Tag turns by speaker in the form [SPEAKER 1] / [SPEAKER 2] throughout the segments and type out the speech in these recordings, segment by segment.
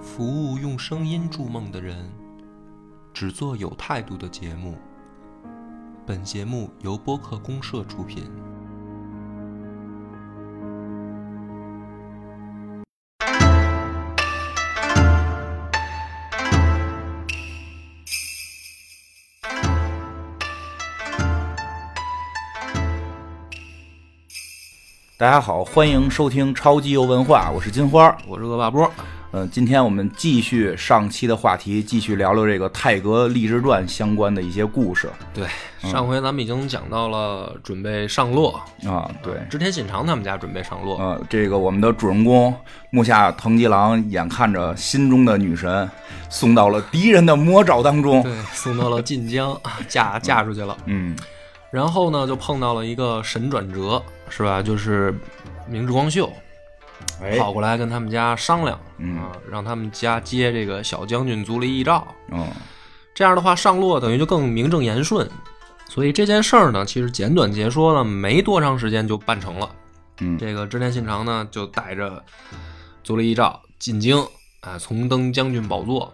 [SPEAKER 1] 服务用声音筑梦的人，只做有态度的节目。本节目由播客公社出品。
[SPEAKER 2] 大家好，欢迎收听超级游文化，我是金花。
[SPEAKER 1] 我是恶霸波，
[SPEAKER 2] 嗯、今天我们继续上期的话题，继续聊聊这个泰格励志传相关的一些故事
[SPEAKER 1] 对，上回咱们已经讲到了准备上洛，
[SPEAKER 2] 啊。对，
[SPEAKER 1] 织田信长他们家准备上洛，
[SPEAKER 2] 呃，这个我们的主人公木下藤吉郎眼看着心中的女神送到了敌人的魔爪当中，
[SPEAKER 1] 对，送到了晋江，嫁嫁出去了。
[SPEAKER 2] 嗯，
[SPEAKER 1] 然后呢，就碰到了一个神转折，是吧？就是明智光秀
[SPEAKER 2] 哎，
[SPEAKER 1] 跑过来跟他们家商量，
[SPEAKER 2] 嗯
[SPEAKER 1] 啊，让他们家接这个小将军足利义照。
[SPEAKER 2] 嗯，
[SPEAKER 1] 这样的话，上洛等于就更名正言顺。所以这件事儿呢，其实简短截说呢，没多长时间就办成了。
[SPEAKER 2] 嗯
[SPEAKER 1] 这个织田信长呢，就带着足利义照进京，啊，重登将军宝座。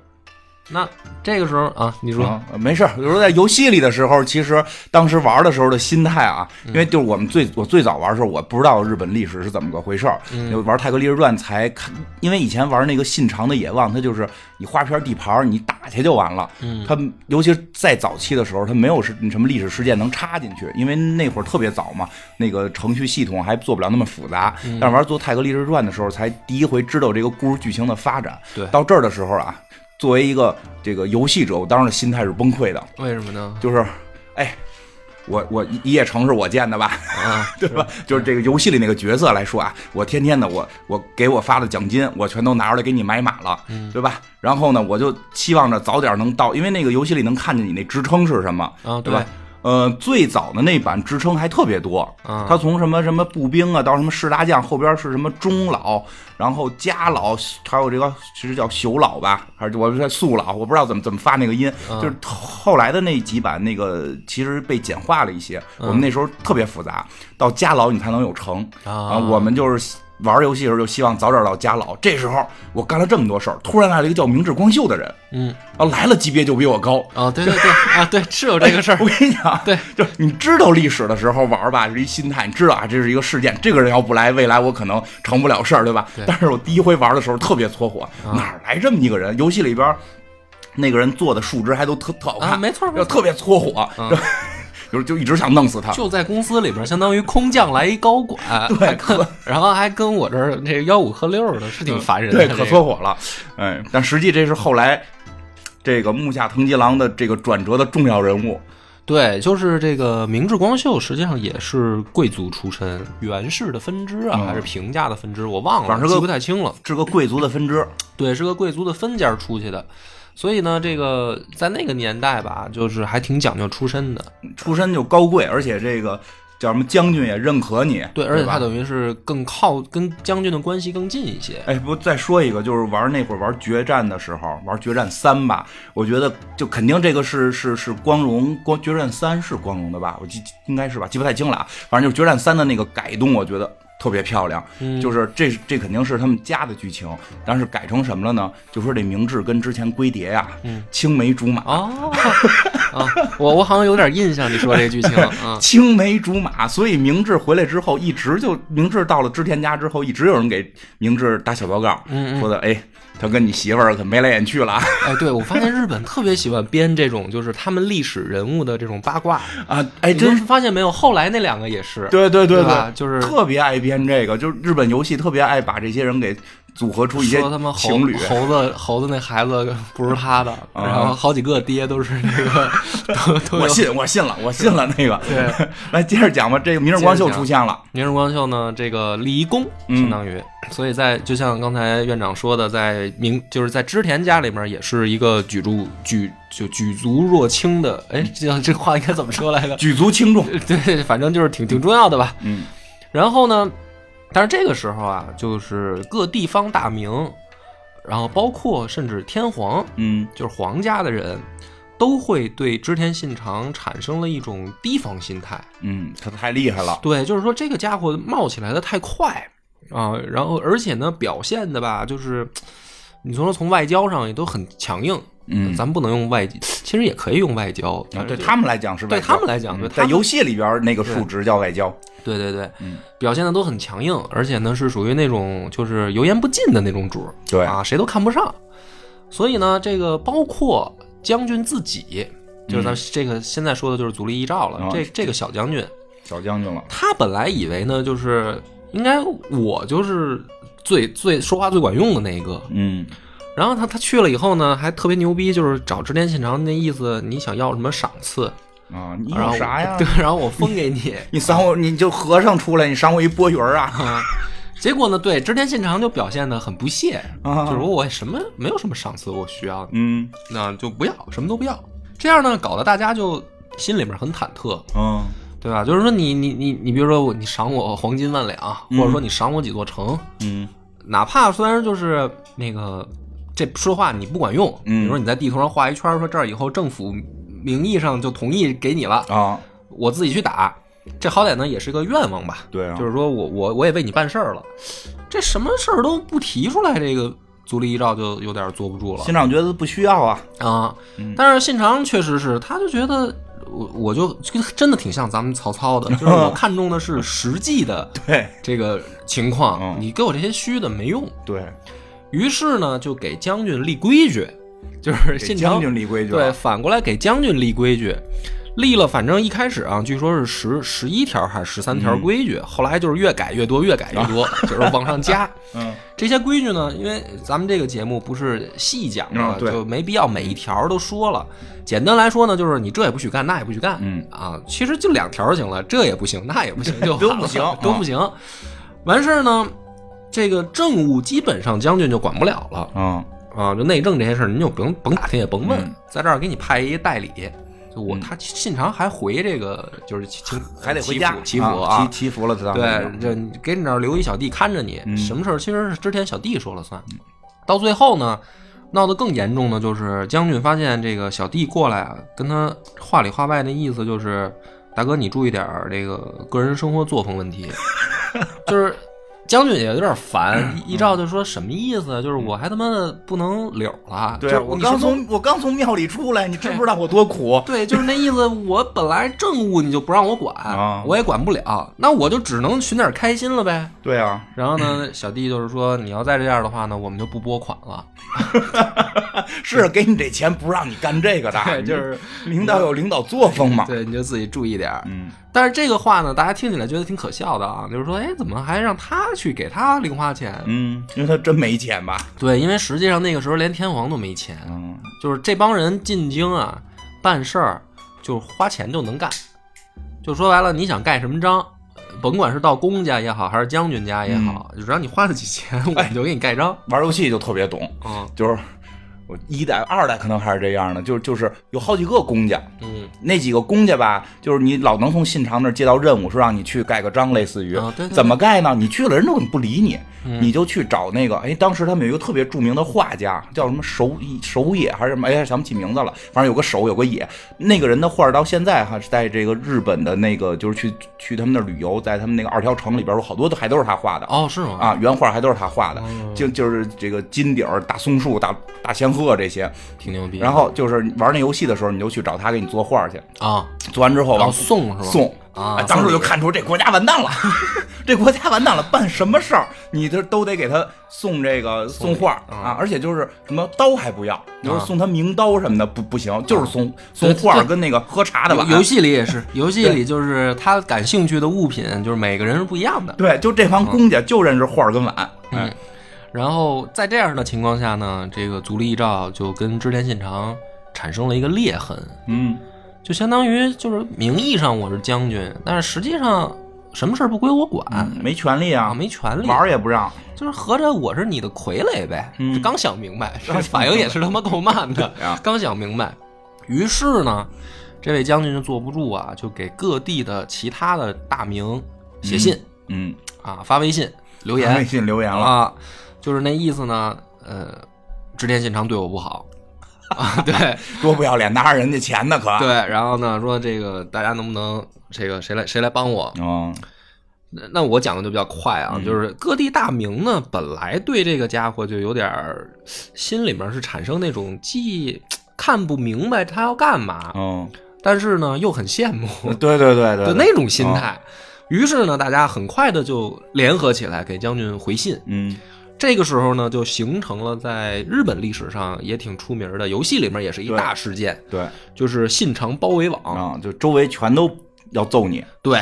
[SPEAKER 1] 那这个时候啊，你说、
[SPEAKER 2] 啊，没事儿。有时候在游戏里的时候，其实当时玩的时候的心态啊，
[SPEAKER 1] 嗯
[SPEAKER 2] 因为就是我们最我最早玩的时候，我不知道日本历史是怎么个回事儿，
[SPEAKER 1] 嗯
[SPEAKER 2] 就玩《泰格烈日传》才看，因为以前玩那个信长的野望，它就是你画片地盘儿，你打去就完了。
[SPEAKER 1] 嗯
[SPEAKER 2] 它尤其是在早期的时候，它没有是什么历史事件能插进去，因为那会儿特别早嘛，那个程序系统还做不了那么复杂。
[SPEAKER 1] 嗯
[SPEAKER 2] 但是玩做《泰格烈日传》的时候，才第一回知道这个故事剧情的发展。
[SPEAKER 1] 对
[SPEAKER 2] 到这儿的时候啊，作为一个这个游戏者，我当时的心态是崩溃的，
[SPEAKER 1] 为什么呢？
[SPEAKER 2] 就是，哎，我我一一夜城是我建的吧，
[SPEAKER 1] 啊，
[SPEAKER 2] 对吧？就是这个游戏里那个角色来说啊，我天天的我我给我发的奖金，我全都拿出来给你买满了，对吧？然后呢，我就期望着早点能到，因为那个游戏里能看见你那职称是什么，
[SPEAKER 1] 啊，
[SPEAKER 2] 对吧？呃，最早的那版职称还特别多，
[SPEAKER 1] 啊
[SPEAKER 2] 他从什么什么步兵啊，到什么士大将，后边是什么中老，然后家老，还有这个其实叫朽老吧，还是我是素老，我不知道怎么怎么发那个音，
[SPEAKER 1] 啊
[SPEAKER 2] 就是后来的那几版那个其实被简化了一些，我们那时候特别复杂，到家老你才能有成
[SPEAKER 1] 嗯啊
[SPEAKER 2] 啊，我们就是。玩游戏的时候就希望早点到家老，这时候我干了这么多事儿，突然来了一个叫明智光秀的人，
[SPEAKER 1] 嗯，
[SPEAKER 2] 啊，来了级别就比我高，
[SPEAKER 1] 啊，对对对，啊，对，是有这个事儿
[SPEAKER 2] 我。跟你讲，
[SPEAKER 1] 对，
[SPEAKER 2] 就是你知道历史的时候玩吧，是一心态，你知道啊，这是一个事件，这个人要不来，未来我可能成不了事儿，对吧？
[SPEAKER 1] 对啊
[SPEAKER 2] 但是我第一回玩的时候特别搓火，哪儿来这么一个人？游戏里边那个人做的数值还都特特好看，
[SPEAKER 1] 啊没错没错
[SPEAKER 2] 就特别搓火，
[SPEAKER 1] 嗯
[SPEAKER 2] 就就就一直想弄死他。
[SPEAKER 1] 就在公司里边，相当于空降来一高管，
[SPEAKER 2] 对
[SPEAKER 1] 还跟 然后还跟我这儿这吆五喝六的，是挺烦人的。
[SPEAKER 2] 对，
[SPEAKER 1] 这
[SPEAKER 2] 可
[SPEAKER 1] 个
[SPEAKER 2] 搓火了。哎，但实际这是后来这个木下藤吉郎的这个转折的重要人物。
[SPEAKER 1] 对，就是这个明智光秀，实际上也是贵族出身，源氏的分支啊，
[SPEAKER 2] 嗯
[SPEAKER 1] 还是平家的分支，我忘
[SPEAKER 2] 反
[SPEAKER 1] 了，
[SPEAKER 2] 正是
[SPEAKER 1] 记
[SPEAKER 2] 个
[SPEAKER 1] 不太清了。
[SPEAKER 2] 是个贵族的分支，
[SPEAKER 1] 对，是个贵族的分家出去的，所以呢，这个在那个年代吧，就是还挺讲究出身的。
[SPEAKER 2] 出身就高贵，而且这个叫什么将军也认可你，
[SPEAKER 1] 对，而且
[SPEAKER 2] 吧
[SPEAKER 1] 他等于是更靠跟将军的关系更近一些。
[SPEAKER 2] 哎，不再说一个，就是玩那会儿玩决战的时候，玩决战三吧，我觉得就肯定这个是是是光荣光决战三是光荣的吧，我记应该是吧，记不太清了啊，反正就是决战三的那个改动，我觉得特别漂亮，
[SPEAKER 1] 嗯
[SPEAKER 2] 就是这这肯定是他们家的剧情，但是改成什么了呢？就说这明治跟之前龟蝶呀、啊
[SPEAKER 1] 嗯
[SPEAKER 2] 青梅竹马。，
[SPEAKER 1] 哦，啊，我我好像有点印象，你说这剧情啊
[SPEAKER 2] 青梅竹马，所以明治回来之后，一直就明治到了织田家之后，一直有人给明治打小报告，
[SPEAKER 1] 嗯嗯
[SPEAKER 2] 说的哎，他跟你媳妇儿可眉来眼去了啊。
[SPEAKER 1] 哎，对我发现日本特别喜欢编这种，就是他们历史人物的这种八卦。
[SPEAKER 2] 啊，哎，
[SPEAKER 1] 你
[SPEAKER 2] 真
[SPEAKER 1] 们
[SPEAKER 2] 是，
[SPEAKER 1] 发现没有？后来那两个也是，
[SPEAKER 2] 对对对
[SPEAKER 1] 吧？就是
[SPEAKER 2] 特别爱编这个，就是日本游戏特别爱把这些人给组合出一些
[SPEAKER 1] 说他们猴
[SPEAKER 2] 情侣。
[SPEAKER 1] 猴子猴子那孩子不是他的，
[SPEAKER 2] 啊
[SPEAKER 1] 然后好几个爹都是那 个都都有
[SPEAKER 2] 我。信，我信了，我信了那个。
[SPEAKER 1] 对，
[SPEAKER 2] 来接着讲吧，这个明日光秀出现了，
[SPEAKER 1] 明日光秀呢，这个立一功，
[SPEAKER 2] 嗯
[SPEAKER 1] 相当于，所以在就像刚才院长说的，在明就是在织田家里面也是一个举足举就举足若轻的，哎，这这话应该怎么说来 着？
[SPEAKER 2] 举足轻重。
[SPEAKER 1] 对，反正就是挺挺重要的吧。
[SPEAKER 2] 嗯，
[SPEAKER 1] 然后呢，但是这个时候啊，就是各地方大名，然后包括甚至天皇，
[SPEAKER 2] 嗯
[SPEAKER 1] 就是皇家的人，都会对织田信长产生了一种提防心态。
[SPEAKER 2] 嗯，他太厉害了。
[SPEAKER 1] 对，就是说这个家伙冒起来的太快啊，然后而且呢，表现的吧，就是你从说从外交上也都很强硬，
[SPEAKER 2] 嗯
[SPEAKER 1] 咱们不能用外，其实也可以用外交，
[SPEAKER 2] 啊，对
[SPEAKER 1] 但是
[SPEAKER 2] 他们来讲是外
[SPEAKER 1] 对
[SPEAKER 2] 交
[SPEAKER 1] 他们来讲，
[SPEAKER 2] 嗯
[SPEAKER 1] 对他
[SPEAKER 2] 在
[SPEAKER 1] 们
[SPEAKER 2] 游戏里边那个数值叫外交，
[SPEAKER 1] 对对对，
[SPEAKER 2] 嗯
[SPEAKER 1] 表现的都很强硬，而且呢是属于那种就是油盐不进的那种主儿，
[SPEAKER 2] 对
[SPEAKER 1] 啊，谁都看不上。所以呢，这个包括将军自己，就是咱们这个现在说的就是足利义昭了，
[SPEAKER 2] 嗯啊
[SPEAKER 1] 这这个小将军，
[SPEAKER 2] 小将军了，
[SPEAKER 1] 他本来以为呢，就是应该我就是最最说话最管用的那一个，
[SPEAKER 2] 嗯，
[SPEAKER 1] 然后他他去了以后呢，还特别牛逼，就是找织田信长那意思，你想要什么赏赐，
[SPEAKER 2] 啊，你
[SPEAKER 1] 然
[SPEAKER 2] 有
[SPEAKER 1] 后
[SPEAKER 2] 啥呀
[SPEAKER 1] 对？，然后我 分给你。
[SPEAKER 2] 你赏我，你就和尚出来，你赏我一钵盂儿啊？
[SPEAKER 1] 啊，结果呢，对织田信长就表现的很不屑，
[SPEAKER 2] 啊
[SPEAKER 1] 就是我什么没有什么赏赐我需要，
[SPEAKER 2] 嗯
[SPEAKER 1] 那就不要，什么都不要。这样呢，搞得大家就心里面很忐忑，
[SPEAKER 2] 嗯
[SPEAKER 1] 对吧？就是说你你你你，比如说我你赏我黄金万两，或者说你赏我几座城，
[SPEAKER 2] 嗯
[SPEAKER 1] 哪怕虽然就是那个这说话你不管用，
[SPEAKER 2] 嗯
[SPEAKER 1] 比如说你在地图上画一圈，说这儿以后政府名义上就同意给你了，
[SPEAKER 2] 啊，
[SPEAKER 1] 我自己去打，这好歹呢也是个愿望吧。
[SPEAKER 2] 对啊，
[SPEAKER 1] 就是说我我我也为你办事儿了，这什么事儿都不提出来，这个足利义照就有点坐不住了
[SPEAKER 2] 新长觉得不需要啊，
[SPEAKER 1] 啊
[SPEAKER 2] 嗯。
[SPEAKER 1] 但是信长确实是，他就觉得我我就就真的挺像咱们曹操 的，就是我看中的是实际的
[SPEAKER 2] 对
[SPEAKER 1] 这个情况
[SPEAKER 2] 嗯，
[SPEAKER 1] 你给我这些虚的没用。
[SPEAKER 2] 对，
[SPEAKER 1] 于是呢，就给将军立规矩，就是
[SPEAKER 2] 给
[SPEAKER 1] 信
[SPEAKER 2] 将
[SPEAKER 1] 长
[SPEAKER 2] 军立规矩啊
[SPEAKER 1] 对
[SPEAKER 2] 了，
[SPEAKER 1] 反过来给将军立规矩。立了，反正一开始啊，据说是十十一条还是十三条
[SPEAKER 2] 嗯
[SPEAKER 1] 规矩，后来就是越改越多，越改越 多，就是往上加。
[SPEAKER 2] 嗯
[SPEAKER 1] 这些规矩呢，因为咱们这个节目不是细讲
[SPEAKER 2] 嗯
[SPEAKER 1] 了，
[SPEAKER 2] 对
[SPEAKER 1] 就没必要每一条都说了。简单来说呢，就是你这也不许干，那也不许干，
[SPEAKER 2] 嗯
[SPEAKER 1] 啊，其实就两条就行了，这也不行，那也不行，就
[SPEAKER 2] 都
[SPEAKER 1] 完
[SPEAKER 2] 不
[SPEAKER 1] 了
[SPEAKER 2] 行啊
[SPEAKER 1] 都不行。完事儿呢，这个政务基本上将军就管不了了
[SPEAKER 2] 嗯
[SPEAKER 1] 啊，就内政这些事儿您就甭甭打听也甭问
[SPEAKER 2] 嗯，
[SPEAKER 1] 在这儿给你派一代理。就我
[SPEAKER 2] 嗯
[SPEAKER 1] 他信长还回这个就是祈祈
[SPEAKER 2] 还得回
[SPEAKER 1] 祈
[SPEAKER 2] 家
[SPEAKER 1] 福祈福啊，
[SPEAKER 2] 祈祈福了，知道吗
[SPEAKER 1] 对，这你给你那儿留一小弟看着你，
[SPEAKER 2] 嗯
[SPEAKER 1] 什么事儿其实是之前小弟说了算。到最后呢，闹得更严重的就是将军发现这个小弟过来啊，跟他话里话外的意思就是，大哥你注意点儿这个个人生活作风问 题，就是。将军也有点烦，
[SPEAKER 2] 嗯
[SPEAKER 1] 一照就说什么意思啊？就是我还他妈的不能柳了，
[SPEAKER 2] 对啊
[SPEAKER 1] 就
[SPEAKER 2] 我
[SPEAKER 1] 你
[SPEAKER 2] 刚
[SPEAKER 1] 是不
[SPEAKER 2] 从我刚从庙里出来，你知不知道我多苦？
[SPEAKER 1] 对，就是那意思。我本来政务你就不让我管，
[SPEAKER 2] 啊
[SPEAKER 1] 我也管不了，那我就只能寻点开心了呗。
[SPEAKER 2] 对啊，
[SPEAKER 1] 然后呢，小弟就是说，你要再这样的话呢，我们就不拨款了。
[SPEAKER 2] 是给你这钱不让你干这个的，
[SPEAKER 1] 就是
[SPEAKER 2] 领导有领导作风嘛。
[SPEAKER 1] 对，你就自己注意点儿。
[SPEAKER 2] 嗯，
[SPEAKER 1] 但是这个话呢，大家听起来觉得挺可笑的啊，就是说，哎，怎么还让他去给他零花钱？
[SPEAKER 2] 嗯，因为他真没钱吧？
[SPEAKER 1] 对，因为实际上那个时候连天皇都没钱，
[SPEAKER 2] 嗯，
[SPEAKER 1] 就是这帮人进京啊，办事儿就是花钱就能干。就说白了，你想盖什么章，甭管是到公家也好，还是将军家也好，
[SPEAKER 2] 嗯
[SPEAKER 1] 只要你花得起钱，
[SPEAKER 2] 哎
[SPEAKER 1] 我们就给你盖章。
[SPEAKER 2] 玩游戏就特别懂，
[SPEAKER 1] 嗯
[SPEAKER 2] 就是我一代、二代可能还是这样的，就是就是有好几个公家，
[SPEAKER 1] 嗯
[SPEAKER 2] 那几个公家吧，就是你老能从信长那儿接到任务，说让你去盖个章，类似于、
[SPEAKER 1] 啊对对对
[SPEAKER 2] 怎么盖呢？你去了，人都不理你，
[SPEAKER 1] 嗯
[SPEAKER 2] 你就去找那个，哎，当时他们有一个特别著名的画家，叫什么手手野还是什么，哎，想不起名字了，反正有个手有个野，那个人的画到现在还是在这个日本的那个，就是去去他们那儿旅游，在他们那个二条城里边，有好多都还都是他画的
[SPEAKER 1] 哦，是吗？
[SPEAKER 2] 啊，原画还都是他画的，
[SPEAKER 1] 哦
[SPEAKER 2] 就就是这个金顶儿、大松树、大大仙鹤这些。
[SPEAKER 1] 挺牛逼。
[SPEAKER 2] 然后就是玩那游戏的时候，你就去找他给你做画去，
[SPEAKER 1] 啊，
[SPEAKER 2] 做完之后
[SPEAKER 1] 然后
[SPEAKER 2] 往
[SPEAKER 1] 送是吧？
[SPEAKER 2] 哦送
[SPEAKER 1] 啊
[SPEAKER 2] 哎当时我就看出这国家完蛋了， 这国家完蛋了，办什么事儿你这都得给他送这个送画
[SPEAKER 1] 啊
[SPEAKER 2] 啊，而且就是什么刀还不要，你说
[SPEAKER 1] 啊
[SPEAKER 2] 送他名刀什么的不不行，就是送
[SPEAKER 1] 对
[SPEAKER 2] 送画
[SPEAKER 1] 对
[SPEAKER 2] 跟那个喝茶的碗
[SPEAKER 1] 游。游戏里也是，游戏里就是他感兴趣的物品，就是每个人是不一样的。
[SPEAKER 2] 对，就这帮公
[SPEAKER 1] 嗯
[SPEAKER 2] 家就认识画跟碗，哎，
[SPEAKER 1] 然后在这样的情况下呢，这个足利义照就跟织田信长产生了一个裂痕，
[SPEAKER 2] 嗯，
[SPEAKER 1] 就相当于就是名义上我是将军，但是实际上什么事儿不归我管、
[SPEAKER 2] 没权利
[SPEAKER 1] 啊，
[SPEAKER 2] 啊，
[SPEAKER 1] 没权利，
[SPEAKER 2] 玩儿也不让，
[SPEAKER 1] 就是合着我是你的傀儡呗。
[SPEAKER 2] 嗯
[SPEAKER 1] 这刚想明白，这反应也是他妈够慢的
[SPEAKER 2] 对 啊，
[SPEAKER 1] 刚想明白。于是呢，这位将军就坐不住啊，就给各地的其他的大名写信。
[SPEAKER 2] 嗯，
[SPEAKER 1] 啊，发微信留
[SPEAKER 2] 微
[SPEAKER 1] 言
[SPEAKER 2] 信留言了，
[SPEAKER 1] 啊，就是那意思呢，呃，织田信长对我不好啊， 对
[SPEAKER 2] 多不要脸，拿着人家钱呢可，
[SPEAKER 1] 对，然后呢说这个大家能不能这个谁来谁来帮我？
[SPEAKER 2] 嗯，
[SPEAKER 1] 那那我讲的就比较快啊，
[SPEAKER 2] 嗯
[SPEAKER 1] 就是各地大名呢，本来对这个家伙就有点儿心里面是产生那种既看不明白他要干嘛，
[SPEAKER 2] 嗯，
[SPEAKER 1] 但是呢又很羡慕
[SPEAKER 2] 对对对哦
[SPEAKER 1] 的
[SPEAKER 2] 对，
[SPEAKER 1] 那种心态。于是呢，大家很快的就联合起来给将军回信。
[SPEAKER 2] 嗯
[SPEAKER 1] 这个时候呢，就形成了在日本历史上也挺出名的游戏里面也是一
[SPEAKER 2] 对
[SPEAKER 1] 大事件，
[SPEAKER 2] 对
[SPEAKER 1] 就是信长包围网。
[SPEAKER 2] 啊，就周围全都要揍你，
[SPEAKER 1] 对，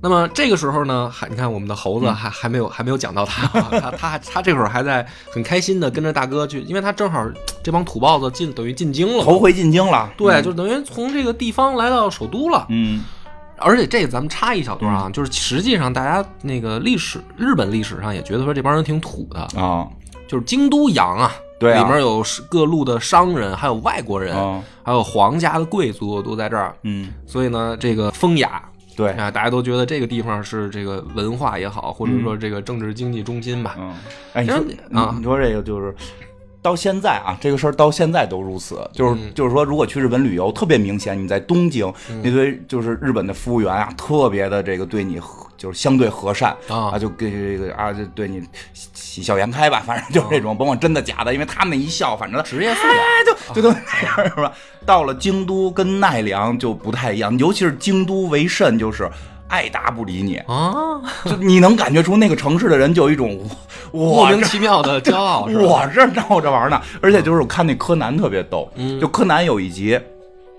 [SPEAKER 1] 那么这个时候呢，还你看我们的猴子
[SPEAKER 2] 嗯
[SPEAKER 1] 还、还没有还没有讲到他啊， 他他他这会儿还在很开心的跟着大哥去，因为他正好这帮土豹子进等于进京了嘛，
[SPEAKER 2] 头回进京了，
[SPEAKER 1] 对，就等于从这个地方来到首都了。
[SPEAKER 2] 嗯
[SPEAKER 1] 而且这个咱们插一小段啊，就是实际上大家那个历史日本历史上也觉得说这帮人挺土的，
[SPEAKER 2] 啊
[SPEAKER 1] 就是京都洋啊。
[SPEAKER 2] 对啊
[SPEAKER 1] 里面有各路的商人，还有外国人，
[SPEAKER 2] 啊
[SPEAKER 1] 还有皇家的贵族都在这儿，
[SPEAKER 2] 嗯，
[SPEAKER 1] 所以呢，这个风雅
[SPEAKER 2] 对，
[SPEAKER 1] 啊，大家都觉得这个地方是这个文化也好，或者说这个政治经济中心吧。
[SPEAKER 2] 嗯，哎，你说
[SPEAKER 1] 然后啊
[SPEAKER 2] 你你说这个就是。到现在啊，这个事儿到现在都如此，就是、
[SPEAKER 1] 嗯
[SPEAKER 2] 就是说，如果去日本旅游，特别明显，你在东京、那堆就是日本的服务员啊，特别的这个对你和就是相对和善
[SPEAKER 1] 啊
[SPEAKER 2] 就跟这个啊，就对你喜喜笑颜开吧，反正就是这种，甭管真的假的，因为他们那一笑，反正
[SPEAKER 1] 啊职业素
[SPEAKER 2] 哎，就就都那样是吧？到了京都跟奈良就不太一样，尤其是京都为甚，就是爱答不理你，
[SPEAKER 1] 养啊，
[SPEAKER 2] 就你能感觉出那个城市的人就有一种 我
[SPEAKER 1] 莫
[SPEAKER 2] 我
[SPEAKER 1] 名
[SPEAKER 2] 这
[SPEAKER 1] 其妙的骄傲是吧？
[SPEAKER 2] 我这闹着玩呢。嗯而且就是我看那柯南特别逗，就柯南有一集。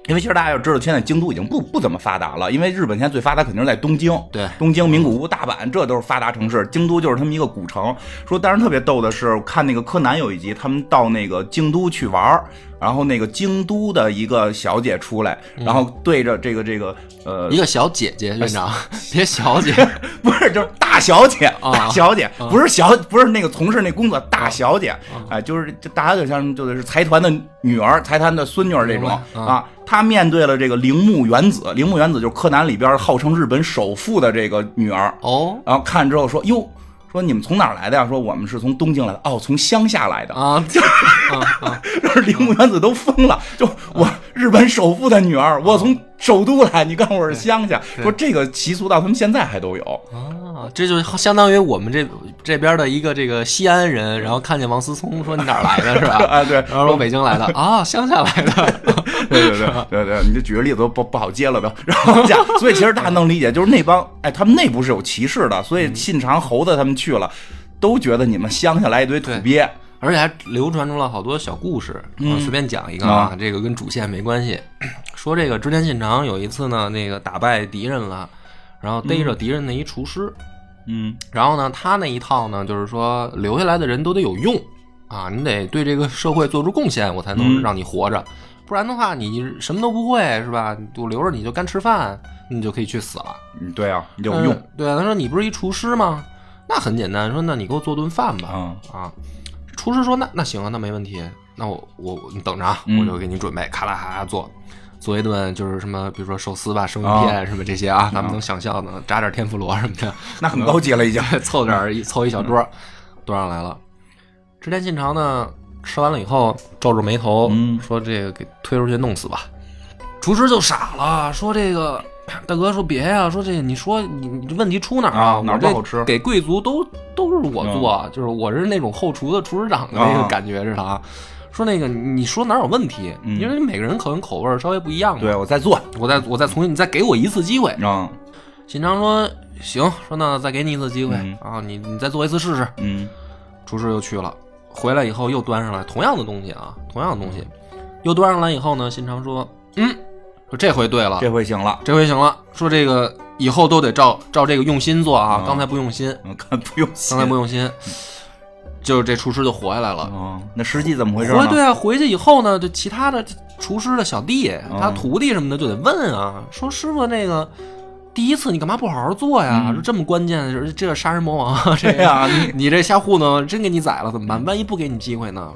[SPEAKER 2] 因为其实大家要知道，现在京都已经不不怎么发达了。因为日本现在最发达肯定是在东京，
[SPEAKER 1] 对
[SPEAKER 2] 东京、名古屋、大阪，这都是发达城市。京都就是他们一个古城。说当时特别逗的是，我看那个柯南有一集，他们到那个京都去玩儿然后那个京都的一个小姐出来，然后对着这个这个呃
[SPEAKER 1] 一个小姐姐，院长，
[SPEAKER 2] 哎
[SPEAKER 1] 别小 姐，
[SPEAKER 2] 不是，就是大小姐，
[SPEAKER 1] 啊啊
[SPEAKER 2] 大小姐，不是小，不是那个从事那工作大小姐，哎，就是就大家就像就是财团的女儿、财团的孙女儿这种
[SPEAKER 1] 明白啊
[SPEAKER 2] 啊。她面对了这个铃木原子，铃木原子就是柯南里边号称日本首富的这个女儿，
[SPEAKER 1] 哦
[SPEAKER 2] 然后看之后说哟。说你们从哪儿来的呀？说我们是从东京来的，哦，从乡下来的。
[SPEAKER 1] 啊，啊啊
[SPEAKER 2] 然后 铃木原子都疯了，就我日本首富的女儿，我从首都来，你告诉我是乡下。
[SPEAKER 1] 啊对
[SPEAKER 2] 说这个习俗到他们现在还都有。
[SPEAKER 1] 啊，这就相当于我们这这边的一个这个西安人，然后看见王思聪说你哪儿来的是 吧？
[SPEAKER 2] 啊，对，
[SPEAKER 1] 然后说北京来的啊，乡下来的，
[SPEAKER 2] 对对对对对，你就举个例子都不不好接了都。 然后讲，所以其实大家能理解，就是那帮哎，他们内部是有歧视的，所以信长猴子他们去了，都觉得你们乡下来一堆土鳖。
[SPEAKER 1] 而且还流传出了好多小故事。
[SPEAKER 2] 嗯
[SPEAKER 1] 我随便讲一个啊，这个跟主线没关系。说这个织田信长有一次呢，那个打败敌人了，然后逮着敌人的一厨师，
[SPEAKER 2] 嗯
[SPEAKER 1] 然后呢，他那一套呢，就是说留下来的人都得有用啊，你得对这个社会做出贡献，我才能
[SPEAKER 2] 嗯
[SPEAKER 1] 让你活着，不然的话你什么都不会是吧？我留着你就干吃饭，你就可以去死了。
[SPEAKER 2] 嗯，对啊，有用
[SPEAKER 1] 嗯。对啊，他说你不是一厨师吗？那很简单，说那你给我做顿饭吧。
[SPEAKER 2] 啊
[SPEAKER 1] 啊，厨师说那那行啊，那没问题，那我我我你等着啊，
[SPEAKER 2] 嗯
[SPEAKER 1] 我就给你准备，咔啦咔啦做。做一顿就是什么，比如说寿司吧、生鱼
[SPEAKER 2] 啊
[SPEAKER 1] 片什么这些啊，咱们能想象的，炸点天妇罗什么的，
[SPEAKER 2] 那很高级了已经。
[SPEAKER 1] 凑点儿一凑一小桌儿，端上来了。织田信长呢，吃完了以后皱皱眉头，
[SPEAKER 2] 嗯
[SPEAKER 1] 说：“这个给推出去弄死吧。”厨师就傻了，说：“这个大哥说别呀、说这你说你你问题出哪儿
[SPEAKER 2] 啊
[SPEAKER 1] 我
[SPEAKER 2] 哪儿不
[SPEAKER 1] 这
[SPEAKER 2] 好吃
[SPEAKER 1] 给贵族都都是我做，就是我是那种后厨的厨师长的那个
[SPEAKER 2] 啊
[SPEAKER 1] 感觉似的啊。说那个你说哪儿有问题？
[SPEAKER 2] 嗯
[SPEAKER 1] 因为每个人可能口味儿稍微不一样嘛。
[SPEAKER 2] 对，我在做。
[SPEAKER 1] 我再我再重新，你再给我一次机会。”
[SPEAKER 2] 嗯
[SPEAKER 1] 信长说：“行，说那再给你一次机会、
[SPEAKER 2] 嗯
[SPEAKER 1] 啊，你你再做一次试试。
[SPEAKER 2] 嗯”
[SPEAKER 1] 厨师又去了，回来以后又端上来同样的东西啊，同样的东西，又端上来以后呢，信长说：“嗯，说这回对了，
[SPEAKER 2] 这
[SPEAKER 1] 这
[SPEAKER 2] 回行了。
[SPEAKER 1] 回行了。说这个以后都得照照这个用心做啊，
[SPEAKER 2] 嗯
[SPEAKER 1] 刚才不用心，
[SPEAKER 2] 嗯，看不用心
[SPEAKER 1] 刚才。不用心，就是这厨师就活下来了。
[SPEAKER 2] 嗯，那实际怎么回事
[SPEAKER 1] 回
[SPEAKER 2] 呢？
[SPEAKER 1] 对啊，回去以后呢，就其他的厨师的小弟、
[SPEAKER 2] 嗯
[SPEAKER 1] 他徒弟什么的就得问啊，说师傅那个第一次你干嘛不好好做呀？
[SPEAKER 2] 嗯
[SPEAKER 1] 说这么关键的事儿，这杀人魔王啊， 这
[SPEAKER 2] 对
[SPEAKER 1] 个、
[SPEAKER 2] 呀，你
[SPEAKER 1] 你这瞎糊弄，真给你宰了怎么办？万一不给你机会呢？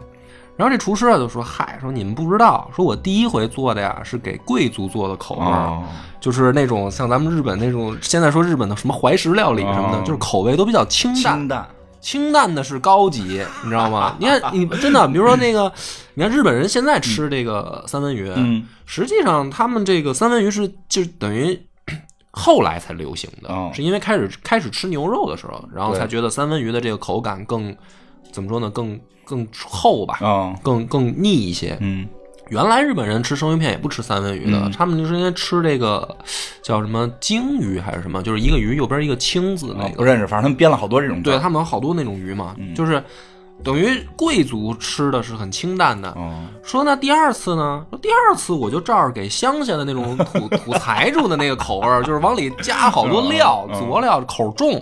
[SPEAKER 1] 然后这厨师啊就说：“嗨，说你们不知道，说我第一回做的呀是给贵族做的口味儿，
[SPEAKER 2] 哦，
[SPEAKER 1] 就是那种像咱们日本那种现在说日本的什么怀石料理什么的，
[SPEAKER 2] 哦
[SPEAKER 1] 就是口味都比较清淡，
[SPEAKER 2] 清淡。
[SPEAKER 1] 清淡的是高 级，你知道吗？你看，你真的，比如说那个，你看日本人现在吃这个三文鱼，
[SPEAKER 2] 嗯
[SPEAKER 1] 实际上他们这个三文鱼是就是等于 后来才流行的，
[SPEAKER 2] 哦
[SPEAKER 1] 是因为开始开始吃牛肉的时候，然后
[SPEAKER 2] 对
[SPEAKER 1] 才觉得三文鱼的这个口感更怎么说呢，更更厚吧，
[SPEAKER 2] 嗯
[SPEAKER 1] 更更腻一些。
[SPEAKER 2] 嗯
[SPEAKER 1] 原来日本人吃生鱼片也不吃三文鱼的，
[SPEAKER 2] 嗯
[SPEAKER 1] 他们就是因为吃这个叫什么鲸鱼还是什么，就是一个鱼右边一个青字那
[SPEAKER 2] 嗯，
[SPEAKER 1] 个
[SPEAKER 2] 不，认识，反正他们编了好多这种字
[SPEAKER 1] 对，他们有好多那种鱼嘛，
[SPEAKER 2] 嗯
[SPEAKER 1] 就是等于贵族吃的是很清淡的。
[SPEAKER 2] 嗯
[SPEAKER 1] 说那第二次呢？说第二次我就照着给乡下的那 种土土财主的那个口味儿，就是往里加好多料、
[SPEAKER 2] 嗯嗯嗯
[SPEAKER 1] 佐料，口重。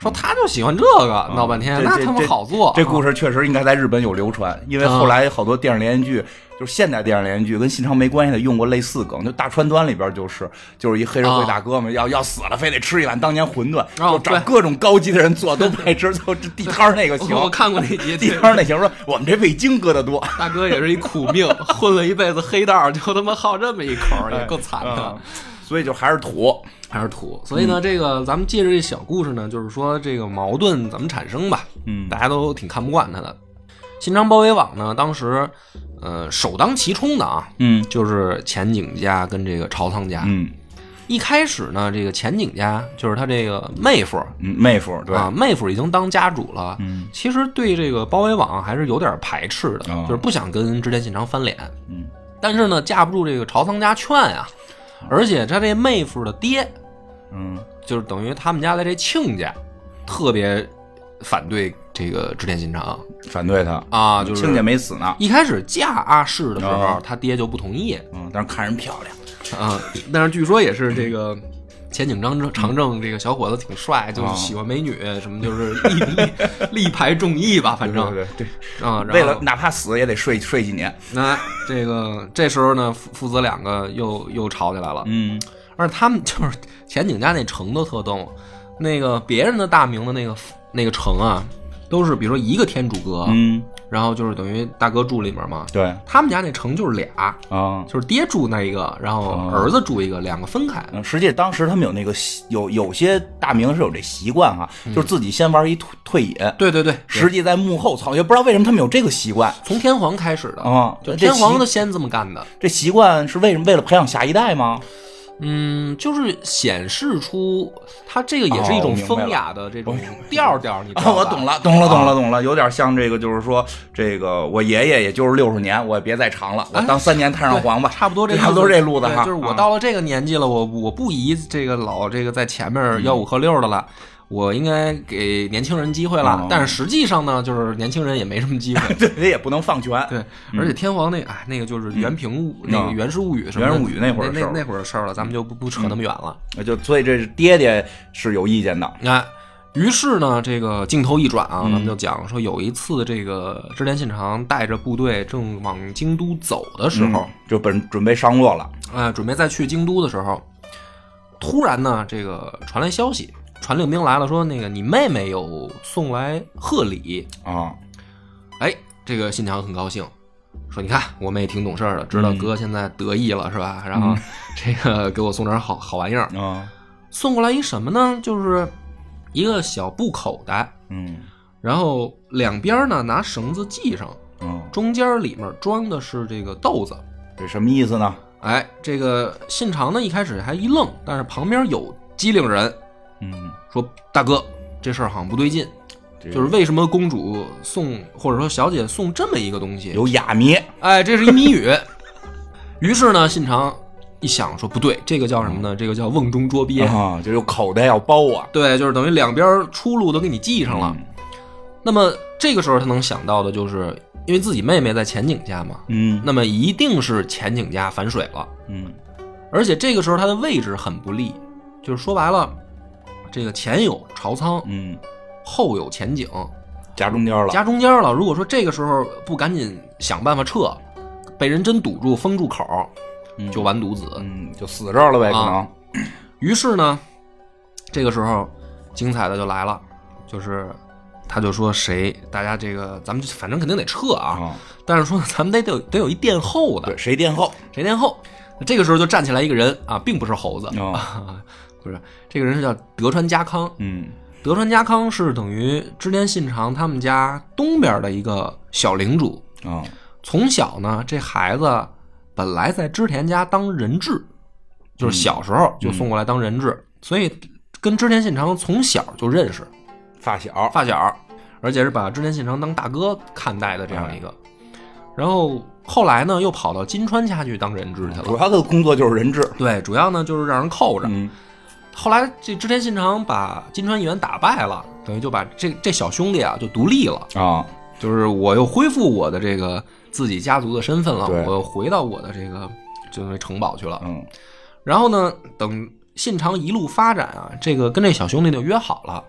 [SPEAKER 1] 说他就喜欢这个，闹半天
[SPEAKER 2] 这
[SPEAKER 1] 那
[SPEAKER 2] 这
[SPEAKER 1] 他们
[SPEAKER 2] 这
[SPEAKER 1] 好做。
[SPEAKER 2] 这故事确实应该在日本有流传，因为
[SPEAKER 1] 嗯
[SPEAKER 2] 后来好多电视连续剧，就是现代电视连续剧跟信长没关系的，用过类似梗。就大川端里边就是，就是一黑社会大哥们要要死了，非得吃一碗当年馄饨，
[SPEAKER 1] 啊哦
[SPEAKER 2] 就找
[SPEAKER 1] 对
[SPEAKER 2] 各种高级的人做都不爱吃，就这地摊儿那个 行
[SPEAKER 1] 我，我看过那集，
[SPEAKER 2] 地
[SPEAKER 1] 对
[SPEAKER 2] 摊儿那行说我们这味精搁的多，
[SPEAKER 1] 大哥也是一苦 命，混了一辈子黑道，就他妈好这么一口儿，也够惨的。
[SPEAKER 2] 嗯所以就还是土，
[SPEAKER 1] 还是土。所以呢，这个咱们借着这小故事呢，就是说这个矛盾怎么产生吧。
[SPEAKER 2] 嗯
[SPEAKER 1] 大家都挺看不惯他的。新昌包围网呢，当时呃首当其冲的啊，
[SPEAKER 2] 嗯
[SPEAKER 1] 就是前景家跟这个朝仓家。
[SPEAKER 2] 嗯
[SPEAKER 1] 一开始呢，这个前景家就是他这个妹夫
[SPEAKER 2] 嗯，妹夫对，
[SPEAKER 1] 啊，妹夫已经当家主了。
[SPEAKER 2] 嗯
[SPEAKER 1] 其实对这个包围网还是有点排斥的，
[SPEAKER 2] 哦
[SPEAKER 1] 就是不想跟织田信长翻脸。
[SPEAKER 2] 嗯，
[SPEAKER 1] 但是呢，架不住这个朝仓家劝啊，而且他这妹夫的爹
[SPEAKER 2] 嗯
[SPEAKER 1] 就是等于他们家的这亲家，特别反对这个织田信长
[SPEAKER 2] 反对他，
[SPEAKER 1] 啊，就
[SPEAKER 2] 亲家
[SPEAKER 1] 是
[SPEAKER 2] 没死呢，
[SPEAKER 1] 一开始嫁阿市的时候
[SPEAKER 2] 啊，
[SPEAKER 1] 他爹就不同意
[SPEAKER 2] 嗯，但是看人漂亮，
[SPEAKER 1] 啊，但是据说也是这个。 哦前景张正长正这个小伙子挺帅，就是喜欢美女，什么就是力力 力排众议吧，反正
[SPEAKER 2] 对对，
[SPEAKER 1] 啊，然后
[SPEAKER 2] 为了哪怕死也得睡睡几年，
[SPEAKER 1] 那这个这时候呢，父父子两个又又吵起来了，
[SPEAKER 2] 嗯。
[SPEAKER 1] 而且他们就是前景家那城都特逗，那个别人的大名的那个那个城啊，都是比如说一个天主阁，
[SPEAKER 2] 嗯，
[SPEAKER 1] 然后就是等于大哥住里面嘛。
[SPEAKER 2] 对啊、啊
[SPEAKER 1] 他们家那城就是俩，就是爹住那一个，然后
[SPEAKER 2] 哦
[SPEAKER 1] 儿子住一个，两个分开。
[SPEAKER 2] 嗯实际当时他们有那个习有有些大明是有这习惯哈、就是自己先玩一退退隐，
[SPEAKER 1] 对对对，
[SPEAKER 2] 实际在幕后操，也不知道为什么他们有这个习惯
[SPEAKER 1] 从天皇开始的，
[SPEAKER 2] 啊。
[SPEAKER 1] 就
[SPEAKER 2] 这
[SPEAKER 1] 天皇
[SPEAKER 2] 习
[SPEAKER 1] 都先这么干的。
[SPEAKER 2] 这习惯是为什么？为了培养下一代吗？
[SPEAKER 1] 嗯，就是显示出他这个也是一
[SPEAKER 2] 哦
[SPEAKER 1] 种
[SPEAKER 2] 我明白了
[SPEAKER 1] 风雅的这种调调，你知
[SPEAKER 2] 啊，
[SPEAKER 1] 道吧？
[SPEAKER 2] 我懂了，懂了，懂了，懂了，有点像这个，就是说这个我爷爷也就是六十年，我也别再长了，我当三年太上皇吧，
[SPEAKER 1] 差不多这
[SPEAKER 2] 哎 差不多这路子
[SPEAKER 1] 对
[SPEAKER 2] 哈。
[SPEAKER 1] 就是我
[SPEAKER 2] 啊
[SPEAKER 1] 到了这个年纪了，我我不宜这个老这个在前面吆五喝六的了。我应该给年轻人机会了，
[SPEAKER 2] 哦。
[SPEAKER 1] 但是实际上呢，就是年轻人也没什么机会
[SPEAKER 2] 对，也不能放权。
[SPEAKER 1] 对，而且
[SPEAKER 2] 嗯
[SPEAKER 1] 天皇那哎，那个就是《原平物》那个《源氏物语》什么的，
[SPEAKER 2] 源氏物语
[SPEAKER 1] 那
[SPEAKER 2] 那会儿的
[SPEAKER 1] 那
[SPEAKER 2] 事儿嗯
[SPEAKER 1] 那会儿的事儿了，咱们就不不扯那么远了。
[SPEAKER 2] 对，就所以这是爹爹是有意见的。
[SPEAKER 1] 那、于是呢，这个镜头一转啊，咱
[SPEAKER 2] 嗯
[SPEAKER 1] 们就讲说有一次，这个织田信长带着部队正往京都走的时候，
[SPEAKER 2] 嗯就本准备上洛了，
[SPEAKER 1] 呃，准备再去京都的时候，突然呢，这个传来消息，传令兵来了，说那个你妹妹有送来贺礼。
[SPEAKER 2] 啊，
[SPEAKER 1] 哎，这个信长很高兴，说你看我妹挺懂事儿的，知道
[SPEAKER 2] 嗯
[SPEAKER 1] 哥现在得意了、是吧？然后 这个给我送点好好玩意儿，
[SPEAKER 2] 啊，
[SPEAKER 1] 送过来一什么呢？就是一个小布口袋，
[SPEAKER 2] 嗯，
[SPEAKER 1] 然后两边呢拿绳子系上，
[SPEAKER 2] 嗯，
[SPEAKER 1] 中间里面装的是这个豆子。
[SPEAKER 2] 这什么意思呢？
[SPEAKER 1] 哎，这个信长呢一开始还一愣，但是旁边有机灵人
[SPEAKER 2] 嗯，
[SPEAKER 1] 说：“大哥，这事儿好像不对劲，
[SPEAKER 2] 这个
[SPEAKER 1] 就是为什么公主送或者说小姐送这么一个东西？
[SPEAKER 2] 有哑谜，
[SPEAKER 1] 哎，这是一谜语。”于是呢，信长一想说：“不对，这个叫什么呢？这个叫瓮中捉鳖。
[SPEAKER 2] 啊，就有口袋要包啊，
[SPEAKER 1] 对，就是等于两边出路都给你系上了。那么这个时候他能想到的就是，因为自己妹妹在前景家嘛，
[SPEAKER 2] 嗯
[SPEAKER 1] 那么一定是前景家反水了。
[SPEAKER 2] 嗯
[SPEAKER 1] 而且这个时候他的位置很不利，就是说白了，这个前有朝仓，
[SPEAKER 2] 嗯，后
[SPEAKER 1] 后有前景，
[SPEAKER 2] 夹中间了，
[SPEAKER 1] 夹中间了。如果说这个时候不赶紧想办法撤，被人真堵住封住口，
[SPEAKER 2] 嗯
[SPEAKER 1] 就完犊子。
[SPEAKER 2] 嗯，就死这儿了呗，可
[SPEAKER 1] 啊
[SPEAKER 2] 能，
[SPEAKER 1] 于是呢，这个时候精彩的就来了，就是他就说谁大家这个咱们就反正肯定得撤啊，
[SPEAKER 2] 啊，
[SPEAKER 1] 但是说咱们得得有得有一殿后的
[SPEAKER 2] 对，，谁垫后？
[SPEAKER 1] 谁殿后。这个时候就站起来一个人啊，并不是猴子，
[SPEAKER 2] 啊，
[SPEAKER 1] 不是这个人是叫德川家康，
[SPEAKER 2] 嗯
[SPEAKER 1] 德川家康是等于织田信长他们家东边的一个小领主。
[SPEAKER 2] 啊，
[SPEAKER 1] 从小呢，这孩子本来在织田家当人质，就是小时候就送过来当人质，所以跟织田信长从小就认识
[SPEAKER 2] 发小，
[SPEAKER 1] 发小，而且是把织田信长当大哥看待的这样一个。然后后来呢，又跑到金川家去当人质去
[SPEAKER 2] 主
[SPEAKER 1] 了。
[SPEAKER 2] 要的工作就是人质。
[SPEAKER 1] 对，主要呢就是让人扣着。
[SPEAKER 2] 嗯，
[SPEAKER 1] 后来这织田信长把金川议员打败了，等于就把这这小兄弟啊就独立了，
[SPEAKER 2] 啊，
[SPEAKER 1] 就是我又恢复我的这个自己家族的身份了，
[SPEAKER 2] 对
[SPEAKER 1] 我又回到我的这个就是城堡去了。
[SPEAKER 2] 嗯
[SPEAKER 1] 然后呢，等信长一路发展啊，这个跟这小兄弟就约好了，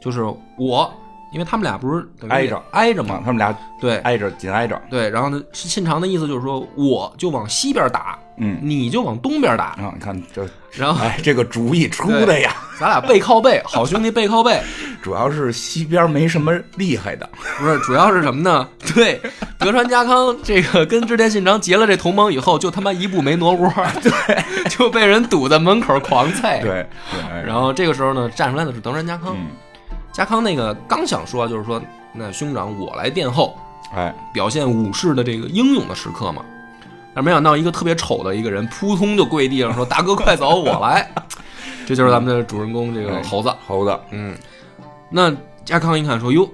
[SPEAKER 1] 就是我，因为他们俩不是等于
[SPEAKER 2] 挨着
[SPEAKER 1] 挨着
[SPEAKER 2] 啊，
[SPEAKER 1] 嘛，
[SPEAKER 2] 他们俩
[SPEAKER 1] 对
[SPEAKER 2] 挨着，紧挨着。
[SPEAKER 1] 对。然后呢，信长的意思就是说，我就往西边打，
[SPEAKER 2] 嗯
[SPEAKER 1] 你就往东边打，
[SPEAKER 2] 啊，你看这，
[SPEAKER 1] 然后
[SPEAKER 2] 哎，这个主意出的呀，
[SPEAKER 1] 咱俩背靠背，好兄弟背靠背。
[SPEAKER 2] 主要是西边没什么厉害的。
[SPEAKER 1] 不是，主要是什么呢？ 对，德川家康这个跟织田信长结了这同盟以后，就他妈一步没挪窝，对，就被人堵在门口狂菜。，
[SPEAKER 2] 对对，
[SPEAKER 1] 哎然后这个时候呢，站出来的是德川家康。
[SPEAKER 2] 嗯，
[SPEAKER 1] 家康那个刚想说，就是说，那兄长我来殿后，
[SPEAKER 2] 哎，
[SPEAKER 1] 表现武士的这个英勇的时刻嘛。但没想到一个特别丑的一个人，扑通就跪地上说：“ 大哥，快走，我来。” 这就是咱们的主人公这个
[SPEAKER 2] 哎
[SPEAKER 1] 猴子。
[SPEAKER 2] 猴子。
[SPEAKER 1] 嗯，那家康一看说：“哟，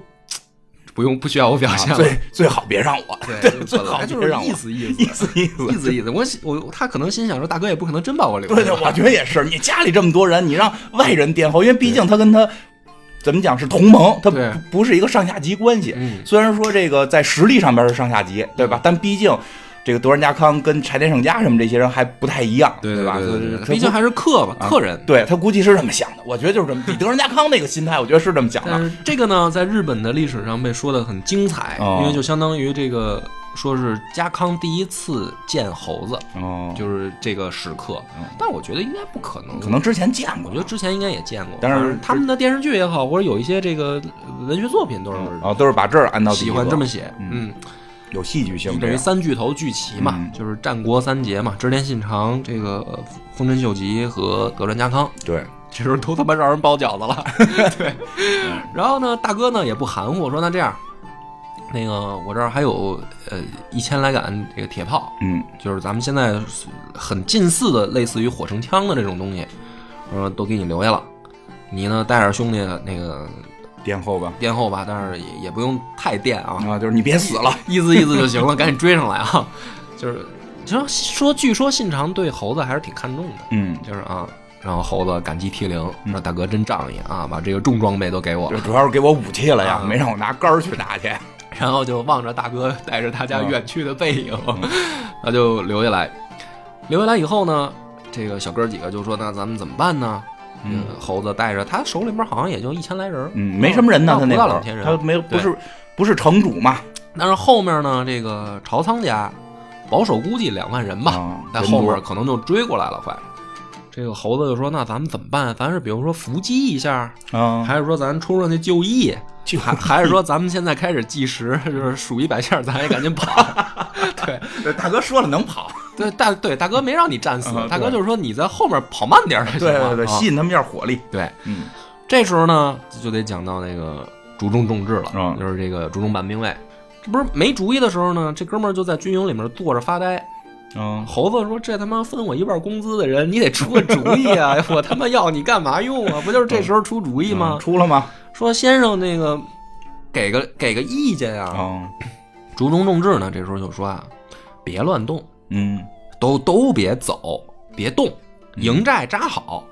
[SPEAKER 1] 不用，不需要我表
[SPEAKER 2] 啊
[SPEAKER 1] 现了。
[SPEAKER 2] 最最好别让我，
[SPEAKER 1] 对
[SPEAKER 2] 最
[SPEAKER 1] 本
[SPEAKER 2] 好
[SPEAKER 1] 来就
[SPEAKER 2] 别
[SPEAKER 1] 是
[SPEAKER 2] 让我
[SPEAKER 1] 意思意
[SPEAKER 2] 意
[SPEAKER 1] 思
[SPEAKER 2] 思意思
[SPEAKER 1] 意。思意思。我我他可能心想说，大哥也不可能真把我留下
[SPEAKER 2] 对对，我觉得也是。你家里这么多人，你让外人殿后，因为毕竟他跟他怎么讲是同盟，他不
[SPEAKER 1] 对
[SPEAKER 2] 不是一个上下级关系。
[SPEAKER 1] 嗯
[SPEAKER 2] 虽然说这个在实力上边是上下级，对吧？但毕竟这个德川家康跟柴田胜家什么这些人还不太一样，
[SPEAKER 1] 对
[SPEAKER 2] 吧？
[SPEAKER 1] 对对
[SPEAKER 2] 他
[SPEAKER 1] 毕竟还是客吧，客人。
[SPEAKER 2] 啊对他估计是这么想的。我觉得就是这么，比德川家康那个心态，我觉得是这么想
[SPEAKER 1] 但
[SPEAKER 2] 的。
[SPEAKER 1] 是这个呢，在日本的历史上被说的很精彩，
[SPEAKER 2] 哦
[SPEAKER 1] 因为就相当于这个说是家康第一次见猴子，
[SPEAKER 2] 哦，
[SPEAKER 1] 就是这个时刻。但我觉得应该不可能，
[SPEAKER 2] 可能之前见
[SPEAKER 1] 我
[SPEAKER 2] 过
[SPEAKER 1] 觉得之前应该也见过，
[SPEAKER 2] 但是
[SPEAKER 1] 反正他们的电视剧也好，或者有一些这个呃文学作品都是
[SPEAKER 2] 啊，都是把这儿按到第一
[SPEAKER 1] 喜欢
[SPEAKER 2] 个
[SPEAKER 1] 这么写，
[SPEAKER 2] 嗯
[SPEAKER 1] 嗯
[SPEAKER 2] 有戏剧性
[SPEAKER 1] 就
[SPEAKER 2] 这
[SPEAKER 1] 等于
[SPEAKER 2] 样，
[SPEAKER 1] 三巨头聚齐嘛，
[SPEAKER 2] 嗯
[SPEAKER 1] 就是战国三杰嘛，织田信长、这个呃丰臣秀吉和德川家康，
[SPEAKER 2] 对，
[SPEAKER 1] 这时候都他妈让人包饺子了。 对，然后呢，大哥呢也不含糊，说那这样，那个我这儿还有呃一千来杆这个铁炮，
[SPEAKER 2] 嗯
[SPEAKER 1] 就是咱们现在很近似的，类似于火绳枪的这种东西，我说都给你留下了，你呢带着兄弟那个
[SPEAKER 2] 殿后吧。
[SPEAKER 1] 殿后吧，但是也也不用太殿啊，
[SPEAKER 2] 啊，就是你别死了，
[SPEAKER 1] 意思意思就行了，赶紧追上来啊！就是，就说说，据说信长对猴子还是挺看重的，
[SPEAKER 2] 嗯，
[SPEAKER 1] 就是啊，然后猴子感激涕零，说大哥真仗义啊，把这个重装备都给我
[SPEAKER 2] 就
[SPEAKER 1] 了，
[SPEAKER 2] 主嗯要是给我武器了呀，
[SPEAKER 1] 啊
[SPEAKER 2] 没让我拿杆儿去打去。
[SPEAKER 1] 然后就望着大哥带着大家
[SPEAKER 2] 啊
[SPEAKER 1] 远去的背影，
[SPEAKER 2] 嗯
[SPEAKER 1] 他就留下来。留下来以后呢，这个小哥几个就说：“那咱们怎么办呢？”
[SPEAKER 2] 嗯
[SPEAKER 1] 这个猴子带着他手里边好像也就一千来人，
[SPEAKER 2] 嗯，没什么人呢，
[SPEAKER 1] 不到
[SPEAKER 2] 他那
[SPEAKER 1] 不
[SPEAKER 2] 会
[SPEAKER 1] 到
[SPEAKER 2] 儿
[SPEAKER 1] 两千人，
[SPEAKER 2] 他没有不
[SPEAKER 1] 对
[SPEAKER 2] 是不是城主嘛，
[SPEAKER 1] 但是后面呢，这个朝仓家保守估计两万人吧，
[SPEAKER 2] 啊
[SPEAKER 1] 在
[SPEAKER 2] 人
[SPEAKER 1] 后
[SPEAKER 2] 多
[SPEAKER 1] 面可能就追过来了，快。这个猴子就说：“那咱们怎么办？咱是比如说伏击一下，
[SPEAKER 2] 啊，
[SPEAKER 1] 还是说咱冲上去就义？
[SPEAKER 2] 就
[SPEAKER 1] 还还是说咱们现在开始计时， 就是数一百下，咱也赶紧跑？ 对
[SPEAKER 2] 大哥说了能跑，
[SPEAKER 1] 对，大对大哥没让你战死
[SPEAKER 2] 啊，
[SPEAKER 1] 大哥
[SPEAKER 2] 对
[SPEAKER 1] 就是说你在后面跑慢点儿就行
[SPEAKER 2] 对
[SPEAKER 1] 了。
[SPEAKER 2] 对对，
[SPEAKER 1] 啊
[SPEAKER 2] 吸引他们一下火力，
[SPEAKER 1] 对，
[SPEAKER 2] 嗯
[SPEAKER 1] 这时候呢，就得讲到那个竹中重治了，
[SPEAKER 2] 嗯
[SPEAKER 1] 就是这个竹中半兵卫。这不是没主意的时候呢，这哥们儿就在军营里面坐着发呆。
[SPEAKER 2] 啊，
[SPEAKER 1] 猴子说：“这他妈分我一半工资的人，你得出个主意 啊！我他妈要你干嘛用啊？不就是这时候出主意吗
[SPEAKER 2] 嗯？出了吗？
[SPEAKER 1] 说先生那个给个给个意见啊。
[SPEAKER 2] 啊，
[SPEAKER 1] 竹中重治呢，这时候就说啊，别乱动，
[SPEAKER 2] 嗯
[SPEAKER 1] 都都别走，别动，营寨扎好，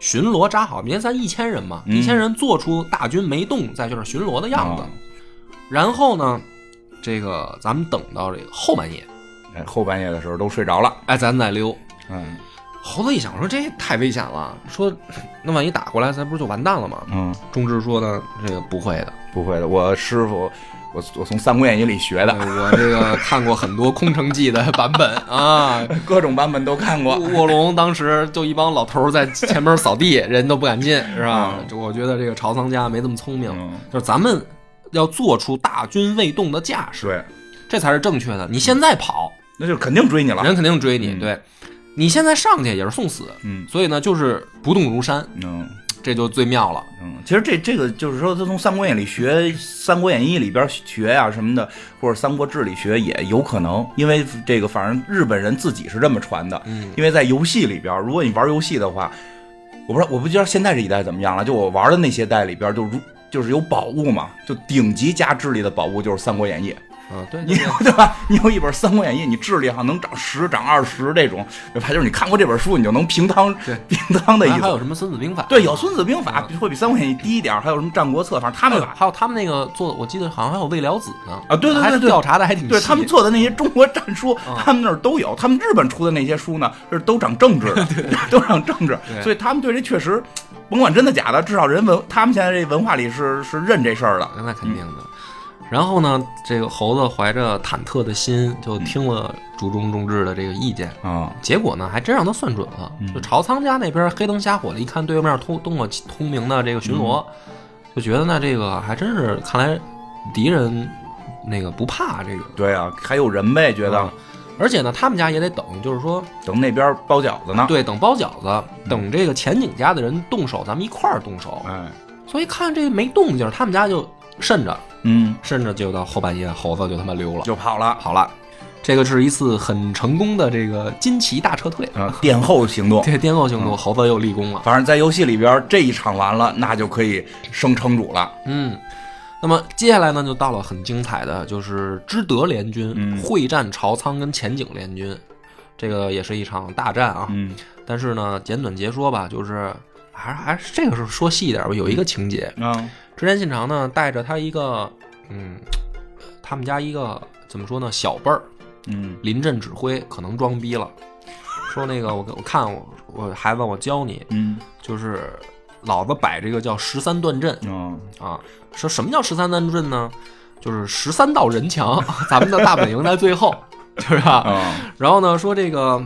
[SPEAKER 1] 巡逻扎好。明天咱一千人嘛，
[SPEAKER 2] 嗯
[SPEAKER 1] 一千人做出大军没动，在就是巡逻的样子
[SPEAKER 2] 啊。
[SPEAKER 1] 然后呢，这个咱们等到这个后半夜，
[SPEAKER 2] 哎后半夜的时候都睡着了，
[SPEAKER 1] 哎，咱再溜。
[SPEAKER 2] 嗯
[SPEAKER 1] 猴子一想说这也太危险了，说那万一打过来，咱不是就完蛋了吗？
[SPEAKER 2] 嗯，
[SPEAKER 1] 中志说呢，这个不会的，
[SPEAKER 2] 不会的，我师傅，我我从《三国演义》里学的，
[SPEAKER 1] 哎我这个看过很多《空城计》的版本 啊。
[SPEAKER 2] 各种版本都看过，
[SPEAKER 1] 卧卧龙当时就一帮老头儿在前面扫地，人都不敢 进，是吧？就我觉得这个朝仓家没这么聪明，
[SPEAKER 2] 嗯
[SPEAKER 1] 就是咱们要做出大军未动的架势，
[SPEAKER 2] 对，
[SPEAKER 1] 这才是正确的。你现在跑，
[SPEAKER 2] 那就肯定追你了，
[SPEAKER 1] 人肯定追你，
[SPEAKER 2] 嗯
[SPEAKER 1] 对。你现在上去也是送死，
[SPEAKER 2] 嗯
[SPEAKER 1] 所以呢，就是不动如山，
[SPEAKER 2] 嗯，
[SPEAKER 1] 这就最妙了。
[SPEAKER 2] 嗯，其实这这个就是说，他从《三国演义》里学，《三国演义》里边学呀、什么的，或者《三国志》里学也有可能，因为这个反正日本人自己是这么传的。
[SPEAKER 1] 嗯，
[SPEAKER 2] 因为在游戏里边，如果你玩游戏的话，我不知道我不知道现在这一代怎么样了。就我玩的那些代里边，就如就是有宝物嘛，就顶级加智力的宝物就是《三国演义》。
[SPEAKER 1] 啊，对，
[SPEAKER 2] 你
[SPEAKER 1] 对对
[SPEAKER 2] 有对吧？你有一本《三国演义》，你智力哈能长十、长二十这种，对吧？就是你看过这本书，你就能平汤
[SPEAKER 1] 对
[SPEAKER 2] 平汤的意
[SPEAKER 1] 还还
[SPEAKER 2] 思。
[SPEAKER 1] 有什么《孙子兵法》？
[SPEAKER 2] 对，有《孙子兵法》
[SPEAKER 1] 嗯
[SPEAKER 2] 会比《三国演义》低一点，还有什么《战国策》，反正他
[SPEAKER 1] 还
[SPEAKER 2] 们
[SPEAKER 1] 有
[SPEAKER 2] 把
[SPEAKER 1] 还有他们那个做，我记得好像还有未了子呢。
[SPEAKER 2] 啊对对对
[SPEAKER 1] 还
[SPEAKER 2] 对
[SPEAKER 1] 调查的还挺细。
[SPEAKER 2] 对他们做的那些中国战书
[SPEAKER 1] 嗯，
[SPEAKER 2] 他们那儿都有。他们日本出的那些书呢，是都长政治的， 都长政治
[SPEAKER 1] 对，
[SPEAKER 2] 所以他们对这确实，甭管真的假的，至少人文，他们现在这文化里是是认这事儿的。
[SPEAKER 1] 那肯定的。然后呢，这个猴子怀着忐忑的心，
[SPEAKER 2] 嗯
[SPEAKER 1] 就听了竹中重治的这个意见。
[SPEAKER 2] 啊，
[SPEAKER 1] 结果呢，还真让他算准了。
[SPEAKER 2] 嗯
[SPEAKER 1] 就朝仓家那边黑灯瞎火的，一看对面通动了通明的这个巡逻，
[SPEAKER 2] 嗯
[SPEAKER 1] 就觉得那这个还真是看来敌人那个不怕这个，
[SPEAKER 2] 对啊，还有人呗，觉得
[SPEAKER 1] 嗯而且呢，他们家也得等，就是说
[SPEAKER 2] 等那边包饺子呢。
[SPEAKER 1] 对，等包饺子，等这个前景家的人动手，咱们一块儿动手。
[SPEAKER 2] 嗯哎，
[SPEAKER 1] 所以看这没动静，他们家就慎着，
[SPEAKER 2] 嗯，
[SPEAKER 1] 慎着就到后半夜，猴子就他妈溜了，
[SPEAKER 2] 就跑了。
[SPEAKER 1] 跑了。这个是一次很成功的这个金旗大撤 退，
[SPEAKER 2] 啊，殿后行动。
[SPEAKER 1] 这颠覆行
[SPEAKER 2] 嗯
[SPEAKER 1] 动，猴子又立功了。
[SPEAKER 2] 反正，在游戏里边这一场完了，那就可以升城主了。
[SPEAKER 1] 嗯，那么接下来呢，就到了很精彩的，就是知德联军、
[SPEAKER 2] 嗯
[SPEAKER 1] 会战朝仓跟前景联军，这个也是一场大战啊。
[SPEAKER 2] 嗯
[SPEAKER 1] 但是呢，简短截说吧，就是还是还是这个是说细一点吧，有一个情节，
[SPEAKER 2] 啊，
[SPEAKER 1] 织田信长呢带着他一个嗯，他们家一个怎么说呢小辈儿
[SPEAKER 2] 嗯
[SPEAKER 1] 临阵指挥，可能装逼了，说那个我我看我我孩子我教你，
[SPEAKER 2] 嗯
[SPEAKER 1] 就是老子摆这个叫十三段阵。
[SPEAKER 2] 嗯，
[SPEAKER 1] 啊，说什么叫十三段阵呢？就是十三道人墙， 咱们的大本营在最后，就是吧？
[SPEAKER 2] 啊，
[SPEAKER 1] 然后呢，说这个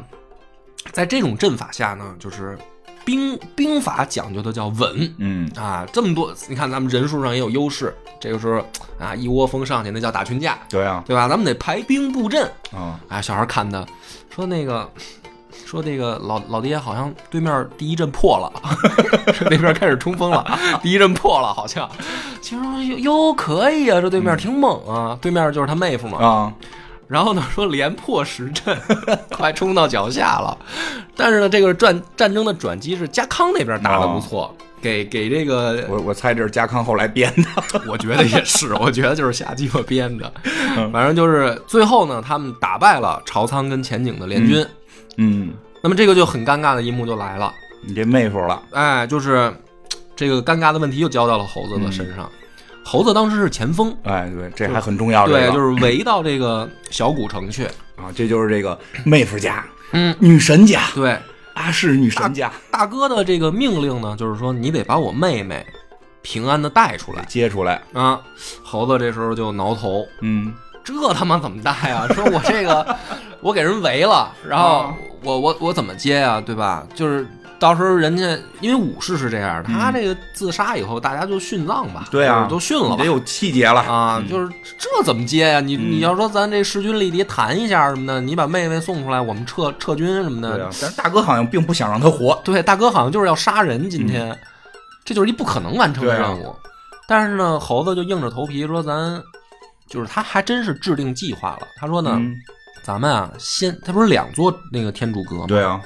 [SPEAKER 1] 在这种阵法下呢，就是兵兵法讲究的叫稳
[SPEAKER 2] 嗯
[SPEAKER 1] 啊，这么多，你看咱们人数上也有优势，这个时候啊一窝蜂上去，那叫打群架，
[SPEAKER 2] 对啊，
[SPEAKER 1] 对吧？咱们得排兵布阵。
[SPEAKER 2] 啊，
[SPEAKER 1] 啊，小孩看的，说那个。说这个老老爹好像对面第一阵破了， 说那边开始冲锋了，第一阵破了好像。其实说哟哟可以啊，说对面挺猛啊，对面就是他妹夫嘛。
[SPEAKER 2] 嗯啊，
[SPEAKER 1] 然后呢说连破十阵， 快冲到脚下了。但是呢这个战战争的转机是家康那边打的不错，给给这个
[SPEAKER 2] 哦我我猜这是家康后来编的。
[SPEAKER 1] 我觉得也是，我觉得就是瞎鸡巴编的。反正就是最后呢他们打败了朝仓跟前景的联军。
[SPEAKER 2] 嗯，
[SPEAKER 1] 那么这个就很尴尬的一幕就来了，
[SPEAKER 2] 你这妹夫了。
[SPEAKER 1] 哎，就是嘖这个尴尬的问题又交到了猴子的身上。猴子当时是前锋，
[SPEAKER 2] 哎，对，这还很重要。
[SPEAKER 1] 嗯啊对，
[SPEAKER 2] 这个
[SPEAKER 1] 就是围到这个小古城去。
[SPEAKER 2] 啊，这就是这个妹夫家，
[SPEAKER 1] 嗯，啊
[SPEAKER 2] 女神家，
[SPEAKER 1] 对，
[SPEAKER 2] 阿是女神家，
[SPEAKER 1] 大哥的这个命令呢，就是说你得把我妹妹平安的带出来
[SPEAKER 2] 接出来。
[SPEAKER 1] 啊。猴子这时候就挠头，
[SPEAKER 2] 嗯，
[SPEAKER 1] 这他妈怎么带呀？说我这 个我给人围了，然
[SPEAKER 2] 哦
[SPEAKER 1] 后我我我怎么接呀、对吧？就是到时候人家因为武士是这样，他这个自杀以后，大家就殉葬吧，
[SPEAKER 2] 嗯对啊
[SPEAKER 1] 就是都殉了
[SPEAKER 2] 你
[SPEAKER 1] 吧
[SPEAKER 2] 嗯得。有气节了
[SPEAKER 1] 啊，就是这怎么接呀、你你要说咱这势均力敌谈一下什么的，你把妹妹送出来，我们撤撤军什么
[SPEAKER 2] 对啊
[SPEAKER 1] 的。，
[SPEAKER 2] 但是大哥好像并不想让他活。
[SPEAKER 1] 对，大哥好像就是要杀人，今天这就是一不可能完成的
[SPEAKER 2] 嗯对啊
[SPEAKER 1] 任务。但是呢，猴子就硬着头皮说咱就是他还真是制定计划了。他说呢，
[SPEAKER 2] 嗯，
[SPEAKER 1] 咱们啊，先他不是两座那个天竺阁吗？
[SPEAKER 2] 对啊，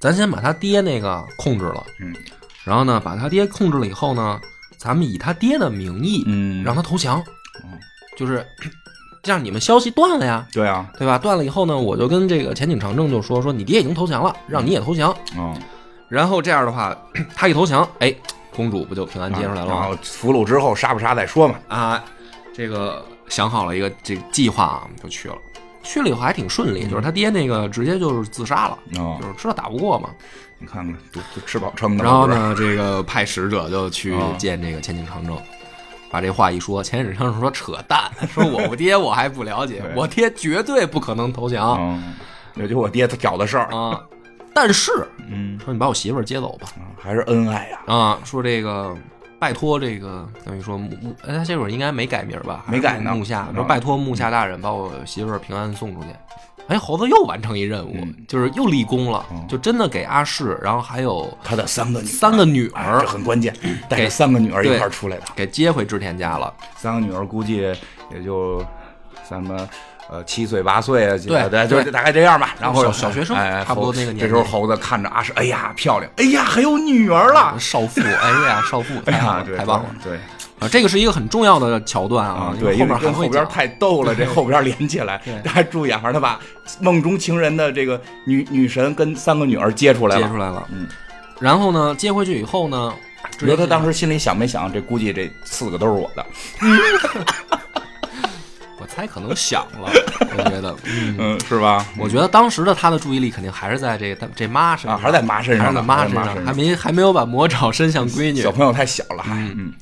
[SPEAKER 1] 咱先把他爹那个控制了，
[SPEAKER 2] 嗯，
[SPEAKER 1] 然后呢，把他爹控制了以后呢，咱们以他爹的名义、
[SPEAKER 2] 嗯，
[SPEAKER 1] 让
[SPEAKER 2] 他
[SPEAKER 1] 他投降，
[SPEAKER 2] 嗯
[SPEAKER 1] 就是 这样，你们消息断了呀，
[SPEAKER 2] 对啊，
[SPEAKER 1] 对吧？断了以后呢，我就跟这个前景长政就说说你爹已经投降了，让你也投降。
[SPEAKER 2] 嗯，
[SPEAKER 1] 然后这样的话， 他一投降，哎，公主不就平安接出来了啊
[SPEAKER 2] 啊然
[SPEAKER 1] 吗？
[SPEAKER 2] 后俘虏之后杀不杀再说嘛。
[SPEAKER 1] 啊，这个想好了一个这个计划啊，就去了。去了以后还挺顺
[SPEAKER 2] 嗯
[SPEAKER 1] 利，就是他爹那个直接就是自杀了。
[SPEAKER 2] 哦
[SPEAKER 1] 就，是知道打不过嘛。
[SPEAKER 2] 你看看，都都吃饱撑的。
[SPEAKER 1] 然后
[SPEAKER 2] 是不是？
[SPEAKER 1] 呢，这个派使者就去
[SPEAKER 2] 啊
[SPEAKER 1] 见这个前景长政，把这话一说，前景长政说扯淡， 说我爹我还不了解，
[SPEAKER 2] 对
[SPEAKER 1] 我爹绝对不可能投降
[SPEAKER 2] 嗯，也就我爹他挑的事儿。
[SPEAKER 1] 啊。但是
[SPEAKER 2] 嗯，
[SPEAKER 1] 说你把我媳妇儿接走吧
[SPEAKER 2] 啊还是恩爱呀，
[SPEAKER 1] 啊，说这个。拜托，这个等于说木木，哎，他这会儿应该没改名吧？
[SPEAKER 2] 没改呢
[SPEAKER 1] 木下
[SPEAKER 2] 嗯
[SPEAKER 1] 说拜托木下大人把我媳妇儿平安送出去。哎，猴子又完成一任务，
[SPEAKER 2] 嗯
[SPEAKER 1] 就是又立功了，就真的给阿市，然后还有
[SPEAKER 2] 他的三个女儿
[SPEAKER 1] 三个女
[SPEAKER 2] 哎
[SPEAKER 1] 儿
[SPEAKER 2] 这很关键，带
[SPEAKER 1] 给
[SPEAKER 2] 着三个女儿一
[SPEAKER 1] 对
[SPEAKER 2] 块儿出来的，
[SPEAKER 1] 给接回织田家了。
[SPEAKER 2] 三个女儿估计也就咱们。呃，七岁八岁啊，
[SPEAKER 1] 对
[SPEAKER 2] 对，就
[SPEAKER 1] 对
[SPEAKER 2] 是大概这样吧。然后
[SPEAKER 1] 小小学生
[SPEAKER 2] 哎哎
[SPEAKER 1] 差不多
[SPEAKER 2] 猴
[SPEAKER 1] 那个年纪
[SPEAKER 2] 这时候猴子看着阿是，哎呀，漂亮，哎呀，还有女儿了，
[SPEAKER 1] 少 妇， 哎呀，少妇，
[SPEAKER 2] 哎
[SPEAKER 1] 太好
[SPEAKER 2] 呀，
[SPEAKER 1] 了，
[SPEAKER 2] 对，
[SPEAKER 1] 太棒了
[SPEAKER 2] 对
[SPEAKER 1] 啊！这个是一个很重要的桥段啊
[SPEAKER 2] 啊，，对，
[SPEAKER 1] 因为
[SPEAKER 2] 因
[SPEAKER 1] 后面还
[SPEAKER 2] 为跟
[SPEAKER 1] 会
[SPEAKER 2] 后边
[SPEAKER 1] 讲。
[SPEAKER 2] 太逗了，这后边连起来
[SPEAKER 1] 对，
[SPEAKER 2] 大家注意啊，反正他把梦中情人的这个女女神跟三个女儿接出来
[SPEAKER 1] 接
[SPEAKER 2] 了
[SPEAKER 1] 出。来了，
[SPEAKER 2] 嗯，
[SPEAKER 1] 然后呢，接回去以后呢，
[SPEAKER 2] 你说他当时心里想没想？这估计这四个都是我的。
[SPEAKER 1] 我猜可能想 了，我觉得，嗯，
[SPEAKER 2] 嗯，是吧？
[SPEAKER 1] 我觉得当时的他的注意力肯定还是在这个这妈身
[SPEAKER 2] 啊，
[SPEAKER 1] 上，
[SPEAKER 2] 还是在妈身
[SPEAKER 1] 还
[SPEAKER 2] 上
[SPEAKER 1] 是
[SPEAKER 2] 呢，
[SPEAKER 1] 在妈
[SPEAKER 2] 还
[SPEAKER 1] 身
[SPEAKER 2] 是在
[SPEAKER 1] 上，还没还没有把魔爪伸向闺女
[SPEAKER 2] 小。朋友太小了，还嗯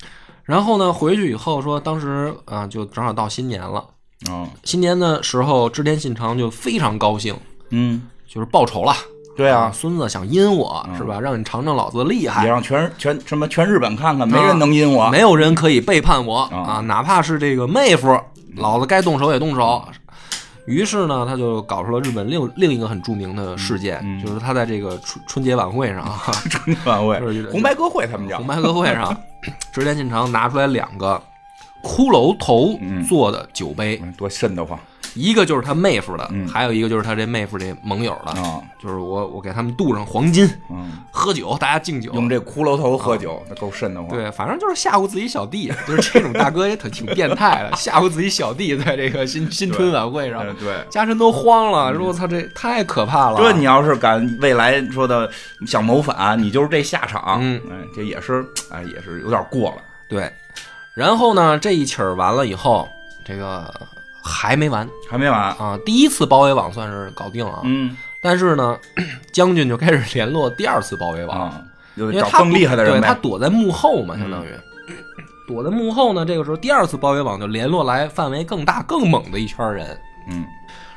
[SPEAKER 1] 然后呢，回去以后说，当时啊，就正好到新年了。
[SPEAKER 2] 哦
[SPEAKER 1] 新年的时候，织田信长就非常高兴，
[SPEAKER 2] 嗯，
[SPEAKER 1] 就是报仇了。
[SPEAKER 2] 对啊，
[SPEAKER 1] 孙子想阴我是吧？让你尝尝老子的厉害
[SPEAKER 2] 也。让全全什么全日本看看，没人能阴
[SPEAKER 1] 嗯
[SPEAKER 2] 我。
[SPEAKER 1] 啊 没有人可以背叛我
[SPEAKER 2] 啊嗯
[SPEAKER 1] 啊，哪怕是这个妹夫，老子该动手也动手。于是呢，他就搞出了日本另另一个很著名的
[SPEAKER 2] 嗯
[SPEAKER 1] 事件，就是他在这个春春节晚会 上啊，
[SPEAKER 2] 春节晚会
[SPEAKER 1] 就是
[SPEAKER 2] 红白歌会他们叫
[SPEAKER 1] 红白歌会 上，织田信长拿出来两个骷髅头做的酒杯，
[SPEAKER 2] 嗯多瘆得慌
[SPEAKER 1] 一个就是他妹夫的，
[SPEAKER 2] 嗯
[SPEAKER 1] 还有一个就是他这妹夫这盟友的，
[SPEAKER 2] 啊
[SPEAKER 1] 就是我我给他们镀上黄金，
[SPEAKER 2] 嗯，
[SPEAKER 1] 喝酒，大家敬酒，
[SPEAKER 2] 用这骷髅头喝酒，那够瘆得慌。
[SPEAKER 1] 啊对，反正就是吓唬自己小弟，就是这种大哥也挺挺变态的，吓唬自己小弟在这个新新春晚会上
[SPEAKER 2] 嗯，对。嗯
[SPEAKER 1] 家臣都慌了，说我操，这太可怕了。
[SPEAKER 2] 这你要是敢未来说的想谋反，你就是这下场。
[SPEAKER 1] 嗯，
[SPEAKER 2] 哎，这也是，哎，也是有点过了。
[SPEAKER 1] 对，然后呢，这一起儿完了以后，这个还没完
[SPEAKER 2] 还没完，
[SPEAKER 1] 啊，第一次包围网算是搞定了啊，
[SPEAKER 2] 嗯
[SPEAKER 1] 但是呢，将军就开始联络第二次包围网，
[SPEAKER 2] 啊，就
[SPEAKER 1] 因为
[SPEAKER 2] 得找
[SPEAKER 1] 他
[SPEAKER 2] 更厉害的人
[SPEAKER 1] 对他
[SPEAKER 2] 呗。嗯
[SPEAKER 1] 躲在幕后嘛，相当于。躲在幕后呢，这个时候第二次包围网就联络来范围更大、更猛的一圈儿人，
[SPEAKER 2] 嗯，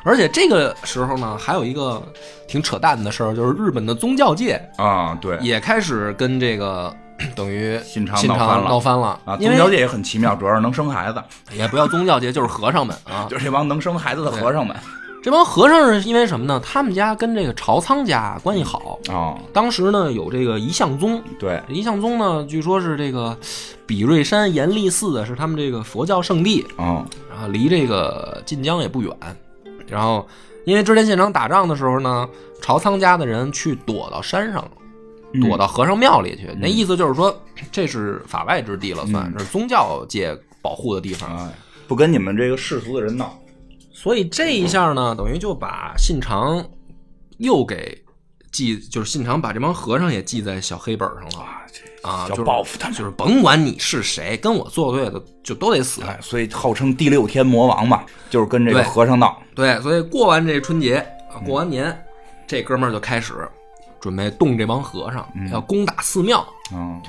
[SPEAKER 1] 而且这个时候呢，还有一个挺扯淡的事儿，就是日本的宗教界
[SPEAKER 2] 啊，对
[SPEAKER 1] 也开始跟这个 等于
[SPEAKER 2] 信长
[SPEAKER 1] 信
[SPEAKER 2] 闹翻
[SPEAKER 1] 长
[SPEAKER 2] 了
[SPEAKER 1] 闹翻了
[SPEAKER 2] 啊，
[SPEAKER 1] 因
[SPEAKER 2] 宗教
[SPEAKER 1] 为
[SPEAKER 2] 界也很奇妙，主要是能生孩子，
[SPEAKER 1] 也不要宗教界，就是和尚们啊。
[SPEAKER 2] 就是这帮能生孩子的和尚们。
[SPEAKER 1] 这帮和尚是因为什么呢？他们家跟这个朝仓家关系好，
[SPEAKER 2] 哦，
[SPEAKER 1] 当时呢有这个一向宗。
[SPEAKER 2] 对，
[SPEAKER 1] 一向宗呢，据说是这个比瑞山严立寺啊是他们这个佛教圣地，
[SPEAKER 2] 哦，
[SPEAKER 1] 然后离这个晋江也不远。然后，因为之前现场打仗的时候呢，朝仓家的人去躲到山上了，躲到和尚庙里去。那意思就是说，这是法外之地了算，是宗教界保护的地方。
[SPEAKER 2] 哎，不跟你们这个世俗的人闹。
[SPEAKER 1] 所以这一下呢，等于就把信长又给记，就是信长把这帮和尚也记在小黑本上了
[SPEAKER 2] 啊，
[SPEAKER 1] 啊，
[SPEAKER 2] 要
[SPEAKER 1] 就是
[SPEAKER 2] 报复他们
[SPEAKER 1] 就是甭管你是谁，跟我作对的就都得死。
[SPEAKER 2] 哎，所以号称第六天魔王嘛，就是跟这个
[SPEAKER 1] 对
[SPEAKER 2] 和尚闹。
[SPEAKER 1] 对，所以过完这春节，啊
[SPEAKER 2] 嗯
[SPEAKER 1] 过完年，这哥们儿就开始准备动这帮和尚，要攻打寺庙。
[SPEAKER 2] 嗯，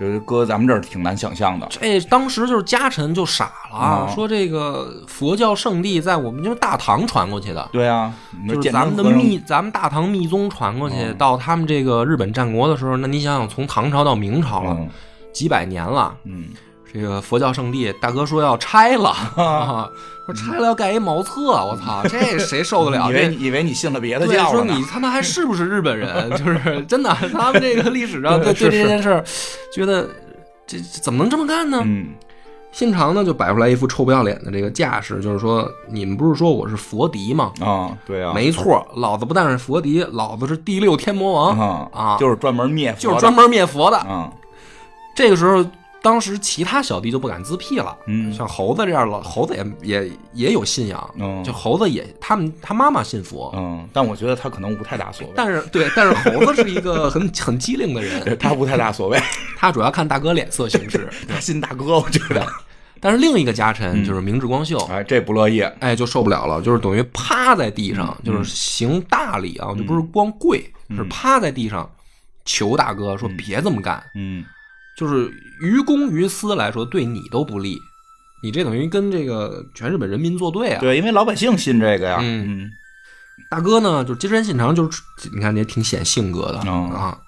[SPEAKER 2] 就是搁咱们这儿挺难想象的。
[SPEAKER 1] 这当时就是家臣就傻了啊，
[SPEAKER 2] 哦
[SPEAKER 1] 说这个佛教圣地在我们就是大唐传过去的，
[SPEAKER 2] 对啊，你说
[SPEAKER 1] 就是
[SPEAKER 2] 建
[SPEAKER 1] 咱们
[SPEAKER 2] 成
[SPEAKER 1] 的
[SPEAKER 2] 和尚哦
[SPEAKER 1] 密，咱们大唐密宗传过去，到他们这个日本战国的时候，那你想想，从唐朝到明朝了，
[SPEAKER 2] 嗯
[SPEAKER 1] 几百年了，
[SPEAKER 2] 嗯，
[SPEAKER 1] 这个佛教圣地，大哥说要拆 了啊，说拆了要盖一茅厕，我操，这谁受得了？
[SPEAKER 2] 以
[SPEAKER 1] 这
[SPEAKER 2] 为你以为你信了别的
[SPEAKER 1] 对，
[SPEAKER 2] 教
[SPEAKER 1] 说
[SPEAKER 2] 了呢
[SPEAKER 1] 你？他妈还是不是日本人？ 就是真的，他们这个历史上对对
[SPEAKER 2] 对是
[SPEAKER 1] 这件事儿，觉得这这怎么能这么干呢？
[SPEAKER 2] 嗯
[SPEAKER 1] 信长呢就摆出来一副臭不要脸的这个架势，就是说你们不是说我是佛敌吗？
[SPEAKER 2] 啊，对啊，
[SPEAKER 1] 没错，老子不但是佛敌，老子是第六天魔王，
[SPEAKER 2] 啊
[SPEAKER 1] 啊
[SPEAKER 2] 就是专门灭佛的，
[SPEAKER 1] 就是专门灭佛的。
[SPEAKER 2] 啊，
[SPEAKER 1] 这个时候，当时其他小弟就不敢自辟了。
[SPEAKER 2] 嗯
[SPEAKER 1] 像猴子这样了，猴子也也也有信仰，
[SPEAKER 2] 嗯
[SPEAKER 1] 就猴子也他们他妈妈信佛，
[SPEAKER 2] 嗯，但我觉得他可能无太大所谓，
[SPEAKER 1] 但是对，但是猴子是一个很很机灵的人，
[SPEAKER 2] 对他无太大 所谓，
[SPEAKER 1] 他主要看大哥脸色行事。
[SPEAKER 2] 他信大哥，我觉得，
[SPEAKER 1] 但是另一个家臣就是明智光秀，
[SPEAKER 2] 哎，这不乐意，
[SPEAKER 1] 哎，就受不了了，就是等于趴在地上，就是行大礼啊，就不是光跪，是趴在地上求大哥说别这么干，
[SPEAKER 2] 嗯，
[SPEAKER 1] 就是于公于私来说对你都不利，你这等于跟这个全日本人民作对啊。
[SPEAKER 2] 对，因为老百姓信这个呀，
[SPEAKER 1] 嗯
[SPEAKER 2] 嗯
[SPEAKER 1] 大哥呢，就金山信长，就是你看也挺显性格的
[SPEAKER 2] 哦
[SPEAKER 1] 啊，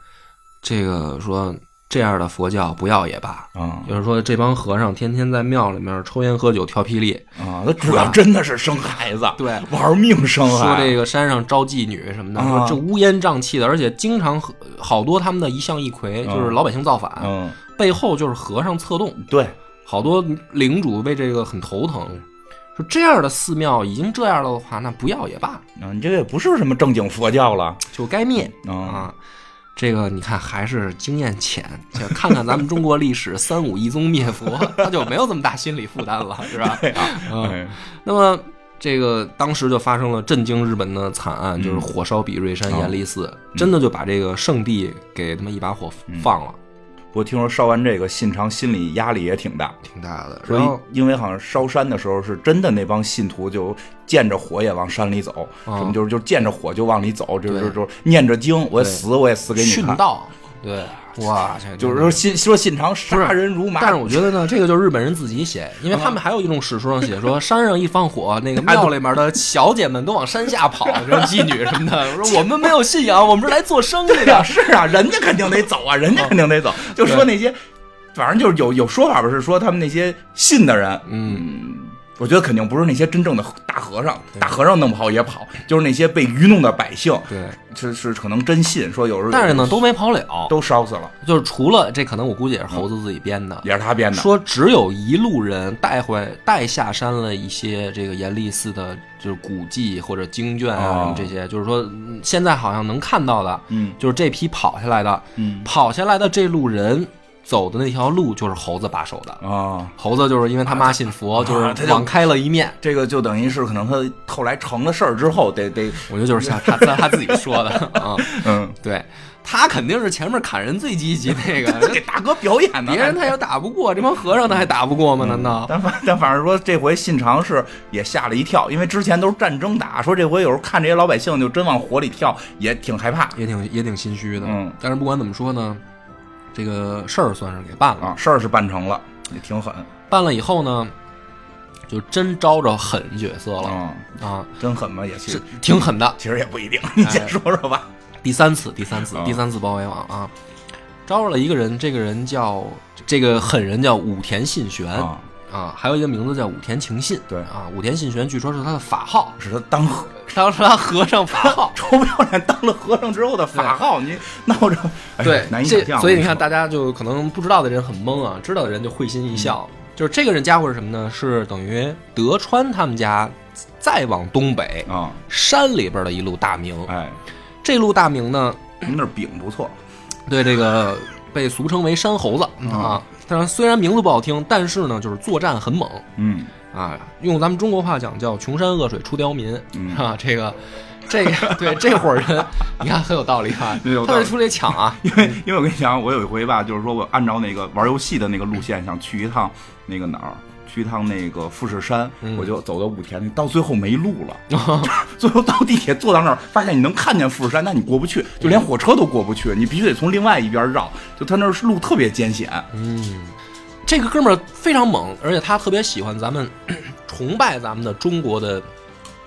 [SPEAKER 1] 这个说。这样的佛教不要也罢。
[SPEAKER 2] 啊
[SPEAKER 1] 就是说，这帮和尚天天在庙里面抽烟喝酒跳霹雳，
[SPEAKER 2] 啊，他主要真的是生孩子，
[SPEAKER 1] 对，
[SPEAKER 2] 玩命生
[SPEAKER 1] 说
[SPEAKER 2] 孩
[SPEAKER 1] 这
[SPEAKER 2] 子。
[SPEAKER 1] 个山上招妓女什么的，
[SPEAKER 2] 啊
[SPEAKER 1] 说这乌烟瘴气的，而且经常和好多他们的一向一揆
[SPEAKER 2] 啊
[SPEAKER 1] 就是老百姓造反，
[SPEAKER 2] 嗯，
[SPEAKER 1] 背后就是和尚策动，
[SPEAKER 2] 对，
[SPEAKER 1] 好多领主为这个很头疼。说这样的寺庙已经这样了的话，那不要也罢，
[SPEAKER 2] 啊，你这个也不是什么正经佛教了
[SPEAKER 1] 就该灭
[SPEAKER 2] 啊
[SPEAKER 1] 啊。这个你看还是经验浅，就看看咱们中国历史，三武一宗灭佛， 他就没有这么大心理负担了，是吧？嗯
[SPEAKER 2] 哎
[SPEAKER 1] 那么这个当时就发生了震惊日本的惨
[SPEAKER 2] 嗯
[SPEAKER 1] 案，就是火烧比瑞山严立寺，
[SPEAKER 2] 哦
[SPEAKER 1] 真的就把这个圣地给他们一把火
[SPEAKER 2] 嗯
[SPEAKER 1] 放了，
[SPEAKER 2] 我听说烧完这个信长心理压力也挺大，
[SPEAKER 1] 挺大的。
[SPEAKER 2] 所
[SPEAKER 1] 然后
[SPEAKER 2] 以因为好像烧山的时候是真的那帮信徒就见着火也往山里走，
[SPEAKER 1] 啊
[SPEAKER 2] 什么就是就见着火就往里走，就
[SPEAKER 1] 对
[SPEAKER 2] 是就是念着经，我
[SPEAKER 1] 对
[SPEAKER 2] 死我也死给你
[SPEAKER 1] 殉
[SPEAKER 2] 看。
[SPEAKER 1] 道，对，哇，这
[SPEAKER 2] 就是说信说信长杀人如麻，
[SPEAKER 1] 但是我觉得呢，这个就是日本人自己写，因
[SPEAKER 2] 嗯
[SPEAKER 1] 为他们还有一种史书上写说，山上一放火，那个庙里面的小姐们都往山下跑，这妓女什么的。说我们没有信仰，我们是来做生意
[SPEAKER 2] 对呀、
[SPEAKER 1] 的。
[SPEAKER 2] 是啊，人家肯定得走啊，人家肯定得走。
[SPEAKER 1] 嗯
[SPEAKER 2] 就说那些，反正就是有有说法吧，是说他们那些信的人，
[SPEAKER 1] 嗯，
[SPEAKER 2] 我觉得肯定不是那些真正的大和尚，大和尚弄不好也跑，就是那些被愚弄的百姓，
[SPEAKER 1] 对。
[SPEAKER 2] 是是可能真信，说有时候
[SPEAKER 1] 但是呢，都没跑了，
[SPEAKER 2] 都烧死了，
[SPEAKER 1] 就是除了这，可能我估计也是猴子自己编的，
[SPEAKER 2] 也是他编的。
[SPEAKER 1] 说只有一路人带回带下山了一些这个严立寺的，就是古迹或者经卷啊
[SPEAKER 2] 哦
[SPEAKER 1] 什么这些，就是说嗯现在好像能看到的，
[SPEAKER 2] 嗯
[SPEAKER 1] 就是这批跑下来的，
[SPEAKER 2] 嗯
[SPEAKER 1] 跑下来的这路人走的那条路就是猴子把守的。
[SPEAKER 2] 啊，
[SPEAKER 1] 猴子就是因为他妈信佛，
[SPEAKER 2] 啊
[SPEAKER 1] 就
[SPEAKER 2] 他
[SPEAKER 1] 是
[SPEAKER 2] 就
[SPEAKER 1] 网开了一面。
[SPEAKER 2] 这个就等于是可能他后来成了事儿之后，得得
[SPEAKER 1] 我觉得就是像他 他他自己说的啊、
[SPEAKER 2] 嗯，
[SPEAKER 1] 对他肯定是前面砍人最积极那个，
[SPEAKER 2] 给大哥表演呢。
[SPEAKER 1] 别人他也打不过，这帮和尚他还打不过吗？难道？
[SPEAKER 2] 但反但反正说这回信长是也吓了一跳，因为之前都是战争打，说这回有时候看这些老百姓就真往火里跳，也挺害怕
[SPEAKER 1] 也挺也挺心虚的。
[SPEAKER 2] 嗯，
[SPEAKER 1] 但是不管怎么说呢，这个事儿算是给办了。
[SPEAKER 2] 啊。事儿是办成了，也挺狠
[SPEAKER 1] 办了以后呢，就真招着狠角色了、
[SPEAKER 2] 啊、
[SPEAKER 1] 啊，
[SPEAKER 2] 真狠吗？也其
[SPEAKER 1] 是哎
[SPEAKER 2] 实
[SPEAKER 1] 挺狠的。
[SPEAKER 2] 其实也不一定，你先说说吧。
[SPEAKER 1] 第三次，第三次，
[SPEAKER 2] 啊
[SPEAKER 1] 第三次包围网啊，招着了一个人，这个人叫这个狠人叫武田信玄
[SPEAKER 2] 啊，
[SPEAKER 1] 啊还有一个名字叫武田晴信。
[SPEAKER 2] 对
[SPEAKER 1] 啊，武田信玄据说是他的法号，
[SPEAKER 2] 是他当和。
[SPEAKER 1] 当时他和尚法号
[SPEAKER 2] 臭不要脸当了和尚之后的法号，你闹着哎
[SPEAKER 1] 对，
[SPEAKER 2] 难以
[SPEAKER 1] 这
[SPEAKER 2] 想象。
[SPEAKER 1] 所以你看，
[SPEAKER 2] 我跟
[SPEAKER 1] 大家就可能不知道的人很懵啊，知道的人就会心一笑。
[SPEAKER 2] 嗯
[SPEAKER 1] 就是这个人家伙是什么呢？是等于德川他们家再往东北
[SPEAKER 2] 说啊，
[SPEAKER 1] 山里边的一路大名。
[SPEAKER 2] 哎，
[SPEAKER 1] 这路大名呢，
[SPEAKER 2] 您那儿饼不错，
[SPEAKER 1] 对这个被俗称为山猴子
[SPEAKER 2] 嗯
[SPEAKER 1] 啊。当然，虽然名字不好听，但是呢，就是作战很猛
[SPEAKER 2] 嗯
[SPEAKER 1] 啊。用咱们中国话讲叫“穷山恶水出刁民”
[SPEAKER 2] 嗯
[SPEAKER 1] 啊，这个。这个对这伙人，你看很有道理吧？
[SPEAKER 2] 有道
[SPEAKER 1] 他
[SPEAKER 2] 理
[SPEAKER 1] 得出来抢啊，
[SPEAKER 2] 因为因为我跟你讲，我有一回吧，就是说我按照那个玩游戏的那个路线，想去一趟那个哪儿，去一趟那个富士山，我就走到武田，到最后没路了，最后到地铁坐到那儿，发现你能看见富士山，但你过不去，就连火车都过不去，你必须得从另外一边绕，就他那儿路特别艰险，
[SPEAKER 1] 嗯这个哥们儿非常猛，而且他特别喜欢咱们， 崇拜咱们的中国的《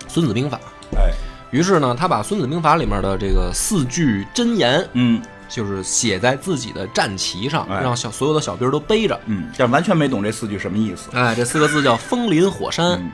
[SPEAKER 1] 孙子兵法》。
[SPEAKER 2] 哎，
[SPEAKER 1] 于是呢，他把《孙子兵法》里面的这个四句箴言，
[SPEAKER 2] 嗯
[SPEAKER 1] 就是写在自己的战旗上，
[SPEAKER 2] 哎
[SPEAKER 1] 让小所有的小兵儿都背着。
[SPEAKER 2] 嗯，但完全没懂这四句什么意思，
[SPEAKER 1] 哎，这四个字叫“风林火山”
[SPEAKER 2] 嗯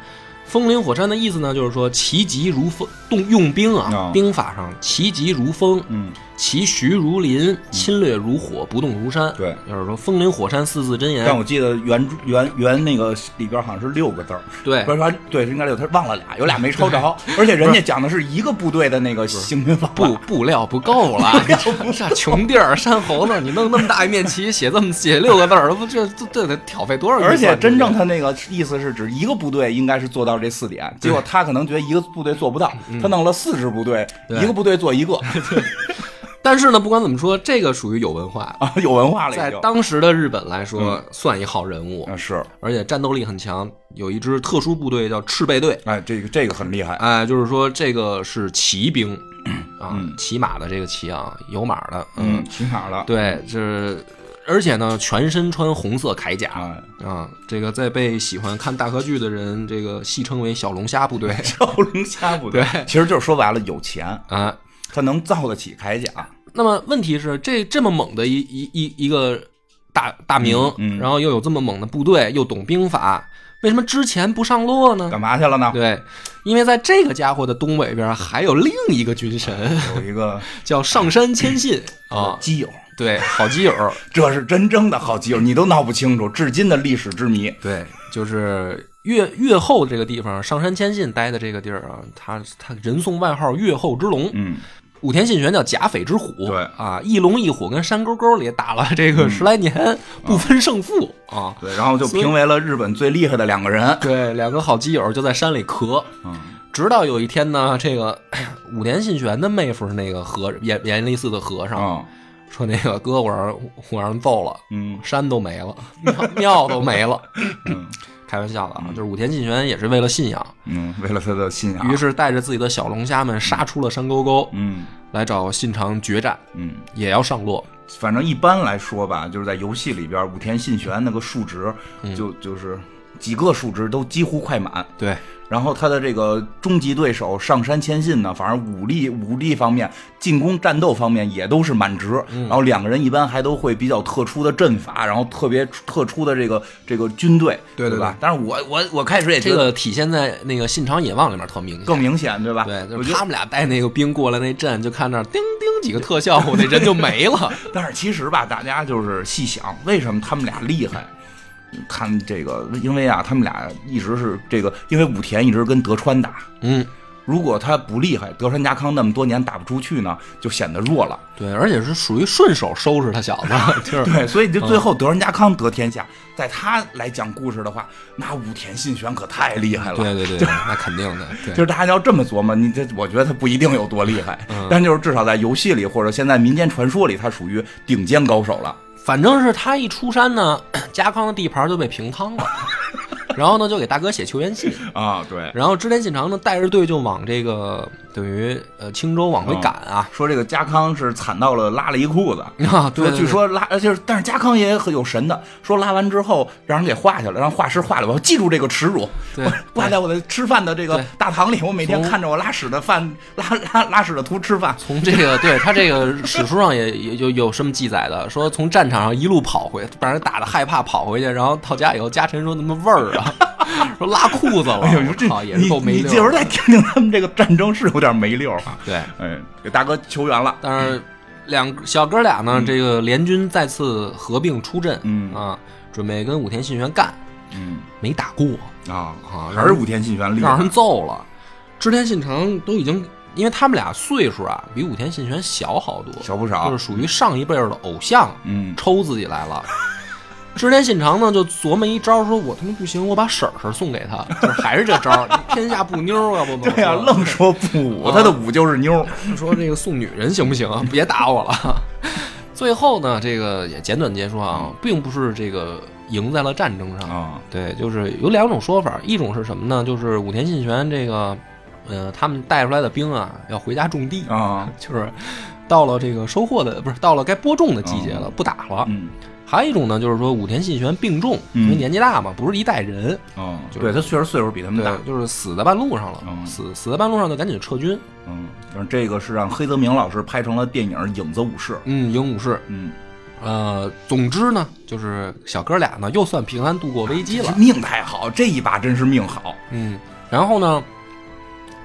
[SPEAKER 1] 风林火山的意思呢，就是说其疾如风，动用兵啊，
[SPEAKER 2] 哦
[SPEAKER 1] 兵法上其疾如风，
[SPEAKER 2] 嗯，
[SPEAKER 1] 其徐如林，侵略如火，不动如山。
[SPEAKER 2] 对
[SPEAKER 1] 就是说风林火山四字箴言。
[SPEAKER 2] 但我记得原原原那个里边好像是六个字儿，
[SPEAKER 1] 对
[SPEAKER 2] 不是说对，应该六，他忘了俩，有俩没抄着，而且人家讲的哎是一个部队的那个行军方法
[SPEAKER 1] 布布料不够 了，你这穷地儿山猴子，你弄那么大一面旗，写这么写六个字儿，不这这这得挑费多少预算？啊
[SPEAKER 2] 而且真正
[SPEAKER 1] 这
[SPEAKER 2] 他那个意思是指一个部队应该是做到这四点，结果他可能觉得一个部队做不到，他弄了四支部队，
[SPEAKER 1] 对
[SPEAKER 2] 一个部队做 一个
[SPEAKER 1] 个，但是呢，不管怎么说，这个属于有文化，
[SPEAKER 2] 啊，嗯有文化了
[SPEAKER 1] 在
[SPEAKER 2] 已经。
[SPEAKER 1] 当时的日本来说算一号人物，
[SPEAKER 2] 啊是，
[SPEAKER 1] 而且战斗力很强，有一支特殊部队叫赤备队，
[SPEAKER 2] 哎，这个这个很厉害，
[SPEAKER 1] 哎，就是说这个是骑兵啊，骑马的这个骑啊，有马的，
[SPEAKER 2] 嗯，，起码了，
[SPEAKER 1] 对，就是而且呢，全身穿红色铠甲，
[SPEAKER 2] 啊，
[SPEAKER 1] 啊，这个在被喜欢看大合剧的人，这个戏称为“小龙虾部 队
[SPEAKER 2] 赵龙虾部队，
[SPEAKER 1] 对
[SPEAKER 2] 其实就是说白了有钱，”
[SPEAKER 1] 啊。
[SPEAKER 2] 他能造得起铠甲，
[SPEAKER 1] 那么问题是，这这么猛的一一一一个大大明，
[SPEAKER 2] 嗯嗯
[SPEAKER 1] 然后又有这么猛的部队，又懂兵法，为什么之前不上洛呢？
[SPEAKER 2] 干嘛去了呢？
[SPEAKER 1] 对，因为在这个家伙的东北边还有另一个军神，
[SPEAKER 2] 有一个
[SPEAKER 1] 叫上山千信啊，
[SPEAKER 2] 基友，
[SPEAKER 1] 对，好基友，
[SPEAKER 2] 这是真正的好基友，你都闹不清楚，至今的历史之谜。
[SPEAKER 1] 对，就是越越后这个地方，上山千信待的这个地儿啊，他他人送外号“越后之龙”，
[SPEAKER 2] 嗯，
[SPEAKER 1] 武田信玄叫甲斐之虎，
[SPEAKER 2] 对嗯
[SPEAKER 1] 啊，一龙一虎跟山沟沟里打了 这个十来年，不分胜负啊。
[SPEAKER 2] 对，然后就评为了日本最厉害的两个人。
[SPEAKER 1] 对，两个好基友就在山里磕，
[SPEAKER 2] 嗯，
[SPEAKER 1] 直到有一天呢，这个 哎呀武田信玄的妹夫是那个和严严立寺的和尚、
[SPEAKER 2] 啊，
[SPEAKER 1] 说：“那个哥，我让我让人揍了，
[SPEAKER 2] 嗯
[SPEAKER 1] 山都没 了，庙庙都没了。
[SPEAKER 2] 嗯”
[SPEAKER 1] 开玩笑的啊，就是武田信玄也是为了信仰，
[SPEAKER 2] 嗯，为了他的信仰。
[SPEAKER 1] 于是带着自己的小龙虾们杀出了山沟沟，
[SPEAKER 2] 嗯
[SPEAKER 1] 来找信长决战，
[SPEAKER 2] 嗯，
[SPEAKER 1] 也要上洛。
[SPEAKER 2] 反正一般来说吧，就是在游戏里边，武田信玄那个数值
[SPEAKER 1] 嗯
[SPEAKER 2] 就就是几个数值都几乎快满。
[SPEAKER 1] 对，
[SPEAKER 2] 然后他的这个终极对手上山千信呢，反正武力武力方面、进攻战斗方面也都是满值。
[SPEAKER 1] 嗯
[SPEAKER 2] 然后两个人一般还都会比较特殊的阵法，然后特别特殊的这个这个军队，
[SPEAKER 1] 对对
[SPEAKER 2] 吧？但是我我我开始也觉
[SPEAKER 1] 这
[SPEAKER 2] 得
[SPEAKER 1] 个体现在那个《信长野望》里面特明显。
[SPEAKER 2] 更明显，对吧？
[SPEAKER 1] 对，就
[SPEAKER 2] 我
[SPEAKER 1] 是
[SPEAKER 2] 觉
[SPEAKER 1] 他
[SPEAKER 2] 得，
[SPEAKER 1] 们俩带那个兵过来那阵，就看那儿叮叮几个特效，我那人就没了。
[SPEAKER 2] 但是其实吧，大家就是细想，为什么他们俩厉害？他们这个，因为啊，他们俩一直是这个，因为武田一直跟德川打，
[SPEAKER 1] 嗯，
[SPEAKER 2] 如果他不厉害，德川家康那么多年打不出去呢，就显得弱了。
[SPEAKER 1] 对，而且是属于顺手收拾他小 子，就是嗯
[SPEAKER 2] 对，所以就最后德仁家康得天下。在他来讲故事的话，那武田信玄可太厉害了。
[SPEAKER 1] 对对对，那肯定的，
[SPEAKER 2] 就
[SPEAKER 1] 对，
[SPEAKER 2] 是大家要这么琢磨，你这我觉得他不一定有多厉害，
[SPEAKER 1] 嗯
[SPEAKER 2] 但就是至少在游戏里或者现在民间传说里，他属于顶尖高手了。
[SPEAKER 1] 反正是他一出山呢，家康的地盘就被平汤了，然后呢就给大哥写求援 信，
[SPEAKER 2] 啊，对。
[SPEAKER 1] 然后织田信长呢带着队就往这个等于呃青州往回赶啊，
[SPEAKER 2] 说这个家康是惨到了拉了一裤子，
[SPEAKER 1] 啊，对，对
[SPEAKER 2] 说据说拉，呃就是但是家康也很有神的，说拉完之后让人给画下来，让画师画了，我要记住这个耻辱，
[SPEAKER 1] 对
[SPEAKER 2] 我挂在我的吃饭的这个
[SPEAKER 1] 对
[SPEAKER 2] 大堂里，我每天
[SPEAKER 1] 从
[SPEAKER 2] 看着我拉屎的饭拉拉拉屎的图吃饭，
[SPEAKER 1] 从这个对他这个史书上也也有有什么记载的，说从战场上一路跑回，把人打的害怕跑回去，然后到家以后，家臣说他妈味儿啊， 说拉裤子了，
[SPEAKER 2] 哎呦，
[SPEAKER 1] 我
[SPEAKER 2] 这
[SPEAKER 1] 哦靠，也是够没
[SPEAKER 2] 你
[SPEAKER 1] 溜
[SPEAKER 2] 你这会儿
[SPEAKER 1] 儿的。
[SPEAKER 2] 再听听他们这个战争是有点没溜儿啊。
[SPEAKER 1] 对，
[SPEAKER 2] 哎，给大哥求援了。
[SPEAKER 1] 但是两小哥俩呢，这个联军再次合并出阵，
[SPEAKER 2] 嗯
[SPEAKER 1] 啊，准备跟武田信玄干，
[SPEAKER 2] 嗯
[SPEAKER 1] 没打过，
[SPEAKER 2] 啊
[SPEAKER 1] 啊
[SPEAKER 2] 还是武田信玄厉
[SPEAKER 1] 让
[SPEAKER 2] 害
[SPEAKER 1] 人。揍了。织田信长都已经，因为他们俩岁数啊，比武田信玄小好多，
[SPEAKER 2] 小不少
[SPEAKER 1] 就是属于上一辈儿的偶像，
[SPEAKER 2] 嗯
[SPEAKER 1] 抽自己来了。 织田信长呢，就琢磨一招，说我他妈不行，我把婶婶送给他， 就是还是这招 儿，天下不妞儿，要啊不怎么
[SPEAKER 2] 对呀、啊
[SPEAKER 1] 说
[SPEAKER 2] 愣说不武，
[SPEAKER 1] 啊
[SPEAKER 2] 他的武就是妞儿。
[SPEAKER 1] 说这个送女人行不行啊？别打我了。 最后呢，这个也简短截说啊，并不是这个赢在了战争上，
[SPEAKER 2] 啊，
[SPEAKER 1] 对，就是有两种说法，一种是什么呢？就是武田信玄这个，呃，他们带出来的兵啊，要回家种地，
[SPEAKER 2] 啊，
[SPEAKER 1] 就是到了这个收获的不是到了该播种的季节了，不打了。
[SPEAKER 2] 嗯
[SPEAKER 1] 还有一种呢，就是说武田信玄病重，
[SPEAKER 2] 嗯
[SPEAKER 1] 因为年纪大嘛，不是一代人，
[SPEAKER 2] 啊，
[SPEAKER 1] 就是
[SPEAKER 2] 对他确实岁数比他们大
[SPEAKER 1] 对，，就是死在半路上了，
[SPEAKER 2] 嗯
[SPEAKER 1] 死死在半路上就赶紧撤军。
[SPEAKER 2] 嗯，但是这个是让黑泽明老师拍成了电影《影子武士》。
[SPEAKER 1] 嗯，影武士，
[SPEAKER 2] 嗯，
[SPEAKER 1] 呃，总之呢，就是小哥俩呢又算平安度过危机 了。
[SPEAKER 2] 命太好，这一把真是命好。
[SPEAKER 1] 嗯，然后呢，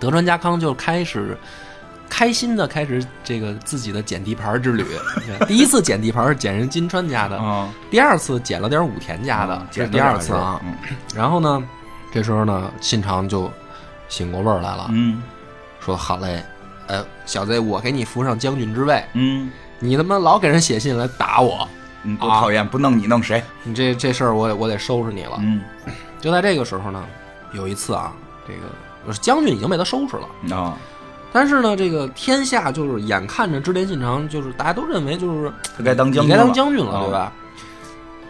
[SPEAKER 1] 德川家康就开始开心的开始这个自己的捡地盘之旅。第一次捡地盘是捡人金川家的，
[SPEAKER 2] 啊，
[SPEAKER 1] 第二次捡了点武田家嗯的，这是第二次啊。
[SPEAKER 2] 嗯
[SPEAKER 1] 然后呢，这时候呢，信长就醒过味儿来了，
[SPEAKER 2] 嗯
[SPEAKER 1] 说：“好嘞，呃，小子，我给你扶上将军之位，
[SPEAKER 2] 嗯，
[SPEAKER 1] 你他妈老给人写信来打我，
[SPEAKER 2] 你嗯多讨厌，不弄你弄谁？
[SPEAKER 1] 你这这事儿我得我得收拾你了。
[SPEAKER 2] 嗯
[SPEAKER 1] 就在这个时候呢，有一次啊，这个将军已经被他收拾了。
[SPEAKER 2] 啊，
[SPEAKER 1] 但是呢，这个天下就是眼看着织田信长，就是大家都认为就是
[SPEAKER 2] 他该当将
[SPEAKER 1] 你该
[SPEAKER 2] 军了，啊哦
[SPEAKER 1] 当将军了，对吧？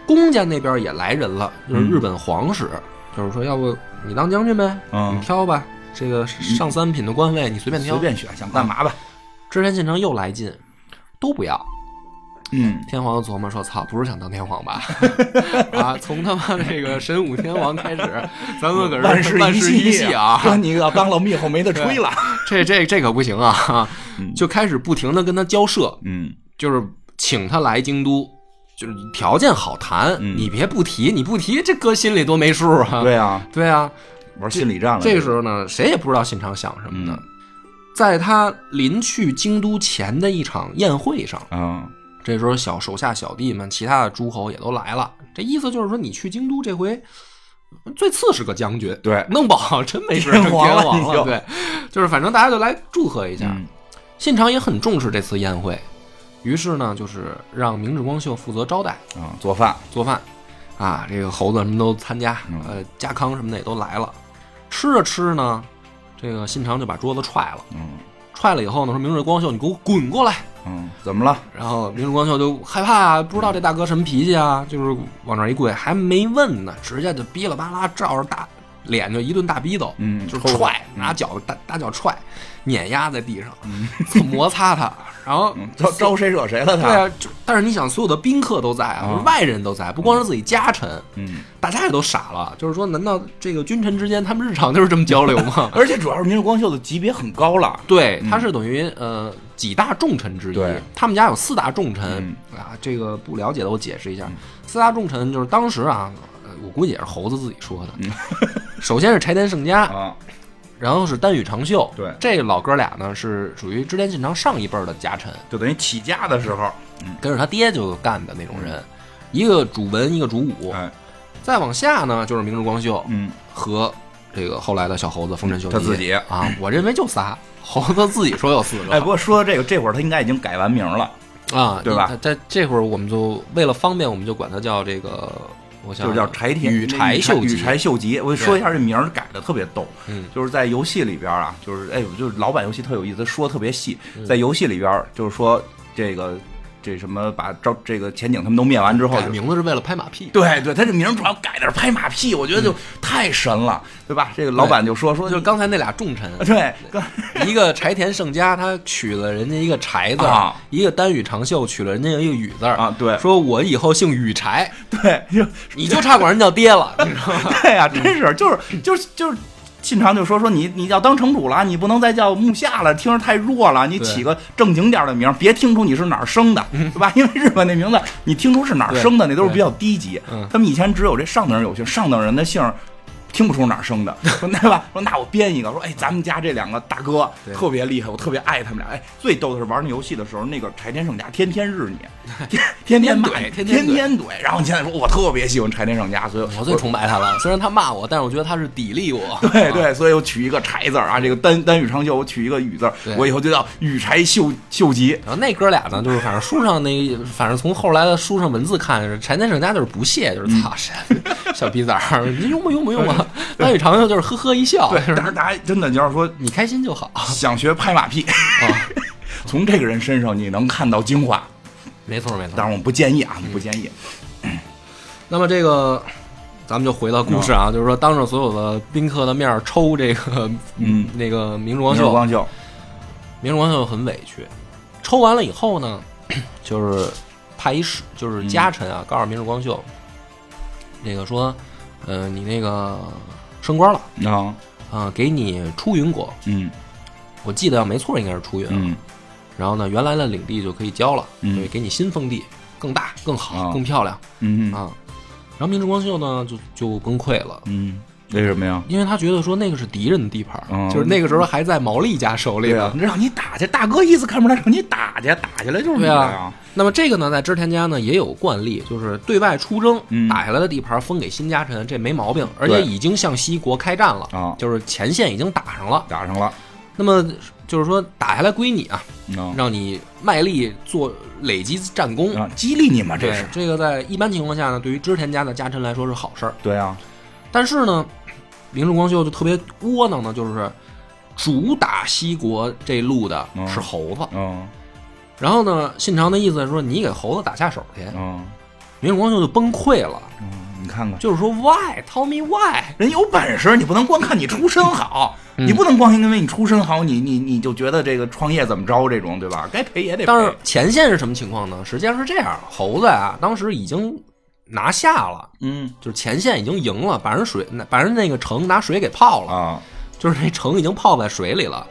[SPEAKER 1] 公家那边也来人了，就是
[SPEAKER 2] 嗯
[SPEAKER 1] 日本皇室，就是说要不你当将军呗，
[SPEAKER 2] 嗯
[SPEAKER 1] 你挑吧，这个上三品的官位你随便
[SPEAKER 2] 随
[SPEAKER 1] 挑。
[SPEAKER 2] 便选，想干嘛吧。
[SPEAKER 1] 织田信长又来劲，都不要。
[SPEAKER 2] 嗯，
[SPEAKER 1] 天皇琢磨说：“操，不是想当天皇吧？ 啊，从他妈这个神 武天皇开始，咱们可是
[SPEAKER 2] 万事
[SPEAKER 1] 万事一
[SPEAKER 2] 系
[SPEAKER 1] 系啊！
[SPEAKER 2] 说你要当了蜜后没得吹了。
[SPEAKER 1] 这这这可不行啊！就开始不停的跟他交涉，
[SPEAKER 2] 嗯
[SPEAKER 1] 就是请他来京都，就是条件好谈，
[SPEAKER 2] 嗯
[SPEAKER 1] 你别不提，你不提这搁心里多没数啊！
[SPEAKER 2] 对啊，
[SPEAKER 1] 对啊，
[SPEAKER 2] 玩心理战了。
[SPEAKER 1] 这
[SPEAKER 2] 个
[SPEAKER 1] 个时候呢，谁也不知道信长想什么呢
[SPEAKER 2] 嗯。
[SPEAKER 1] 在他临去京都前的一场宴会上，
[SPEAKER 2] 啊，
[SPEAKER 1] 这时候小手下小弟们，其他的诸侯也都来了。这意思就是说，你去京都这回最次是个将军，
[SPEAKER 2] 对，
[SPEAKER 1] 弄不好真没事
[SPEAKER 2] 天皇了
[SPEAKER 1] 王
[SPEAKER 2] 你就
[SPEAKER 1] 对，就是反正大家就来祝贺一下。
[SPEAKER 2] 嗯
[SPEAKER 1] 信长也很重视这次宴会，于是呢，就是让明智光秀负责招待
[SPEAKER 2] 啊，做饭，
[SPEAKER 1] 做饭，啊，这个猴子什么都参加，
[SPEAKER 2] 嗯
[SPEAKER 1] 呃，家康什么的也都来了。吃着吃着呢，这个信长就把桌子踹了，
[SPEAKER 2] 嗯
[SPEAKER 1] 踹了以后呢，说明智光秀，你给我滚过来。
[SPEAKER 2] 嗯，怎么了？
[SPEAKER 1] 然后明智光秀就害怕，不知道这大哥什么脾气啊，就是往那儿一跪，还没问呢，直接就哔啦吧啦照着大脸就一顿大逼斗，
[SPEAKER 2] 嗯
[SPEAKER 1] 就是
[SPEAKER 2] 抽
[SPEAKER 1] 踹，拿脚大大脚踹，碾压在地上，摩擦他，然后
[SPEAKER 2] 嗯招 招谁惹谁了
[SPEAKER 1] 对
[SPEAKER 2] 他？
[SPEAKER 1] 啊，就但是你想，所有的宾客都在啊，
[SPEAKER 2] 啊
[SPEAKER 1] 外人都在，不光是自己家臣，
[SPEAKER 2] 嗯，？
[SPEAKER 1] 大家也都傻了，就是说，难道这个君臣之间他们日常就是这么交流吗
[SPEAKER 2] 而且主要是明日光秀的级别很高了，
[SPEAKER 1] 对，他是等于呃几大重臣之一
[SPEAKER 2] 嗯对，
[SPEAKER 1] 他们家有四大重臣、
[SPEAKER 2] 嗯
[SPEAKER 1] 啊。这个不了解的我解释一下，四大重臣就是当时啊，呃我估计也是猴子自己说 的。 首先是柴田胜家，
[SPEAKER 2] 嗯啊，
[SPEAKER 1] 然后是丹羽长秀，
[SPEAKER 2] 对
[SPEAKER 1] 这老哥俩呢是属于织田信长上一辈儿的家臣，
[SPEAKER 2] 就等于起家的时候，
[SPEAKER 1] 跟着他爹就干的那种
[SPEAKER 2] 嗯
[SPEAKER 1] 人，一个主文，一个主武。
[SPEAKER 2] 哎，
[SPEAKER 1] 再往下呢，就是明治光秀
[SPEAKER 2] 嗯，
[SPEAKER 1] 和这个后来的小猴子丰臣秀吉
[SPEAKER 2] 他自己
[SPEAKER 1] 啊，我认为就仨。猴子自己说有四个，
[SPEAKER 2] 哎，不过说到这个，这会儿他应该已经改完名了，
[SPEAKER 1] 啊，
[SPEAKER 2] 对吧
[SPEAKER 1] 你他他这会儿我们就为了方便，我们就管他叫这个，我想
[SPEAKER 2] 就叫柴田
[SPEAKER 1] 羽柴秀吉
[SPEAKER 2] 羽柴秀吉。我说一下这名儿改的特别逗，
[SPEAKER 1] 嗯
[SPEAKER 2] 就是在游戏里边儿啊，就是哎，我就是老版游戏特有意思，说得特别细，在游戏里边儿就是说这个这什么把招这个前景他们都灭完之后
[SPEAKER 1] 改
[SPEAKER 2] 就。
[SPEAKER 1] 名字是为了拍马屁，
[SPEAKER 2] 对对，他这名儿主要改的是拍马屁，我觉得就太神了，嗯对吧？这个老板就说说
[SPEAKER 1] 就是
[SPEAKER 2] 就
[SPEAKER 1] 刚才那俩重臣，
[SPEAKER 2] 对，刚
[SPEAKER 1] 一个柴田胜家，他娶了人家一个柴字儿
[SPEAKER 2] 啊，
[SPEAKER 1] 一个丹羽长秀娶了人家一个羽字儿
[SPEAKER 2] 啊对
[SPEAKER 1] 说我以后姓羽柴，
[SPEAKER 2] 对就
[SPEAKER 1] 你就差管人叫爹了， 你知道吗？
[SPEAKER 2] 对呀、真是就是就是就是，信长就说说你你要当城主了，你不能再叫木下了，听着太弱了，你
[SPEAKER 1] 对嗯
[SPEAKER 2] 起个正经点儿的名儿，别听出你是哪儿生的，对吧？因为日本那名字你听出是哪儿生的，那都是比较低级
[SPEAKER 1] 嗯。
[SPEAKER 2] 他们以前只有这上等人有姓，上等人的姓儿。听不出哪儿 生的，说对吧？说那我编一个，说哎，咱们家这两个大哥
[SPEAKER 1] 对
[SPEAKER 2] 特别厉害，我特别爱他们俩。哎，最逗的是玩那游戏的时候，那个柴田胜家天天日你，天天天骂你
[SPEAKER 1] 天天怼
[SPEAKER 2] 天
[SPEAKER 1] 天天怼
[SPEAKER 2] 天怼。然后你现在说我特别喜欢柴田胜家，所以
[SPEAKER 1] 我最崇拜他了，虽然他骂我，但是我觉得他是砥砺我。
[SPEAKER 2] 对对，所以我取一个柴字儿啊，这个单单羽长袖，我取一个羽字儿，
[SPEAKER 1] 对
[SPEAKER 2] 我以后就叫羽柴秀秀吉。
[SPEAKER 1] 然后那哥俩呢，就是反正书上那，反正从后来的书上文字看，是柴田胜家就是不屑，
[SPEAKER 2] 嗯
[SPEAKER 1] 就是操神、 小逼崽儿，你用吧用吧用吧。丹羽长秀就是呵呵一笑，
[SPEAKER 2] 对
[SPEAKER 1] 就，
[SPEAKER 2] 啊
[SPEAKER 1] 是
[SPEAKER 2] 但是大家真的要是说
[SPEAKER 1] 你开心就 好哦啊。
[SPEAKER 2] 想学拍马屁， 从这个人身上你能看到精华，
[SPEAKER 1] 没错没错。
[SPEAKER 2] 但是我们不建议啊，不建议。
[SPEAKER 1] 那么这个，咱们就回到故事啊，就是说当着所有的宾客的面儿抽这个，
[SPEAKER 2] 嗯，
[SPEAKER 1] 那个明治
[SPEAKER 2] 明
[SPEAKER 1] 光
[SPEAKER 2] 日
[SPEAKER 1] 秀，
[SPEAKER 2] 光秀，
[SPEAKER 1] 明治光秀很委屈。抽完了以后呢， 就是派一使，就是家臣
[SPEAKER 2] 嗯
[SPEAKER 1] 啊，告诉明治光秀，那个说，呃，你那个升官了。
[SPEAKER 2] 啊，
[SPEAKER 1] 啊、给你出云国，
[SPEAKER 2] 嗯
[SPEAKER 1] 我记得要没错，应该是出云啊。
[SPEAKER 2] 嗯
[SPEAKER 1] 然后呢，原来的领地就可以交了，
[SPEAKER 2] 嗯
[SPEAKER 1] 所以给你新封地，更大、更好、
[SPEAKER 2] 啊
[SPEAKER 1] 更漂亮
[SPEAKER 2] 嗯
[SPEAKER 1] 啊。然后明治光秀呢，就就崩溃了。
[SPEAKER 2] 嗯，为什么呀？
[SPEAKER 1] 因为他觉得说那个是敌人的地盘儿，
[SPEAKER 2] 嗯
[SPEAKER 1] 就是那个时候还在毛利家手里
[SPEAKER 2] 对
[SPEAKER 1] 呢。
[SPEAKER 2] 啊，让你打去，大哥意思看不出来，让你打去，打下来就是你
[SPEAKER 1] 对
[SPEAKER 2] 的
[SPEAKER 1] 啊
[SPEAKER 2] 呀。，
[SPEAKER 1] 那么这个呢，在织田家呢也有惯例，就是对外出征，
[SPEAKER 2] 嗯
[SPEAKER 1] 打下来的地盘分给新家臣，这没毛病。而且
[SPEAKER 2] 对
[SPEAKER 1] 已经向西国开战了，
[SPEAKER 2] 啊
[SPEAKER 1] 就是前线已经打上了。
[SPEAKER 2] 打上了，
[SPEAKER 1] 那么就是说打下来归你啊，
[SPEAKER 2] 啊
[SPEAKER 1] 让你卖力做累积战功。
[SPEAKER 2] 啊，激励你嘛，这
[SPEAKER 1] 对
[SPEAKER 2] 是，
[SPEAKER 1] 这个在一般情况下呢，对于织田家的家臣来说是好事儿。
[SPEAKER 2] 对啊，
[SPEAKER 1] 但是呢，明治光秀就特别窝囊呢，就是主打西国这路的
[SPEAKER 2] 嗯
[SPEAKER 1] 是猴子。
[SPEAKER 2] 嗯
[SPEAKER 1] 然后呢，信长的意思是说，你给猴子打下手去，
[SPEAKER 2] 嗯
[SPEAKER 1] 明治光秀就崩溃了，
[SPEAKER 2] 嗯，你看看。
[SPEAKER 1] 就是说 why tell me why？
[SPEAKER 2] 人有本事，你不能光看你出身好，
[SPEAKER 1] 嗯
[SPEAKER 2] 你不能光因为你出身好，你你你就觉得这个创业怎么着这种，对吧？该赔也得赔。
[SPEAKER 1] 但是前线是什么情况呢？实际上是这样，猴子啊，当时已经拿下了，
[SPEAKER 2] 嗯
[SPEAKER 1] 就是前线已经赢了，把人水，把人那个城拿水给泡了。
[SPEAKER 2] 啊，
[SPEAKER 1] 就是那城已经泡在水里了，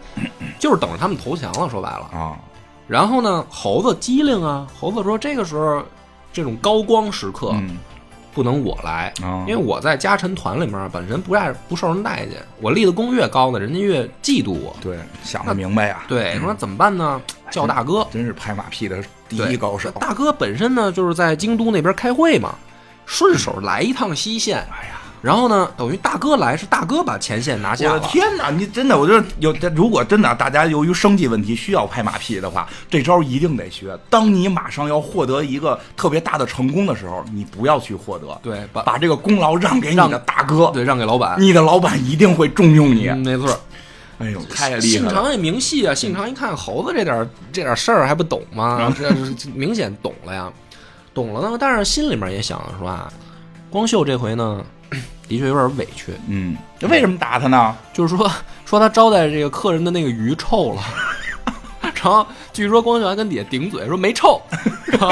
[SPEAKER 1] 就是等着他们投降了。说白了，
[SPEAKER 2] 啊，
[SPEAKER 1] 然后呢，猴子机灵啊，猴子说这个时候这种高光时刻
[SPEAKER 2] 嗯
[SPEAKER 1] 不能我来，
[SPEAKER 2] 啊
[SPEAKER 1] 因为我在家臣团里面本身不爱不受人待见，我立的功越高呢，人家越嫉妒我。
[SPEAKER 2] 对，想得明白呀，
[SPEAKER 1] 对，说怎么办呢？叫大哥，
[SPEAKER 2] 真是拍马屁的第
[SPEAKER 1] 对
[SPEAKER 2] 哎一高手。
[SPEAKER 1] 大哥本身呢就是在京都那边开会嘛，顺手来一趟西线。
[SPEAKER 2] 哎呀，
[SPEAKER 1] 然后呢，等于大哥来是大哥把前线拿下
[SPEAKER 2] 我的
[SPEAKER 1] 了。
[SPEAKER 2] 天哪！你真的，我觉得有，如果真的大家由于生计问题需要拍马屁的话，这招一定得学。当你马上要获得一个特别大的成功的时候，你不要去获得，
[SPEAKER 1] 对，把
[SPEAKER 2] 把这个功劳让给你
[SPEAKER 1] 让
[SPEAKER 2] 的大哥，
[SPEAKER 1] 对让给老板，
[SPEAKER 2] 你的老板一定会重用你。
[SPEAKER 1] 嗯没错。
[SPEAKER 2] 哎呦，太厉
[SPEAKER 1] 信
[SPEAKER 2] 害了！
[SPEAKER 1] 长也明细啊，信长一看猴子这点儿这点儿事儿还不懂
[SPEAKER 2] 啊
[SPEAKER 1] 吗？ 这这明显懂了呀，懂了呢，但是心里面也想说啊，光秀这回呢， 的确有点委屈，
[SPEAKER 2] 嗯，这为什么打他呢？
[SPEAKER 1] 就是说 说他招待这个客人的那个鱼臭了。 然后据说光秀还跟底下顶嘴说没臭，然后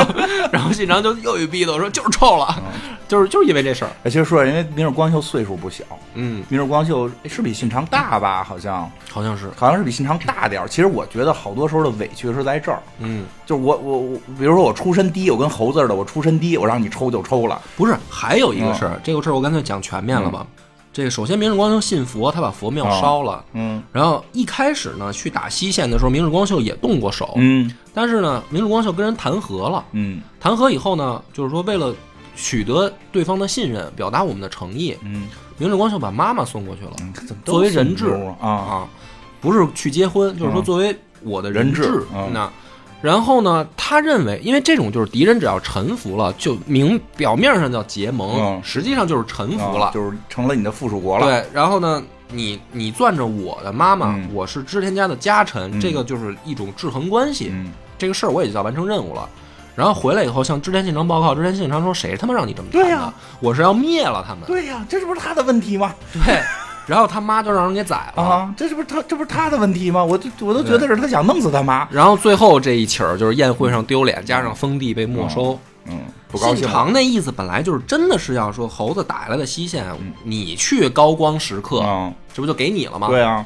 [SPEAKER 1] 然后信长就又一逼斗说就是臭了，就是就是因为这事儿，
[SPEAKER 2] 哎，其实说人家明日光秀岁数不小，
[SPEAKER 1] 嗯，
[SPEAKER 2] 明日光秀哎是比信长大吧？好像
[SPEAKER 1] 好像是，
[SPEAKER 2] 好像是比信长大点儿。其实我觉得好多时候的委屈是在这儿，
[SPEAKER 1] 嗯，
[SPEAKER 2] 就是我我我，比如说我出身低，我跟猴子似的，我出身低，我让你抽就抽了。
[SPEAKER 1] 不是，还有一个事儿，这个事儿我干脆讲全面了吧。这个首先，明日光秀信佛，他把佛庙烧了。
[SPEAKER 2] 嗯
[SPEAKER 1] 然后一开始呢，去打西线的时候，明日光秀也动过手，
[SPEAKER 2] 嗯
[SPEAKER 1] 但是呢，明日光秀跟人谈和了。
[SPEAKER 2] 嗯
[SPEAKER 1] 谈和以后呢，就是说为了取得对方的信任，表达我们的诚意，
[SPEAKER 2] 嗯，
[SPEAKER 1] 明日光秀把妈妈送过去了
[SPEAKER 2] 作
[SPEAKER 1] 作为人质
[SPEAKER 2] 啊，
[SPEAKER 1] 啊，不是去结婚，就是说
[SPEAKER 2] 嗯
[SPEAKER 1] 作为我的
[SPEAKER 2] 人质
[SPEAKER 1] 质
[SPEAKER 2] 嗯
[SPEAKER 1] 那。然后呢，他认为，因为这种就是敌人只要臣服了，就明表面上叫结盟
[SPEAKER 2] 嗯，
[SPEAKER 1] 实际上就是臣服了
[SPEAKER 2] 啊。就是成了你的附属国了。
[SPEAKER 1] 对，然后呢，你你攥着我的妈妈，
[SPEAKER 2] 嗯
[SPEAKER 1] 我是织田家的家臣，
[SPEAKER 2] 嗯
[SPEAKER 1] 这个就是一种制衡关系。
[SPEAKER 2] 嗯，
[SPEAKER 1] 这个事儿我也叫完成任务了。然后回来以后向织田信长报告，织田信长说：“谁他妈让你这么干的？
[SPEAKER 2] 对呀
[SPEAKER 1] 我是要灭了他们。
[SPEAKER 2] 对呀，这是不是他的问题吗？
[SPEAKER 1] 对”然后他妈就让人给宰了。
[SPEAKER 2] 啊，这是不是他这不是他的问题吗？我就我都觉得是他想弄死他妈。
[SPEAKER 1] 然后最后这一起儿就是宴会上丢脸，加上封地被没收。
[SPEAKER 2] 嗯，不高
[SPEAKER 1] 信
[SPEAKER 2] 兴了。
[SPEAKER 1] 长那意思本来就是真的是要说猴子打下来的西线，你去高光时刻，
[SPEAKER 2] 嗯，
[SPEAKER 1] 这不就给你了吗？
[SPEAKER 2] 对啊，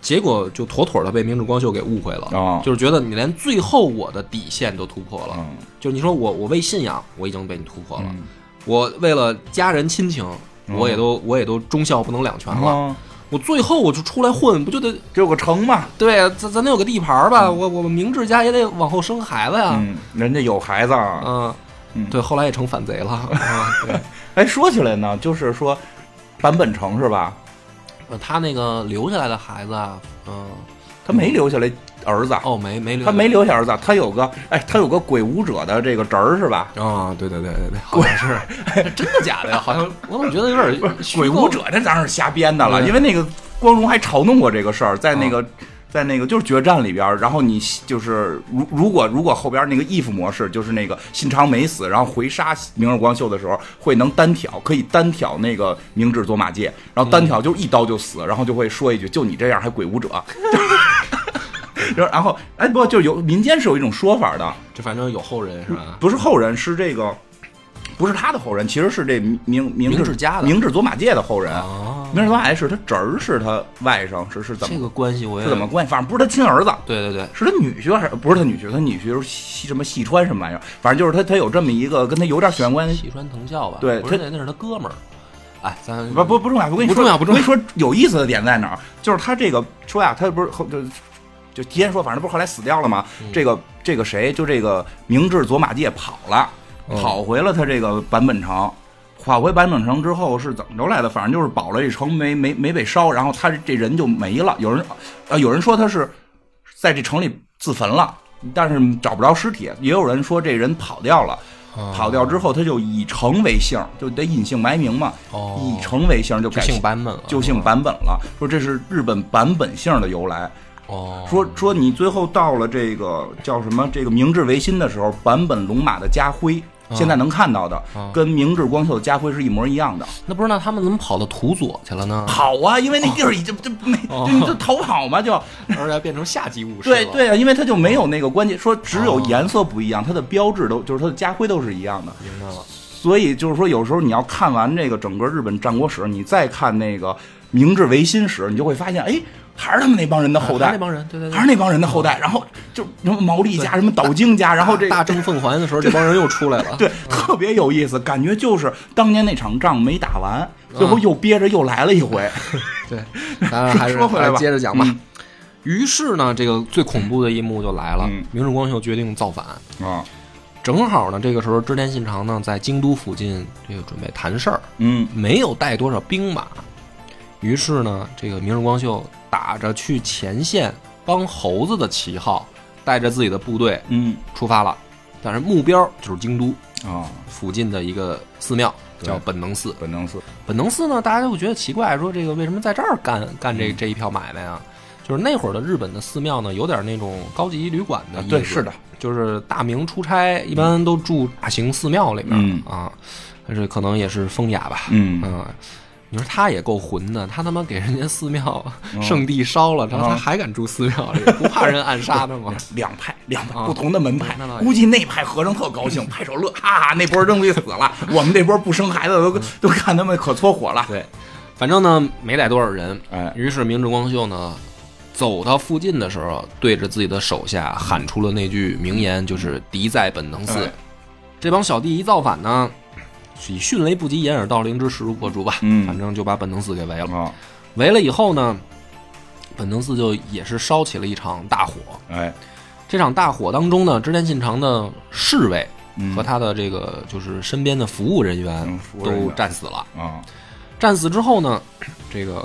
[SPEAKER 1] 结果就妥妥的被明治光秀给误会了，
[SPEAKER 2] 哦
[SPEAKER 1] 就是觉得你连最后我的底线都突破了，
[SPEAKER 2] 嗯
[SPEAKER 1] 就是你说我我为信仰我已经被你突破了，
[SPEAKER 2] 嗯
[SPEAKER 1] 我为了家人亲情我也都、我也都忠孝不能两全了，
[SPEAKER 2] 啊，
[SPEAKER 1] 我最后我就出来混不就得
[SPEAKER 2] 这有个城嘛。
[SPEAKER 1] 对啊咱咱得有个地盘儿吧，我我们明治家也得往后生孩子呀，
[SPEAKER 2] 嗯，人家有孩子啊。
[SPEAKER 1] 嗯
[SPEAKER 2] 嗯
[SPEAKER 1] 对，后来也成反贼 了，啊、对，
[SPEAKER 2] 哎，说起来呢，就是说坂本城是吧？
[SPEAKER 1] 呃他那个留下来的孩子啊，嗯，
[SPEAKER 2] 他没留下来儿子，
[SPEAKER 1] 哦没没留
[SPEAKER 2] 他没留下儿子，他有个哎，他有个鬼舞者的这个侄儿是吧？
[SPEAKER 1] 啊、对对对对对，好像 是真的假的呀？好像我怎么觉得有点
[SPEAKER 2] 不是
[SPEAKER 1] 虚
[SPEAKER 2] 鬼
[SPEAKER 1] 构
[SPEAKER 2] 舞者这当然是瞎编的了，
[SPEAKER 1] 对啊
[SPEAKER 2] 因为那个光荣还嘲弄过这个事儿，在那个。在那个就是决战里边儿，然后你就是如如果如果后边那个 if 模式，就是那个信长没死，然后回杀明日光秀的时候，会能单挑，可以单挑那个明智佐马介，然后单
[SPEAKER 1] 嗯
[SPEAKER 2] 挑就一刀就死，然后就会说一句就你这样还鬼舞者， 然后然后哎不就有民间是有一种说法的，
[SPEAKER 1] 这反正有后人是吧？
[SPEAKER 2] 不是后人，是这个，不是他的后人，其实是这明明明
[SPEAKER 1] 明治家的
[SPEAKER 2] 明治佐马介的后人。
[SPEAKER 1] 啊，
[SPEAKER 2] 明治佐马介是他侄儿，是他外甥，是嗯是怎
[SPEAKER 1] 这
[SPEAKER 2] 么
[SPEAKER 1] 个关系我也
[SPEAKER 2] 是怎么关系？反正不是他亲儿子，
[SPEAKER 1] 对对对，
[SPEAKER 2] 是他女婿还是不是他女婿？他女婿是西什么细川什么玩意儿？反正就是他他有这么一个跟他有点血缘关系。
[SPEAKER 1] 西川藤孝吧？
[SPEAKER 2] 对
[SPEAKER 1] 不是
[SPEAKER 2] 他
[SPEAKER 1] 那那是他哥们儿。哎，咱
[SPEAKER 2] 不不不重要，我跟你
[SPEAKER 1] 不
[SPEAKER 2] 说
[SPEAKER 1] 重要不重要
[SPEAKER 2] 我跟你说有意思的点在哪儿？就是他这个说呀，他不是后就就提前说，反正不是后来死掉了吗？
[SPEAKER 1] 嗯
[SPEAKER 2] 这个这个谁就这个明治佐马介跑了，
[SPEAKER 1] 嗯
[SPEAKER 2] 跑回了他这个坂本城。跑回坂本城之后是怎么着来的？反正就是保了这城没没没被烧，然后他这人就没了。有人呃有人说他是在这城里自焚了，但是找不着尸体；也有人说这人跑掉了。
[SPEAKER 1] 哦
[SPEAKER 2] 跑掉之后，他就以城为姓，就得隐姓埋名嘛。
[SPEAKER 1] 哦
[SPEAKER 2] 以城为姓就
[SPEAKER 1] 就
[SPEAKER 2] 改
[SPEAKER 1] 姓啊版本了，
[SPEAKER 2] 就姓版本了。说这是日本版本姓的由来。
[SPEAKER 1] 哦，
[SPEAKER 2] 说说你最后到了这个叫什么这个明治维新的时候，版本龙马的家徽，现在能看到的，跟明治光秀的家徽是一模一样的。
[SPEAKER 1] 那不是那他们怎么跑到土佐去了呢？
[SPEAKER 2] 跑啊，因为那地儿已经就没，就你就逃跑嘛， 就
[SPEAKER 1] 而且变成下级武士
[SPEAKER 2] 对
[SPEAKER 1] 了，
[SPEAKER 2] 对啊，因为它就没有那个关键，说只有颜色不一样，它的标志都就是它的家徽都是一样的。
[SPEAKER 1] 明白了。
[SPEAKER 2] 所以就是说，有时候你要看完这个整个日本战国史，你再看那个明治维新史，你就会发现，哎，还是他们那帮人的后代
[SPEAKER 1] 那，帮人，对对对，
[SPEAKER 2] 啊还是那帮人的后代。然后就什么毛利家、什么岛津家，然后这
[SPEAKER 1] 大正奉还的时候，这帮人又出来了。
[SPEAKER 2] 对，特别有意思，感觉就是当年那场仗没打完，最后又憋着又来了一回。
[SPEAKER 1] 对，当然还是
[SPEAKER 2] 说回来吧
[SPEAKER 1] 还是接着讲吧。
[SPEAKER 2] 嗯
[SPEAKER 1] 于是呢，这个最恐怖的一幕就来了，
[SPEAKER 2] 嗯
[SPEAKER 1] 明治光秀决定造反。
[SPEAKER 2] 啊，
[SPEAKER 1] 正好呢，这个时候织田信长呢在京都附近这个准备谈事儿，
[SPEAKER 2] 嗯
[SPEAKER 1] 没有带多少兵马，于是呢，这个明日光秀打着去前线帮猴子的旗号，带着自己的部队
[SPEAKER 2] 嗯
[SPEAKER 1] 出发了，但是目标就是京都
[SPEAKER 2] 啊，
[SPEAKER 1] 附近的一个寺庙，叫本能寺。
[SPEAKER 2] 本能寺
[SPEAKER 1] 本能寺呢，大家就会觉得奇怪，说这个为什么在这儿干干
[SPEAKER 2] 嗯
[SPEAKER 1] 这这一票买卖啊？就是那会儿的日本的寺庙呢，有点那种高级旅馆的
[SPEAKER 2] 啊
[SPEAKER 1] 意，思，
[SPEAKER 2] 对，是的，
[SPEAKER 1] 就是大明出差一般都住大型寺庙里面、
[SPEAKER 2] 嗯
[SPEAKER 1] 啊，但是可能也是风雅吧，
[SPEAKER 2] 嗯
[SPEAKER 1] 嗯，你说他也够混的，他他妈给人家寺庙
[SPEAKER 2] 哦
[SPEAKER 1] 圣地烧了，然后他还敢住寺庙里，不怕人暗杀他 吗？
[SPEAKER 2] 两派，两派
[SPEAKER 1] 啊
[SPEAKER 2] 不同的门派
[SPEAKER 1] 那倒，也
[SPEAKER 2] 估计嗯那派和尚特高兴，拍手乐，哈哈，那波扔里死了，我们这波不生孩子的都都看他们可搓火了。
[SPEAKER 1] 对，反正呢没带多少人，
[SPEAKER 2] 哎，
[SPEAKER 1] 于是明智光秀呢走到附近的时候，对着自己的手下喊出了那句名言，就是“敌在本能寺
[SPEAKER 2] 哎”。
[SPEAKER 1] 这帮小弟一造反呢，以迅雷不及掩耳盗铃之势如破竹吧，
[SPEAKER 2] 嗯
[SPEAKER 1] 反正就把本能寺给围了。
[SPEAKER 2] 啊，
[SPEAKER 1] 围了以后呢，本能寺就也是烧起了一场大火。
[SPEAKER 2] 哎，
[SPEAKER 1] 这场大火当中呢，织田信长的侍卫
[SPEAKER 2] 嗯
[SPEAKER 1] 和他的这个就是身边的服务人
[SPEAKER 2] 嗯
[SPEAKER 1] 员
[SPEAKER 2] 服务人员
[SPEAKER 1] 都战死了。
[SPEAKER 2] 啊
[SPEAKER 1] 战死之后呢，这个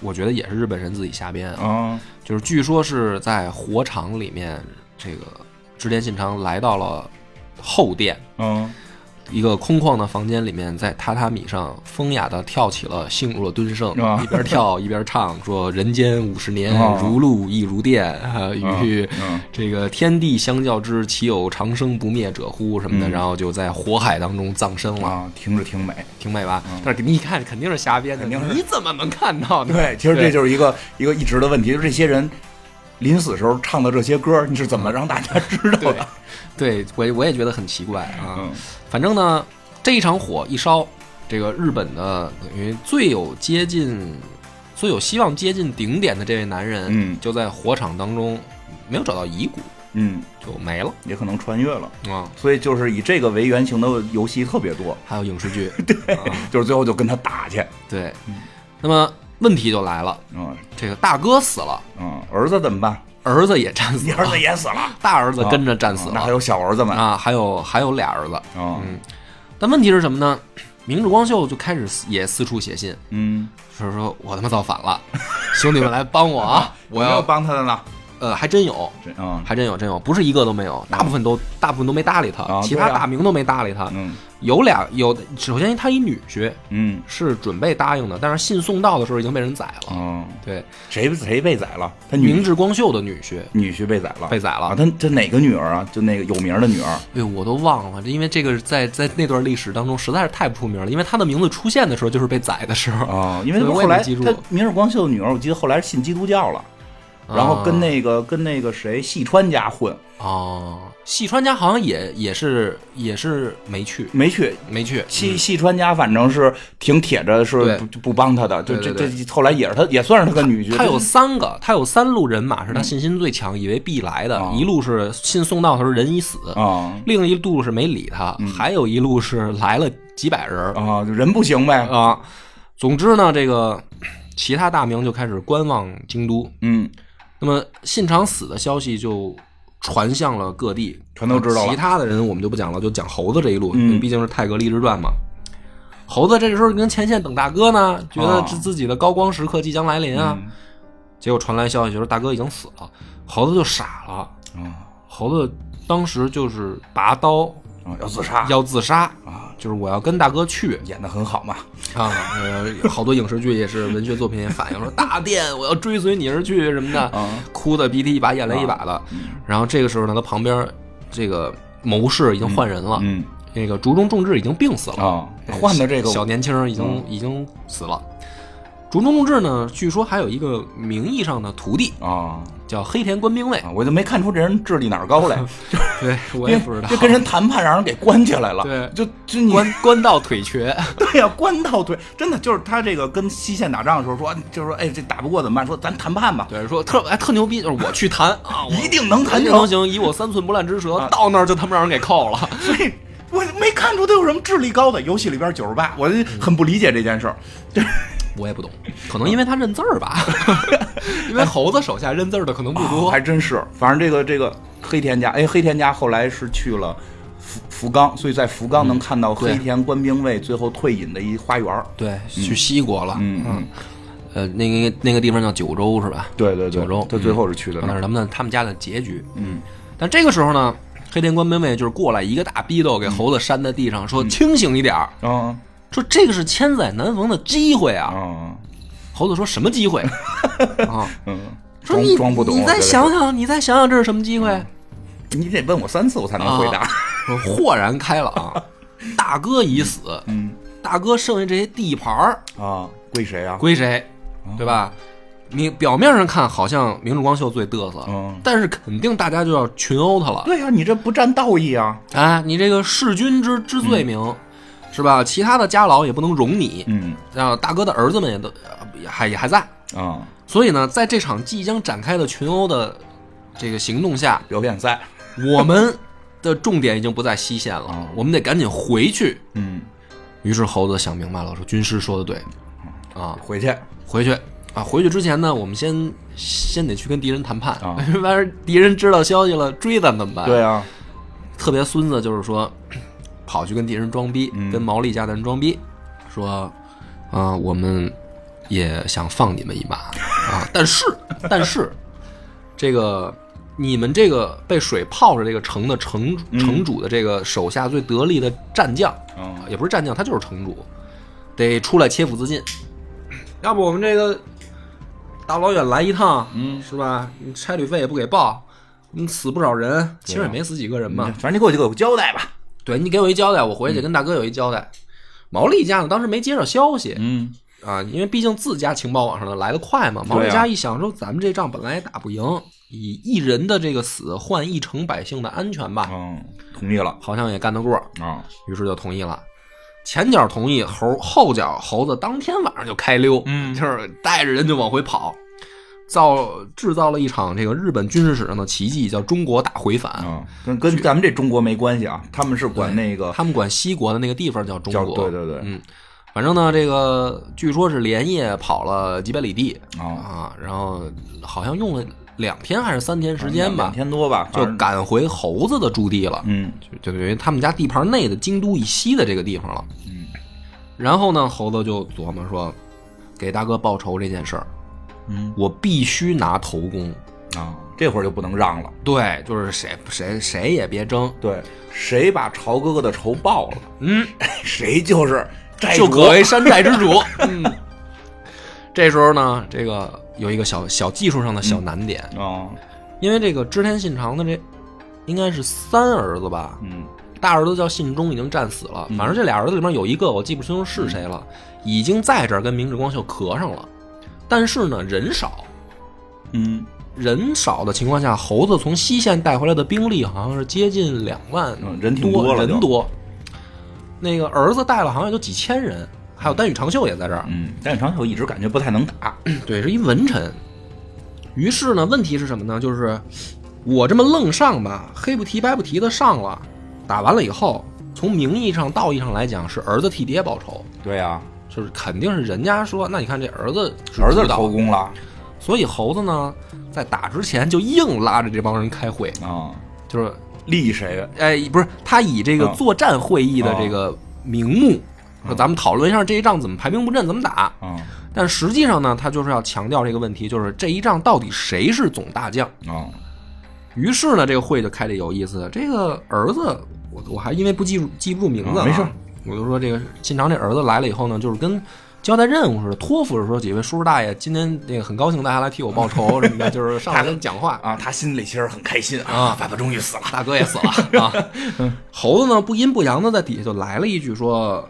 [SPEAKER 1] 我觉得也是日本人自己瞎编啊，
[SPEAKER 2] 啊，
[SPEAKER 1] 就是据说是在火场里面，这个织田信长来到了后殿
[SPEAKER 2] 嗯，
[SPEAKER 1] 一个空旷的房间里面，在榻榻米上风雅的跳起了《性若敦盛
[SPEAKER 2] 啊》，
[SPEAKER 1] 一边跳一边唱，说“人间五十年
[SPEAKER 2] 啊，
[SPEAKER 1] 如露亦如电，啊与
[SPEAKER 2] 嗯
[SPEAKER 1] 这个天地相较之，岂有长生不灭者乎”什么的，
[SPEAKER 2] 嗯
[SPEAKER 1] 然后就在火海当中葬身了，
[SPEAKER 2] 啊，听着挺美。
[SPEAKER 1] 挺美吧？但是你一看肯定是瞎编的，
[SPEAKER 2] 肯定是
[SPEAKER 1] 你怎么能看到呢？
[SPEAKER 2] 对，其实这就是一个一个一直的问题，就是这些人临死时候唱的这些歌，你是怎么让大家知道的？
[SPEAKER 1] 对我我也觉得很奇怪啊。
[SPEAKER 2] 嗯
[SPEAKER 1] 反正呢，这一场火一烧，这个日本的等于最有接近、最有希望接近顶点的这位男人，
[SPEAKER 2] 嗯
[SPEAKER 1] 就在火场当中没有找到遗骨，
[SPEAKER 2] 嗯，
[SPEAKER 1] 就没了
[SPEAKER 2] 也可能穿越了，
[SPEAKER 1] 啊。
[SPEAKER 2] 所以就是以这个为原型的游戏特别多，
[SPEAKER 1] 还有影视剧，对、
[SPEAKER 2] 就是最后就跟他打去，
[SPEAKER 1] 啊对。那么问题就来了，
[SPEAKER 2] 嗯
[SPEAKER 1] 这个大哥死了，
[SPEAKER 2] 嗯，儿子怎么办？
[SPEAKER 1] 儿子也战死
[SPEAKER 2] 你儿
[SPEAKER 1] 了，
[SPEAKER 2] 子也死了，
[SPEAKER 1] 大儿子跟着战死了
[SPEAKER 2] 哦啊那还有小儿子们
[SPEAKER 1] 啊，还有还有俩儿子。
[SPEAKER 2] 啊，
[SPEAKER 1] 嗯但问题是什么呢？明治光秀就开始也四处写信，
[SPEAKER 2] 嗯，
[SPEAKER 1] 就是说我他妈造反了，兄弟们来帮我 啊！我
[SPEAKER 2] 有没有
[SPEAKER 1] 要
[SPEAKER 2] 帮他的呢，
[SPEAKER 1] 呃，还真有，
[SPEAKER 2] 这啊，
[SPEAKER 1] 还真有，真有，不是一个都没有，大部分都大部分都没搭理
[SPEAKER 2] 啊
[SPEAKER 1] 他，
[SPEAKER 2] 对
[SPEAKER 1] 其他
[SPEAKER 2] 啊
[SPEAKER 1] 大名都没搭理他。
[SPEAKER 2] 嗯
[SPEAKER 1] 有俩有的，首先他一女婿
[SPEAKER 2] 嗯
[SPEAKER 1] 是准备答应的，但是信送到的时候已经被人宰了。
[SPEAKER 2] 啊，
[SPEAKER 1] 对，
[SPEAKER 2] 谁谁被宰了？他
[SPEAKER 1] 明
[SPEAKER 2] 女
[SPEAKER 1] 治光秀的女婿
[SPEAKER 2] 女婿被宰了，
[SPEAKER 1] 被宰
[SPEAKER 2] 啊，
[SPEAKER 1] 了，
[SPEAKER 2] 他他哪个女儿啊？就那个有名儿的女儿，
[SPEAKER 1] 哎呦，我都忘了，因为这个在在那段历史当中实在是太不出名了，因为他的名字出现的时候就是被宰的时候，
[SPEAKER 2] 哦，因为他
[SPEAKER 1] 所以我
[SPEAKER 2] 后
[SPEAKER 1] 也没
[SPEAKER 2] 来
[SPEAKER 1] 记住
[SPEAKER 2] 他明日光秀的女儿，我记得后来是信基督教了，
[SPEAKER 1] 啊
[SPEAKER 2] 然后跟那个、跟那个谁细川家混，
[SPEAKER 1] 哦，细川家好像也也是也是没去
[SPEAKER 2] 没去。
[SPEAKER 1] 没去，
[SPEAKER 2] 细细川家反正是挺铁着，是
[SPEAKER 1] 嗯对
[SPEAKER 2] 不不帮他的，就
[SPEAKER 1] 对
[SPEAKER 2] 这
[SPEAKER 1] 对
[SPEAKER 2] 这后来也是他也算是他个女婿，
[SPEAKER 1] 他有
[SPEAKER 2] 这
[SPEAKER 1] 三个，他有三路人马是他信心最强，以为必来的
[SPEAKER 2] 啊。
[SPEAKER 1] 一路是信送到的时候人已死，
[SPEAKER 2] 啊
[SPEAKER 1] 另一路是没理他，还有一路是来了几百人儿
[SPEAKER 2] 啊就人不行呗，
[SPEAKER 1] 啊。总之呢，这个其他大名就开始观望京都。
[SPEAKER 2] 嗯，
[SPEAKER 1] 那么信长死的消息就传向了各地，
[SPEAKER 2] 全都知道
[SPEAKER 1] 其
[SPEAKER 2] 了，
[SPEAKER 1] 他的人我们就不讲了，就讲猴子这一路，
[SPEAKER 2] 嗯
[SPEAKER 1] 因为毕竟是泰格立志传嘛。猴子这时候跟前线等大哥呢，觉得
[SPEAKER 2] 啊
[SPEAKER 1] 自自己的高光时刻即将来临啊。
[SPEAKER 2] 嗯
[SPEAKER 1] 结果传来消息，就是大哥已经死了，猴子就傻了。
[SPEAKER 2] 啊
[SPEAKER 1] 猴子当时就是拔刀
[SPEAKER 2] 啊要自杀
[SPEAKER 1] 要自杀，
[SPEAKER 2] 啊，
[SPEAKER 1] 就是我要跟大哥去
[SPEAKER 2] 演的很好嘛，
[SPEAKER 1] 啊。呃，好多影视剧也是，文学作品也反映说大殿我要追随你而去什么的，
[SPEAKER 2] 啊
[SPEAKER 1] 哭的鼻涕一把眼泪一把的。然后这个时候呢，他旁边这个谋士已经换人了，
[SPEAKER 2] 嗯
[SPEAKER 1] 那啊个竹中重治已经病死了，嗯
[SPEAKER 2] 啊换的这个
[SPEAKER 1] 小年轻已经、已经死了。竹中重治呢，据说还有一个名义上的徒弟
[SPEAKER 2] 啊
[SPEAKER 1] 叫黑田官兵卫。
[SPEAKER 2] 啊！我就没看出这人智力哪儿高来，
[SPEAKER 1] 对， 我也
[SPEAKER 2] 因为
[SPEAKER 1] 不知道。
[SPEAKER 2] 这跟人谈判让人给关起来了，
[SPEAKER 1] 对
[SPEAKER 2] 就就你
[SPEAKER 1] 关关到腿瘸，
[SPEAKER 2] 对呀、关到腿，真的就是他这个跟西线打仗的时候说，就是说，哎，这打不过怎么办？说咱谈判吧，
[SPEAKER 1] 对，说特哎特牛逼，就是我去谈啊，我
[SPEAKER 2] 一定能谈
[SPEAKER 1] 肯定
[SPEAKER 2] 成
[SPEAKER 1] 能。行，以我三寸不烂之舌，到那儿就他妈让人给扣了。
[SPEAKER 2] 所以我没看出他有什么智力高的。游戏里边九十八，我就很不理解这件事儿。
[SPEAKER 1] 我也不懂，可能因为他认字儿吧， 因为猴子手下认字儿的可能不多。
[SPEAKER 2] 哦还真是，反正这个这个黑田家，哎，黑田家后来是去了福福冈，所以在福冈能看到
[SPEAKER 1] 对
[SPEAKER 2] 黑田官兵卫最后退隐的一花园儿。
[SPEAKER 1] 对，去西国了，
[SPEAKER 2] 嗯嗯，
[SPEAKER 1] 呃，那个那个地方叫九州是吧？
[SPEAKER 2] 对对对
[SPEAKER 1] 九州，嗯
[SPEAKER 2] 他最后是去的
[SPEAKER 1] 那
[SPEAKER 2] 那
[SPEAKER 1] 是
[SPEAKER 2] 儿。
[SPEAKER 1] 他们的他们家的结局。
[SPEAKER 2] 嗯，
[SPEAKER 1] 但这个时候呢，黑田官兵卫就是过来一个大逼斗，给猴子扇在地上，
[SPEAKER 2] 嗯
[SPEAKER 1] 说清醒一点儿，
[SPEAKER 2] 啊
[SPEAKER 1] 说这个是千载难逢的机会
[SPEAKER 2] 啊
[SPEAKER 1] 啊。
[SPEAKER 2] 啊
[SPEAKER 1] 猴子说什么机会啊？
[SPEAKER 2] 嗯，
[SPEAKER 1] 说
[SPEAKER 2] 装
[SPEAKER 1] 你
[SPEAKER 2] 装不懂，
[SPEAKER 1] 你
[SPEAKER 2] 我觉
[SPEAKER 1] 再
[SPEAKER 2] 得是嗯
[SPEAKER 1] 想，想，你再想想这是什么机会？
[SPEAKER 2] 你得问我三次我才能回
[SPEAKER 1] 啊
[SPEAKER 2] 答。
[SPEAKER 1] 我豁然开朗，大哥已死，
[SPEAKER 2] 嗯
[SPEAKER 1] 大哥剩下这些地盘儿
[SPEAKER 2] 啊，归谁啊？
[SPEAKER 1] 归谁，对吧？明表面上看好像明治光秀最嘚瑟，
[SPEAKER 2] 嗯
[SPEAKER 1] 但是肯定大家就要群殴他了。
[SPEAKER 2] 对呀、啊你这不占道义啊。
[SPEAKER 1] 哎，你这个弑君之之罪名，是吧？其他的家老也不能容你，
[SPEAKER 2] 嗯
[SPEAKER 1] 然后大哥的儿子们也都呃也还也还在，
[SPEAKER 2] 啊，
[SPEAKER 1] 所以呢，在这场即将展开的群殴的这个行动下，
[SPEAKER 2] 表演赛。
[SPEAKER 1] 我 们的重点已经不在西线了
[SPEAKER 2] 哦，
[SPEAKER 1] 我们得赶紧回去。
[SPEAKER 2] 嗯，
[SPEAKER 1] 于是猴子想明白了，说军师说的对，啊，
[SPEAKER 2] 回去。
[SPEAKER 1] 回去啊，回去之前呢，我们先先得去跟敌人谈判
[SPEAKER 2] 啊，
[SPEAKER 1] 万一敌人知道消息了，追咱怎么办？
[SPEAKER 2] 对啊，
[SPEAKER 1] 特别孙子就是说，跑去跟敌人装逼，
[SPEAKER 2] 嗯
[SPEAKER 1] 跟毛利家的人装逼，说啊、我们也想放你们一马啊， 但是但是这个你们这个被水泡着这个城的城城主的这个手下最得力的战将，
[SPEAKER 2] 嗯
[SPEAKER 1] 也不是战将，他就是城主，得出来切腹自尽， 要不我们这个大老远来一趟，
[SPEAKER 2] 嗯
[SPEAKER 1] 是吧？你差旅费也不给报。你死不少人，其实也没死几个人嘛。
[SPEAKER 2] 反正你给我就给我交代吧。
[SPEAKER 1] 对你给我一交代，我回
[SPEAKER 2] 嗯
[SPEAKER 1] 去跟大哥有一交代。毛利家呢，当时没接着消息
[SPEAKER 2] 嗯
[SPEAKER 1] 啊，因为毕竟自家情报网上的来得快嘛。毛
[SPEAKER 2] 啊
[SPEAKER 1] 利家一想说，咱们这仗本来也打不赢，以一人的这个死换一城百姓的安全吧，
[SPEAKER 2] 嗯，同意了
[SPEAKER 1] 好像也干得过，
[SPEAKER 2] 啊。
[SPEAKER 1] 于是就同意了。前脚同意，猴后脚猴子当天晚上就开溜，
[SPEAKER 2] 嗯
[SPEAKER 1] 就是带着人就往回跑，造制造了一场这个日本军事史上的奇迹，叫中国大回返。
[SPEAKER 2] 嗯，跟跟咱们这中国没关系啊，他们是管那个
[SPEAKER 1] 他们管西国的那个地方叫中
[SPEAKER 2] 叫
[SPEAKER 1] 国，
[SPEAKER 2] 对对对，
[SPEAKER 1] 嗯，反正呢，这个据说是连夜跑了几百里地
[SPEAKER 2] 啊，
[SPEAKER 1] 啊，然后好像用了两天还是三天时间
[SPEAKER 2] 两
[SPEAKER 1] 吧，
[SPEAKER 2] 天多吧，
[SPEAKER 1] 就
[SPEAKER 2] 反正
[SPEAKER 1] 赶回猴子的驻地了，
[SPEAKER 2] 嗯
[SPEAKER 1] 就就等于他们家地盘内的京都以西的这个地方了。
[SPEAKER 2] 嗯，
[SPEAKER 1] 然后呢，猴子就琢磨说，给大哥报仇这件事儿，
[SPEAKER 2] 嗯
[SPEAKER 1] 我必须拿头功。
[SPEAKER 2] 啊，这会儿就不能让了。
[SPEAKER 1] 对，就是谁谁谁也别争，
[SPEAKER 2] 对，谁把朝哥哥的仇报了，哎
[SPEAKER 1] 嗯，
[SPEAKER 2] 谁就是债
[SPEAKER 1] 就
[SPEAKER 2] 主
[SPEAKER 1] 可为山寨之主。嗯， 这时候呢，这个有一个小小技术上的小难点，
[SPEAKER 2] 啊，
[SPEAKER 1] 因为这个织田信长的这应该是三儿子吧，
[SPEAKER 2] 嗯
[SPEAKER 1] 大儿子叫信忠，已经战死了。反正这俩儿子里面有一个我记不清楚是谁了，已经在这儿跟明治光秀磕上了。但是呢，人少，
[SPEAKER 2] 嗯
[SPEAKER 1] 人少的情况下，猴子从西线带回来的兵力好像是接近两万，
[SPEAKER 2] 嗯人挺
[SPEAKER 1] 多
[SPEAKER 2] 多了就
[SPEAKER 1] 人多。那个儿子带了好像也就几千人，还有丹羽长秀也在这儿。
[SPEAKER 2] 嗯，但是长久一直感觉不太能打，
[SPEAKER 1] 对，是一文臣。于是呢，问题是什么呢？就是我这么愣上吧，黑不提白不提的上了，打完了以后，从名义上、道义上来讲，是儿子替爹报仇，
[SPEAKER 2] 对啊呀，
[SPEAKER 1] 就是肯定是人家说，那你看这儿子是
[SPEAKER 2] 儿子
[SPEAKER 1] 主导
[SPEAKER 2] 偷工了
[SPEAKER 1] 所以猴子呢，在打之前就硬拉着这帮人开会，
[SPEAKER 2] 啊，
[SPEAKER 1] 就是
[SPEAKER 2] 立谁
[SPEAKER 1] 哎，不是他以这个
[SPEAKER 2] 嗯
[SPEAKER 1] 作战会议的这个名目，说咱们讨论一下这一仗怎么排兵布阵，怎么打。
[SPEAKER 2] 啊
[SPEAKER 1] 但实际上呢，他就是要强调这个问题，就是这一仗到底谁是总大将。
[SPEAKER 2] 啊，
[SPEAKER 1] 于是呢，这个会就开的有意思。这个儿子，我我还因为不记住记不住名字、
[SPEAKER 2] 啊没事，
[SPEAKER 1] 我就说这个信长这儿子来了以后呢，就是跟交代任务似的，托付着说几位叔叔大爷，今天那个很高兴大家来替我报仇什么的，就是上来跟讲 话。
[SPEAKER 2] 啊，他心里其实很开心
[SPEAKER 1] 啊
[SPEAKER 2] 爸爸终于死了。
[SPEAKER 1] 大哥也死了 啊。猴子呢不阴不阳的在底下就来了一句说：“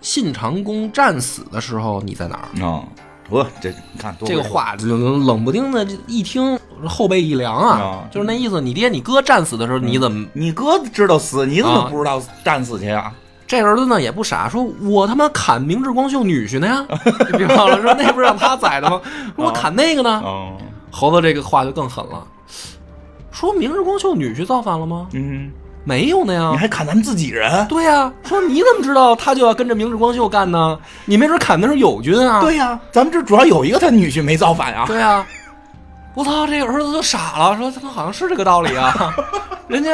[SPEAKER 1] 信长公战死的时候你在哪儿
[SPEAKER 2] 啊，？”不，这你看多
[SPEAKER 1] 这个
[SPEAKER 2] 会
[SPEAKER 1] 话冷冷不丁的，这一听后背一凉啊
[SPEAKER 2] 啊，嗯
[SPEAKER 1] 就是那意思。你爹你哥战死的时候，你怎么
[SPEAKER 2] 你哥知道死，你怎
[SPEAKER 1] 啊
[SPEAKER 2] 么不知道战死去啊？
[SPEAKER 1] 这儿子呢也不傻，说我他妈砍明治光秀女婿呢 呀，你别忘了，说那不是让他宰的吗？
[SPEAKER 2] 啊
[SPEAKER 1] 说我砍那个呢。
[SPEAKER 2] 哦，
[SPEAKER 1] 猴子这个话就更狠了，说明治光秀女婿造反了吗？
[SPEAKER 2] 嗯，
[SPEAKER 1] 没有呢
[SPEAKER 2] 你
[SPEAKER 1] 呀。
[SPEAKER 2] 还砍咱们自己人？
[SPEAKER 1] 对呀、说你怎么知道他就要跟着明治光秀干呢？你没准砍的是友军啊。
[SPEAKER 2] 对呀、咱们这主要有一个他女婿没造反啊。
[SPEAKER 1] 对呀、我操，这个儿子就傻了，说他妈好像是这个道理啊，人家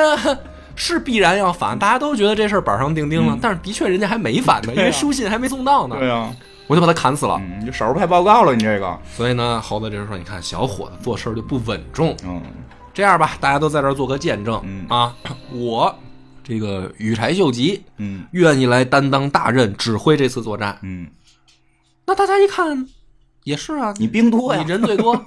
[SPEAKER 1] 是必然要反，大家都觉得这事儿板上钉钉了，但是的确人家还没反呢，因
[SPEAKER 2] 嗯对
[SPEAKER 1] 为
[SPEAKER 2] 啊
[SPEAKER 1] 书信还没送到呢，
[SPEAKER 2] 呀、
[SPEAKER 1] 我就把他砍死了。
[SPEAKER 2] 嗯，你这少数派报告了，你这个，
[SPEAKER 1] 所以呢，猴子这时候说，你看小伙子做事儿就不稳重，
[SPEAKER 2] 嗯
[SPEAKER 1] 这样吧，大家都在这儿做个见证、
[SPEAKER 2] 嗯
[SPEAKER 1] 啊，我这个羽柴秀吉
[SPEAKER 2] 嗯
[SPEAKER 1] 愿意来担当大任，指挥这次作战。
[SPEAKER 2] 嗯，
[SPEAKER 1] 那大家一看，也是啊，
[SPEAKER 2] 你兵多呀
[SPEAKER 1] 你，人最 多，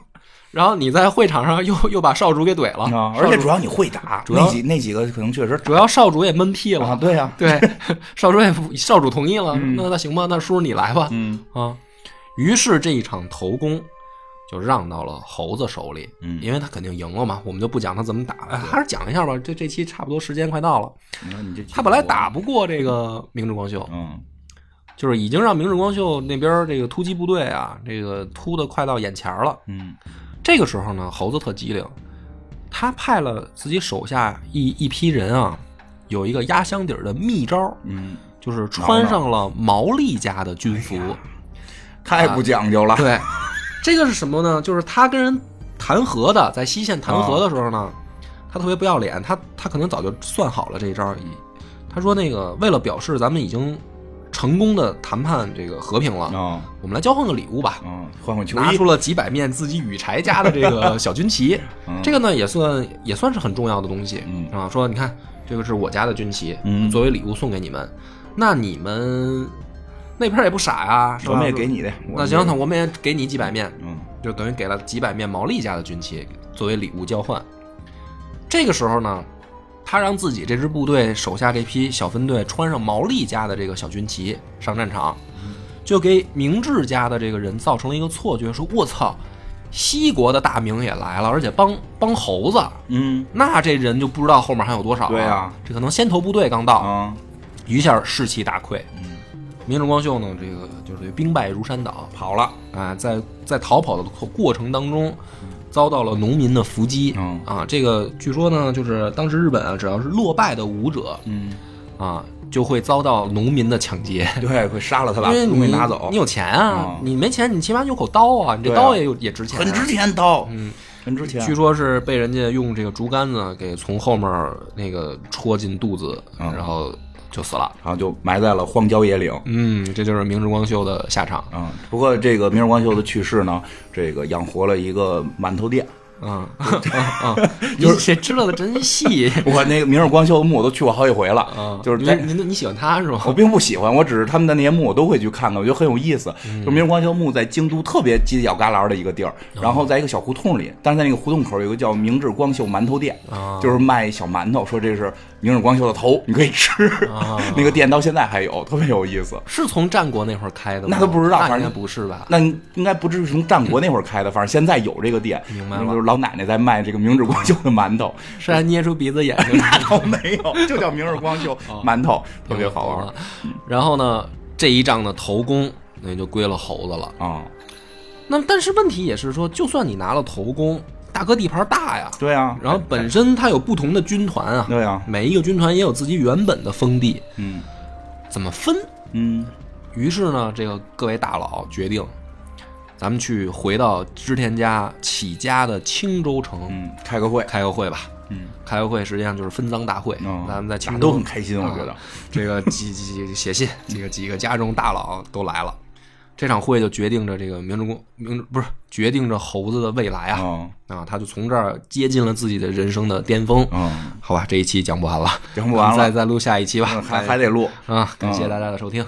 [SPEAKER 1] 然后你在会场上又又把少主给怼了，
[SPEAKER 2] 啊，
[SPEAKER 1] 少
[SPEAKER 2] 而且
[SPEAKER 1] 主
[SPEAKER 2] 主要你会打，
[SPEAKER 1] 主要
[SPEAKER 2] 那几那几个可能确实
[SPEAKER 1] 主要少主也闷屁
[SPEAKER 2] 啊，
[SPEAKER 1] 了，
[SPEAKER 2] 对呀、
[SPEAKER 1] 对， 少主也不少主同意了，
[SPEAKER 2] 嗯
[SPEAKER 1] 那那行吧，那叔叔你来吧，
[SPEAKER 2] 嗯
[SPEAKER 1] 啊，于是这一场头功就让到了猴子手里，
[SPEAKER 2] 嗯
[SPEAKER 1] 因为他肯定赢了嘛，我们就不讲他怎么打，哎还是讲一下吧，这这期差不多时间快到了，
[SPEAKER 2] 你看你这
[SPEAKER 1] 他本来打，不过这个明治光秀，
[SPEAKER 2] 嗯
[SPEAKER 1] 就是已经让明治光秀那边儿这个突击部队啊，这个突的快到眼前儿了。
[SPEAKER 2] 嗯
[SPEAKER 1] 这个时候呢，猴子特机灵，他派了自己手下一一批人啊，有一个压箱底儿的秘招，
[SPEAKER 2] 嗯，
[SPEAKER 1] 就是穿上了毛利家的军服。
[SPEAKER 2] 太不讲究了，
[SPEAKER 1] 对，这个是什么呢？就是他跟人谈和的，在西线谈和的时候呢，他特别不要脸，他他可能早就算好了这一招。他说那个为了表示咱们已经成功的谈判这个和平了，
[SPEAKER 2] 啊
[SPEAKER 1] 我们来交换个礼物吧。
[SPEAKER 2] 啊，换换球
[SPEAKER 1] 拿
[SPEAKER 2] 衣
[SPEAKER 1] 出，了几百面自己羽柴家的这个小军旗，
[SPEAKER 2] 嗯
[SPEAKER 1] 这个呢也算也算是很重要的东西，
[SPEAKER 2] 嗯
[SPEAKER 1] 啊，说你看这个是我家的军旗，
[SPEAKER 2] 嗯
[SPEAKER 1] 作为礼物送给你们，那你们那边也不傻呀、是吧
[SPEAKER 2] 我们也给你的，我
[SPEAKER 1] 那
[SPEAKER 2] 们
[SPEAKER 1] 行，
[SPEAKER 2] 也
[SPEAKER 1] 那我们也给你几百面，
[SPEAKER 2] 嗯
[SPEAKER 1] 就等于给了几百面毛利家的军旗作为礼物交换。这个时候呢，他让自己这支部队手下这批小分队穿上毛利家的这个小军旗上战场，就给明治家的这个人造成了一个错觉，说我操，西国的大名也来了，而且帮帮猴子，
[SPEAKER 2] 嗯
[SPEAKER 1] 那这人就不知道后面还有多少了。
[SPEAKER 2] 对啊
[SPEAKER 1] 这可能先头部队刚到，
[SPEAKER 2] 啊
[SPEAKER 1] 一下士气大溃。
[SPEAKER 2] 嗯，
[SPEAKER 1] 明治光秀呢，这个就是兵败如山倒，
[SPEAKER 2] 跑了，
[SPEAKER 1] 啊，在在逃跑的过过程当中，遭到了农民的伏击。
[SPEAKER 2] 嗯
[SPEAKER 1] 啊，这个据说呢，就是当时日本啊，只要是落败的武者
[SPEAKER 2] 嗯，
[SPEAKER 1] 啊，就会遭到农民的抢劫，
[SPEAKER 2] 对，会杀了他
[SPEAKER 1] 因
[SPEAKER 2] 把
[SPEAKER 1] 为
[SPEAKER 2] 东
[SPEAKER 1] 你
[SPEAKER 2] 西拿走
[SPEAKER 1] 你，有钱啊
[SPEAKER 2] 啊，
[SPEAKER 1] 你没钱，你起码有口刀啊，你这
[SPEAKER 2] 对啊
[SPEAKER 1] 刀也有也值钱啊，
[SPEAKER 2] 很值钱刀，
[SPEAKER 1] 嗯，
[SPEAKER 2] 很值钱，
[SPEAKER 1] 据说是被人家用这个竹竿子给从后面那个戳进肚子，
[SPEAKER 2] 嗯
[SPEAKER 1] 然后就死了。
[SPEAKER 2] 然后就埋在了荒郊野岭。
[SPEAKER 1] 嗯，这就是明治光秀的下场。
[SPEAKER 2] 嗯，不过这个明日光秀的去世呢，这个养活了一个馒头店。
[SPEAKER 1] 嗯嗯嗯，你这知道的真细。
[SPEAKER 2] 我那个明日光秀的墓我都去过好几回了，
[SPEAKER 1] 啊，
[SPEAKER 2] 就是在哦
[SPEAKER 1] 您您你喜欢他是吗？
[SPEAKER 2] 我并不喜欢，我只是他们的那些墓我都会去看看，我觉得很有意思。
[SPEAKER 1] 嗯
[SPEAKER 2] 就明日光秀墓在京都特别犄角旮旯的一个地儿，
[SPEAKER 1] 哦
[SPEAKER 2] 然后在一个小胡同里，但是在那个胡同口有一个叫明治光秀馒头店，
[SPEAKER 1] 啊
[SPEAKER 2] 就是卖小馒头，说这是明日光秀的头，你可以吃。
[SPEAKER 1] 啊
[SPEAKER 2] 那个店到现在还有，特别有意思。
[SPEAKER 1] 是从战国那会儿开的吗？
[SPEAKER 2] 那都不知道
[SPEAKER 1] 那应
[SPEAKER 2] 反
[SPEAKER 1] 该
[SPEAKER 2] 正
[SPEAKER 1] 不是吧？
[SPEAKER 2] 那应该不至于从战国那会儿开的，反正现在有这个店，
[SPEAKER 1] 明白了
[SPEAKER 2] 就是老奶奶在卖这个明治光秀的馒头，
[SPEAKER 1] 是还捏出鼻子眼睛
[SPEAKER 2] 那倒没有，就叫明治光秀
[SPEAKER 1] 哦
[SPEAKER 2] 馒头， 特别好玩
[SPEAKER 1] 啊。 然后呢，这一仗的头功那就归了猴子了。
[SPEAKER 2] 啊！
[SPEAKER 1] 那但是问题也是说，就算你拿了头功，大哥地盘大呀，
[SPEAKER 2] 对啊，
[SPEAKER 1] 然后本身它有不同的军团啊，
[SPEAKER 2] 对啊，
[SPEAKER 1] 每一个军团也有自己原本的封地，
[SPEAKER 2] 嗯
[SPEAKER 1] 怎么分？
[SPEAKER 2] 嗯
[SPEAKER 1] 于是呢，这个各位大佬决定，咱们去回到织田家起家的青州城
[SPEAKER 2] 嗯，开个会，
[SPEAKER 1] 开个会吧。
[SPEAKER 2] 嗯，
[SPEAKER 1] 开个会实际上就是分赃大会，
[SPEAKER 2] 嗯
[SPEAKER 1] 咱们在
[SPEAKER 2] 大
[SPEAKER 1] 青
[SPEAKER 2] 家
[SPEAKER 1] 州
[SPEAKER 2] 都很开心，我
[SPEAKER 1] 啊
[SPEAKER 2] 觉得，
[SPEAKER 1] 这个几几几写 信，几个几个家中大佬都来了。这场会就决定着这个明治公明不是决定着猴子的未来啊
[SPEAKER 2] 嗯
[SPEAKER 1] 啊！他就从这儿接近了自己的人生的巅峰。
[SPEAKER 2] 嗯，
[SPEAKER 1] 好吧，这一期讲不完了，
[SPEAKER 2] 讲不完
[SPEAKER 1] 咱们
[SPEAKER 2] 了，嗯
[SPEAKER 1] 再再录下一期吧，哎
[SPEAKER 2] 还还得录，嗯
[SPEAKER 1] 啊！感谢大家的收听，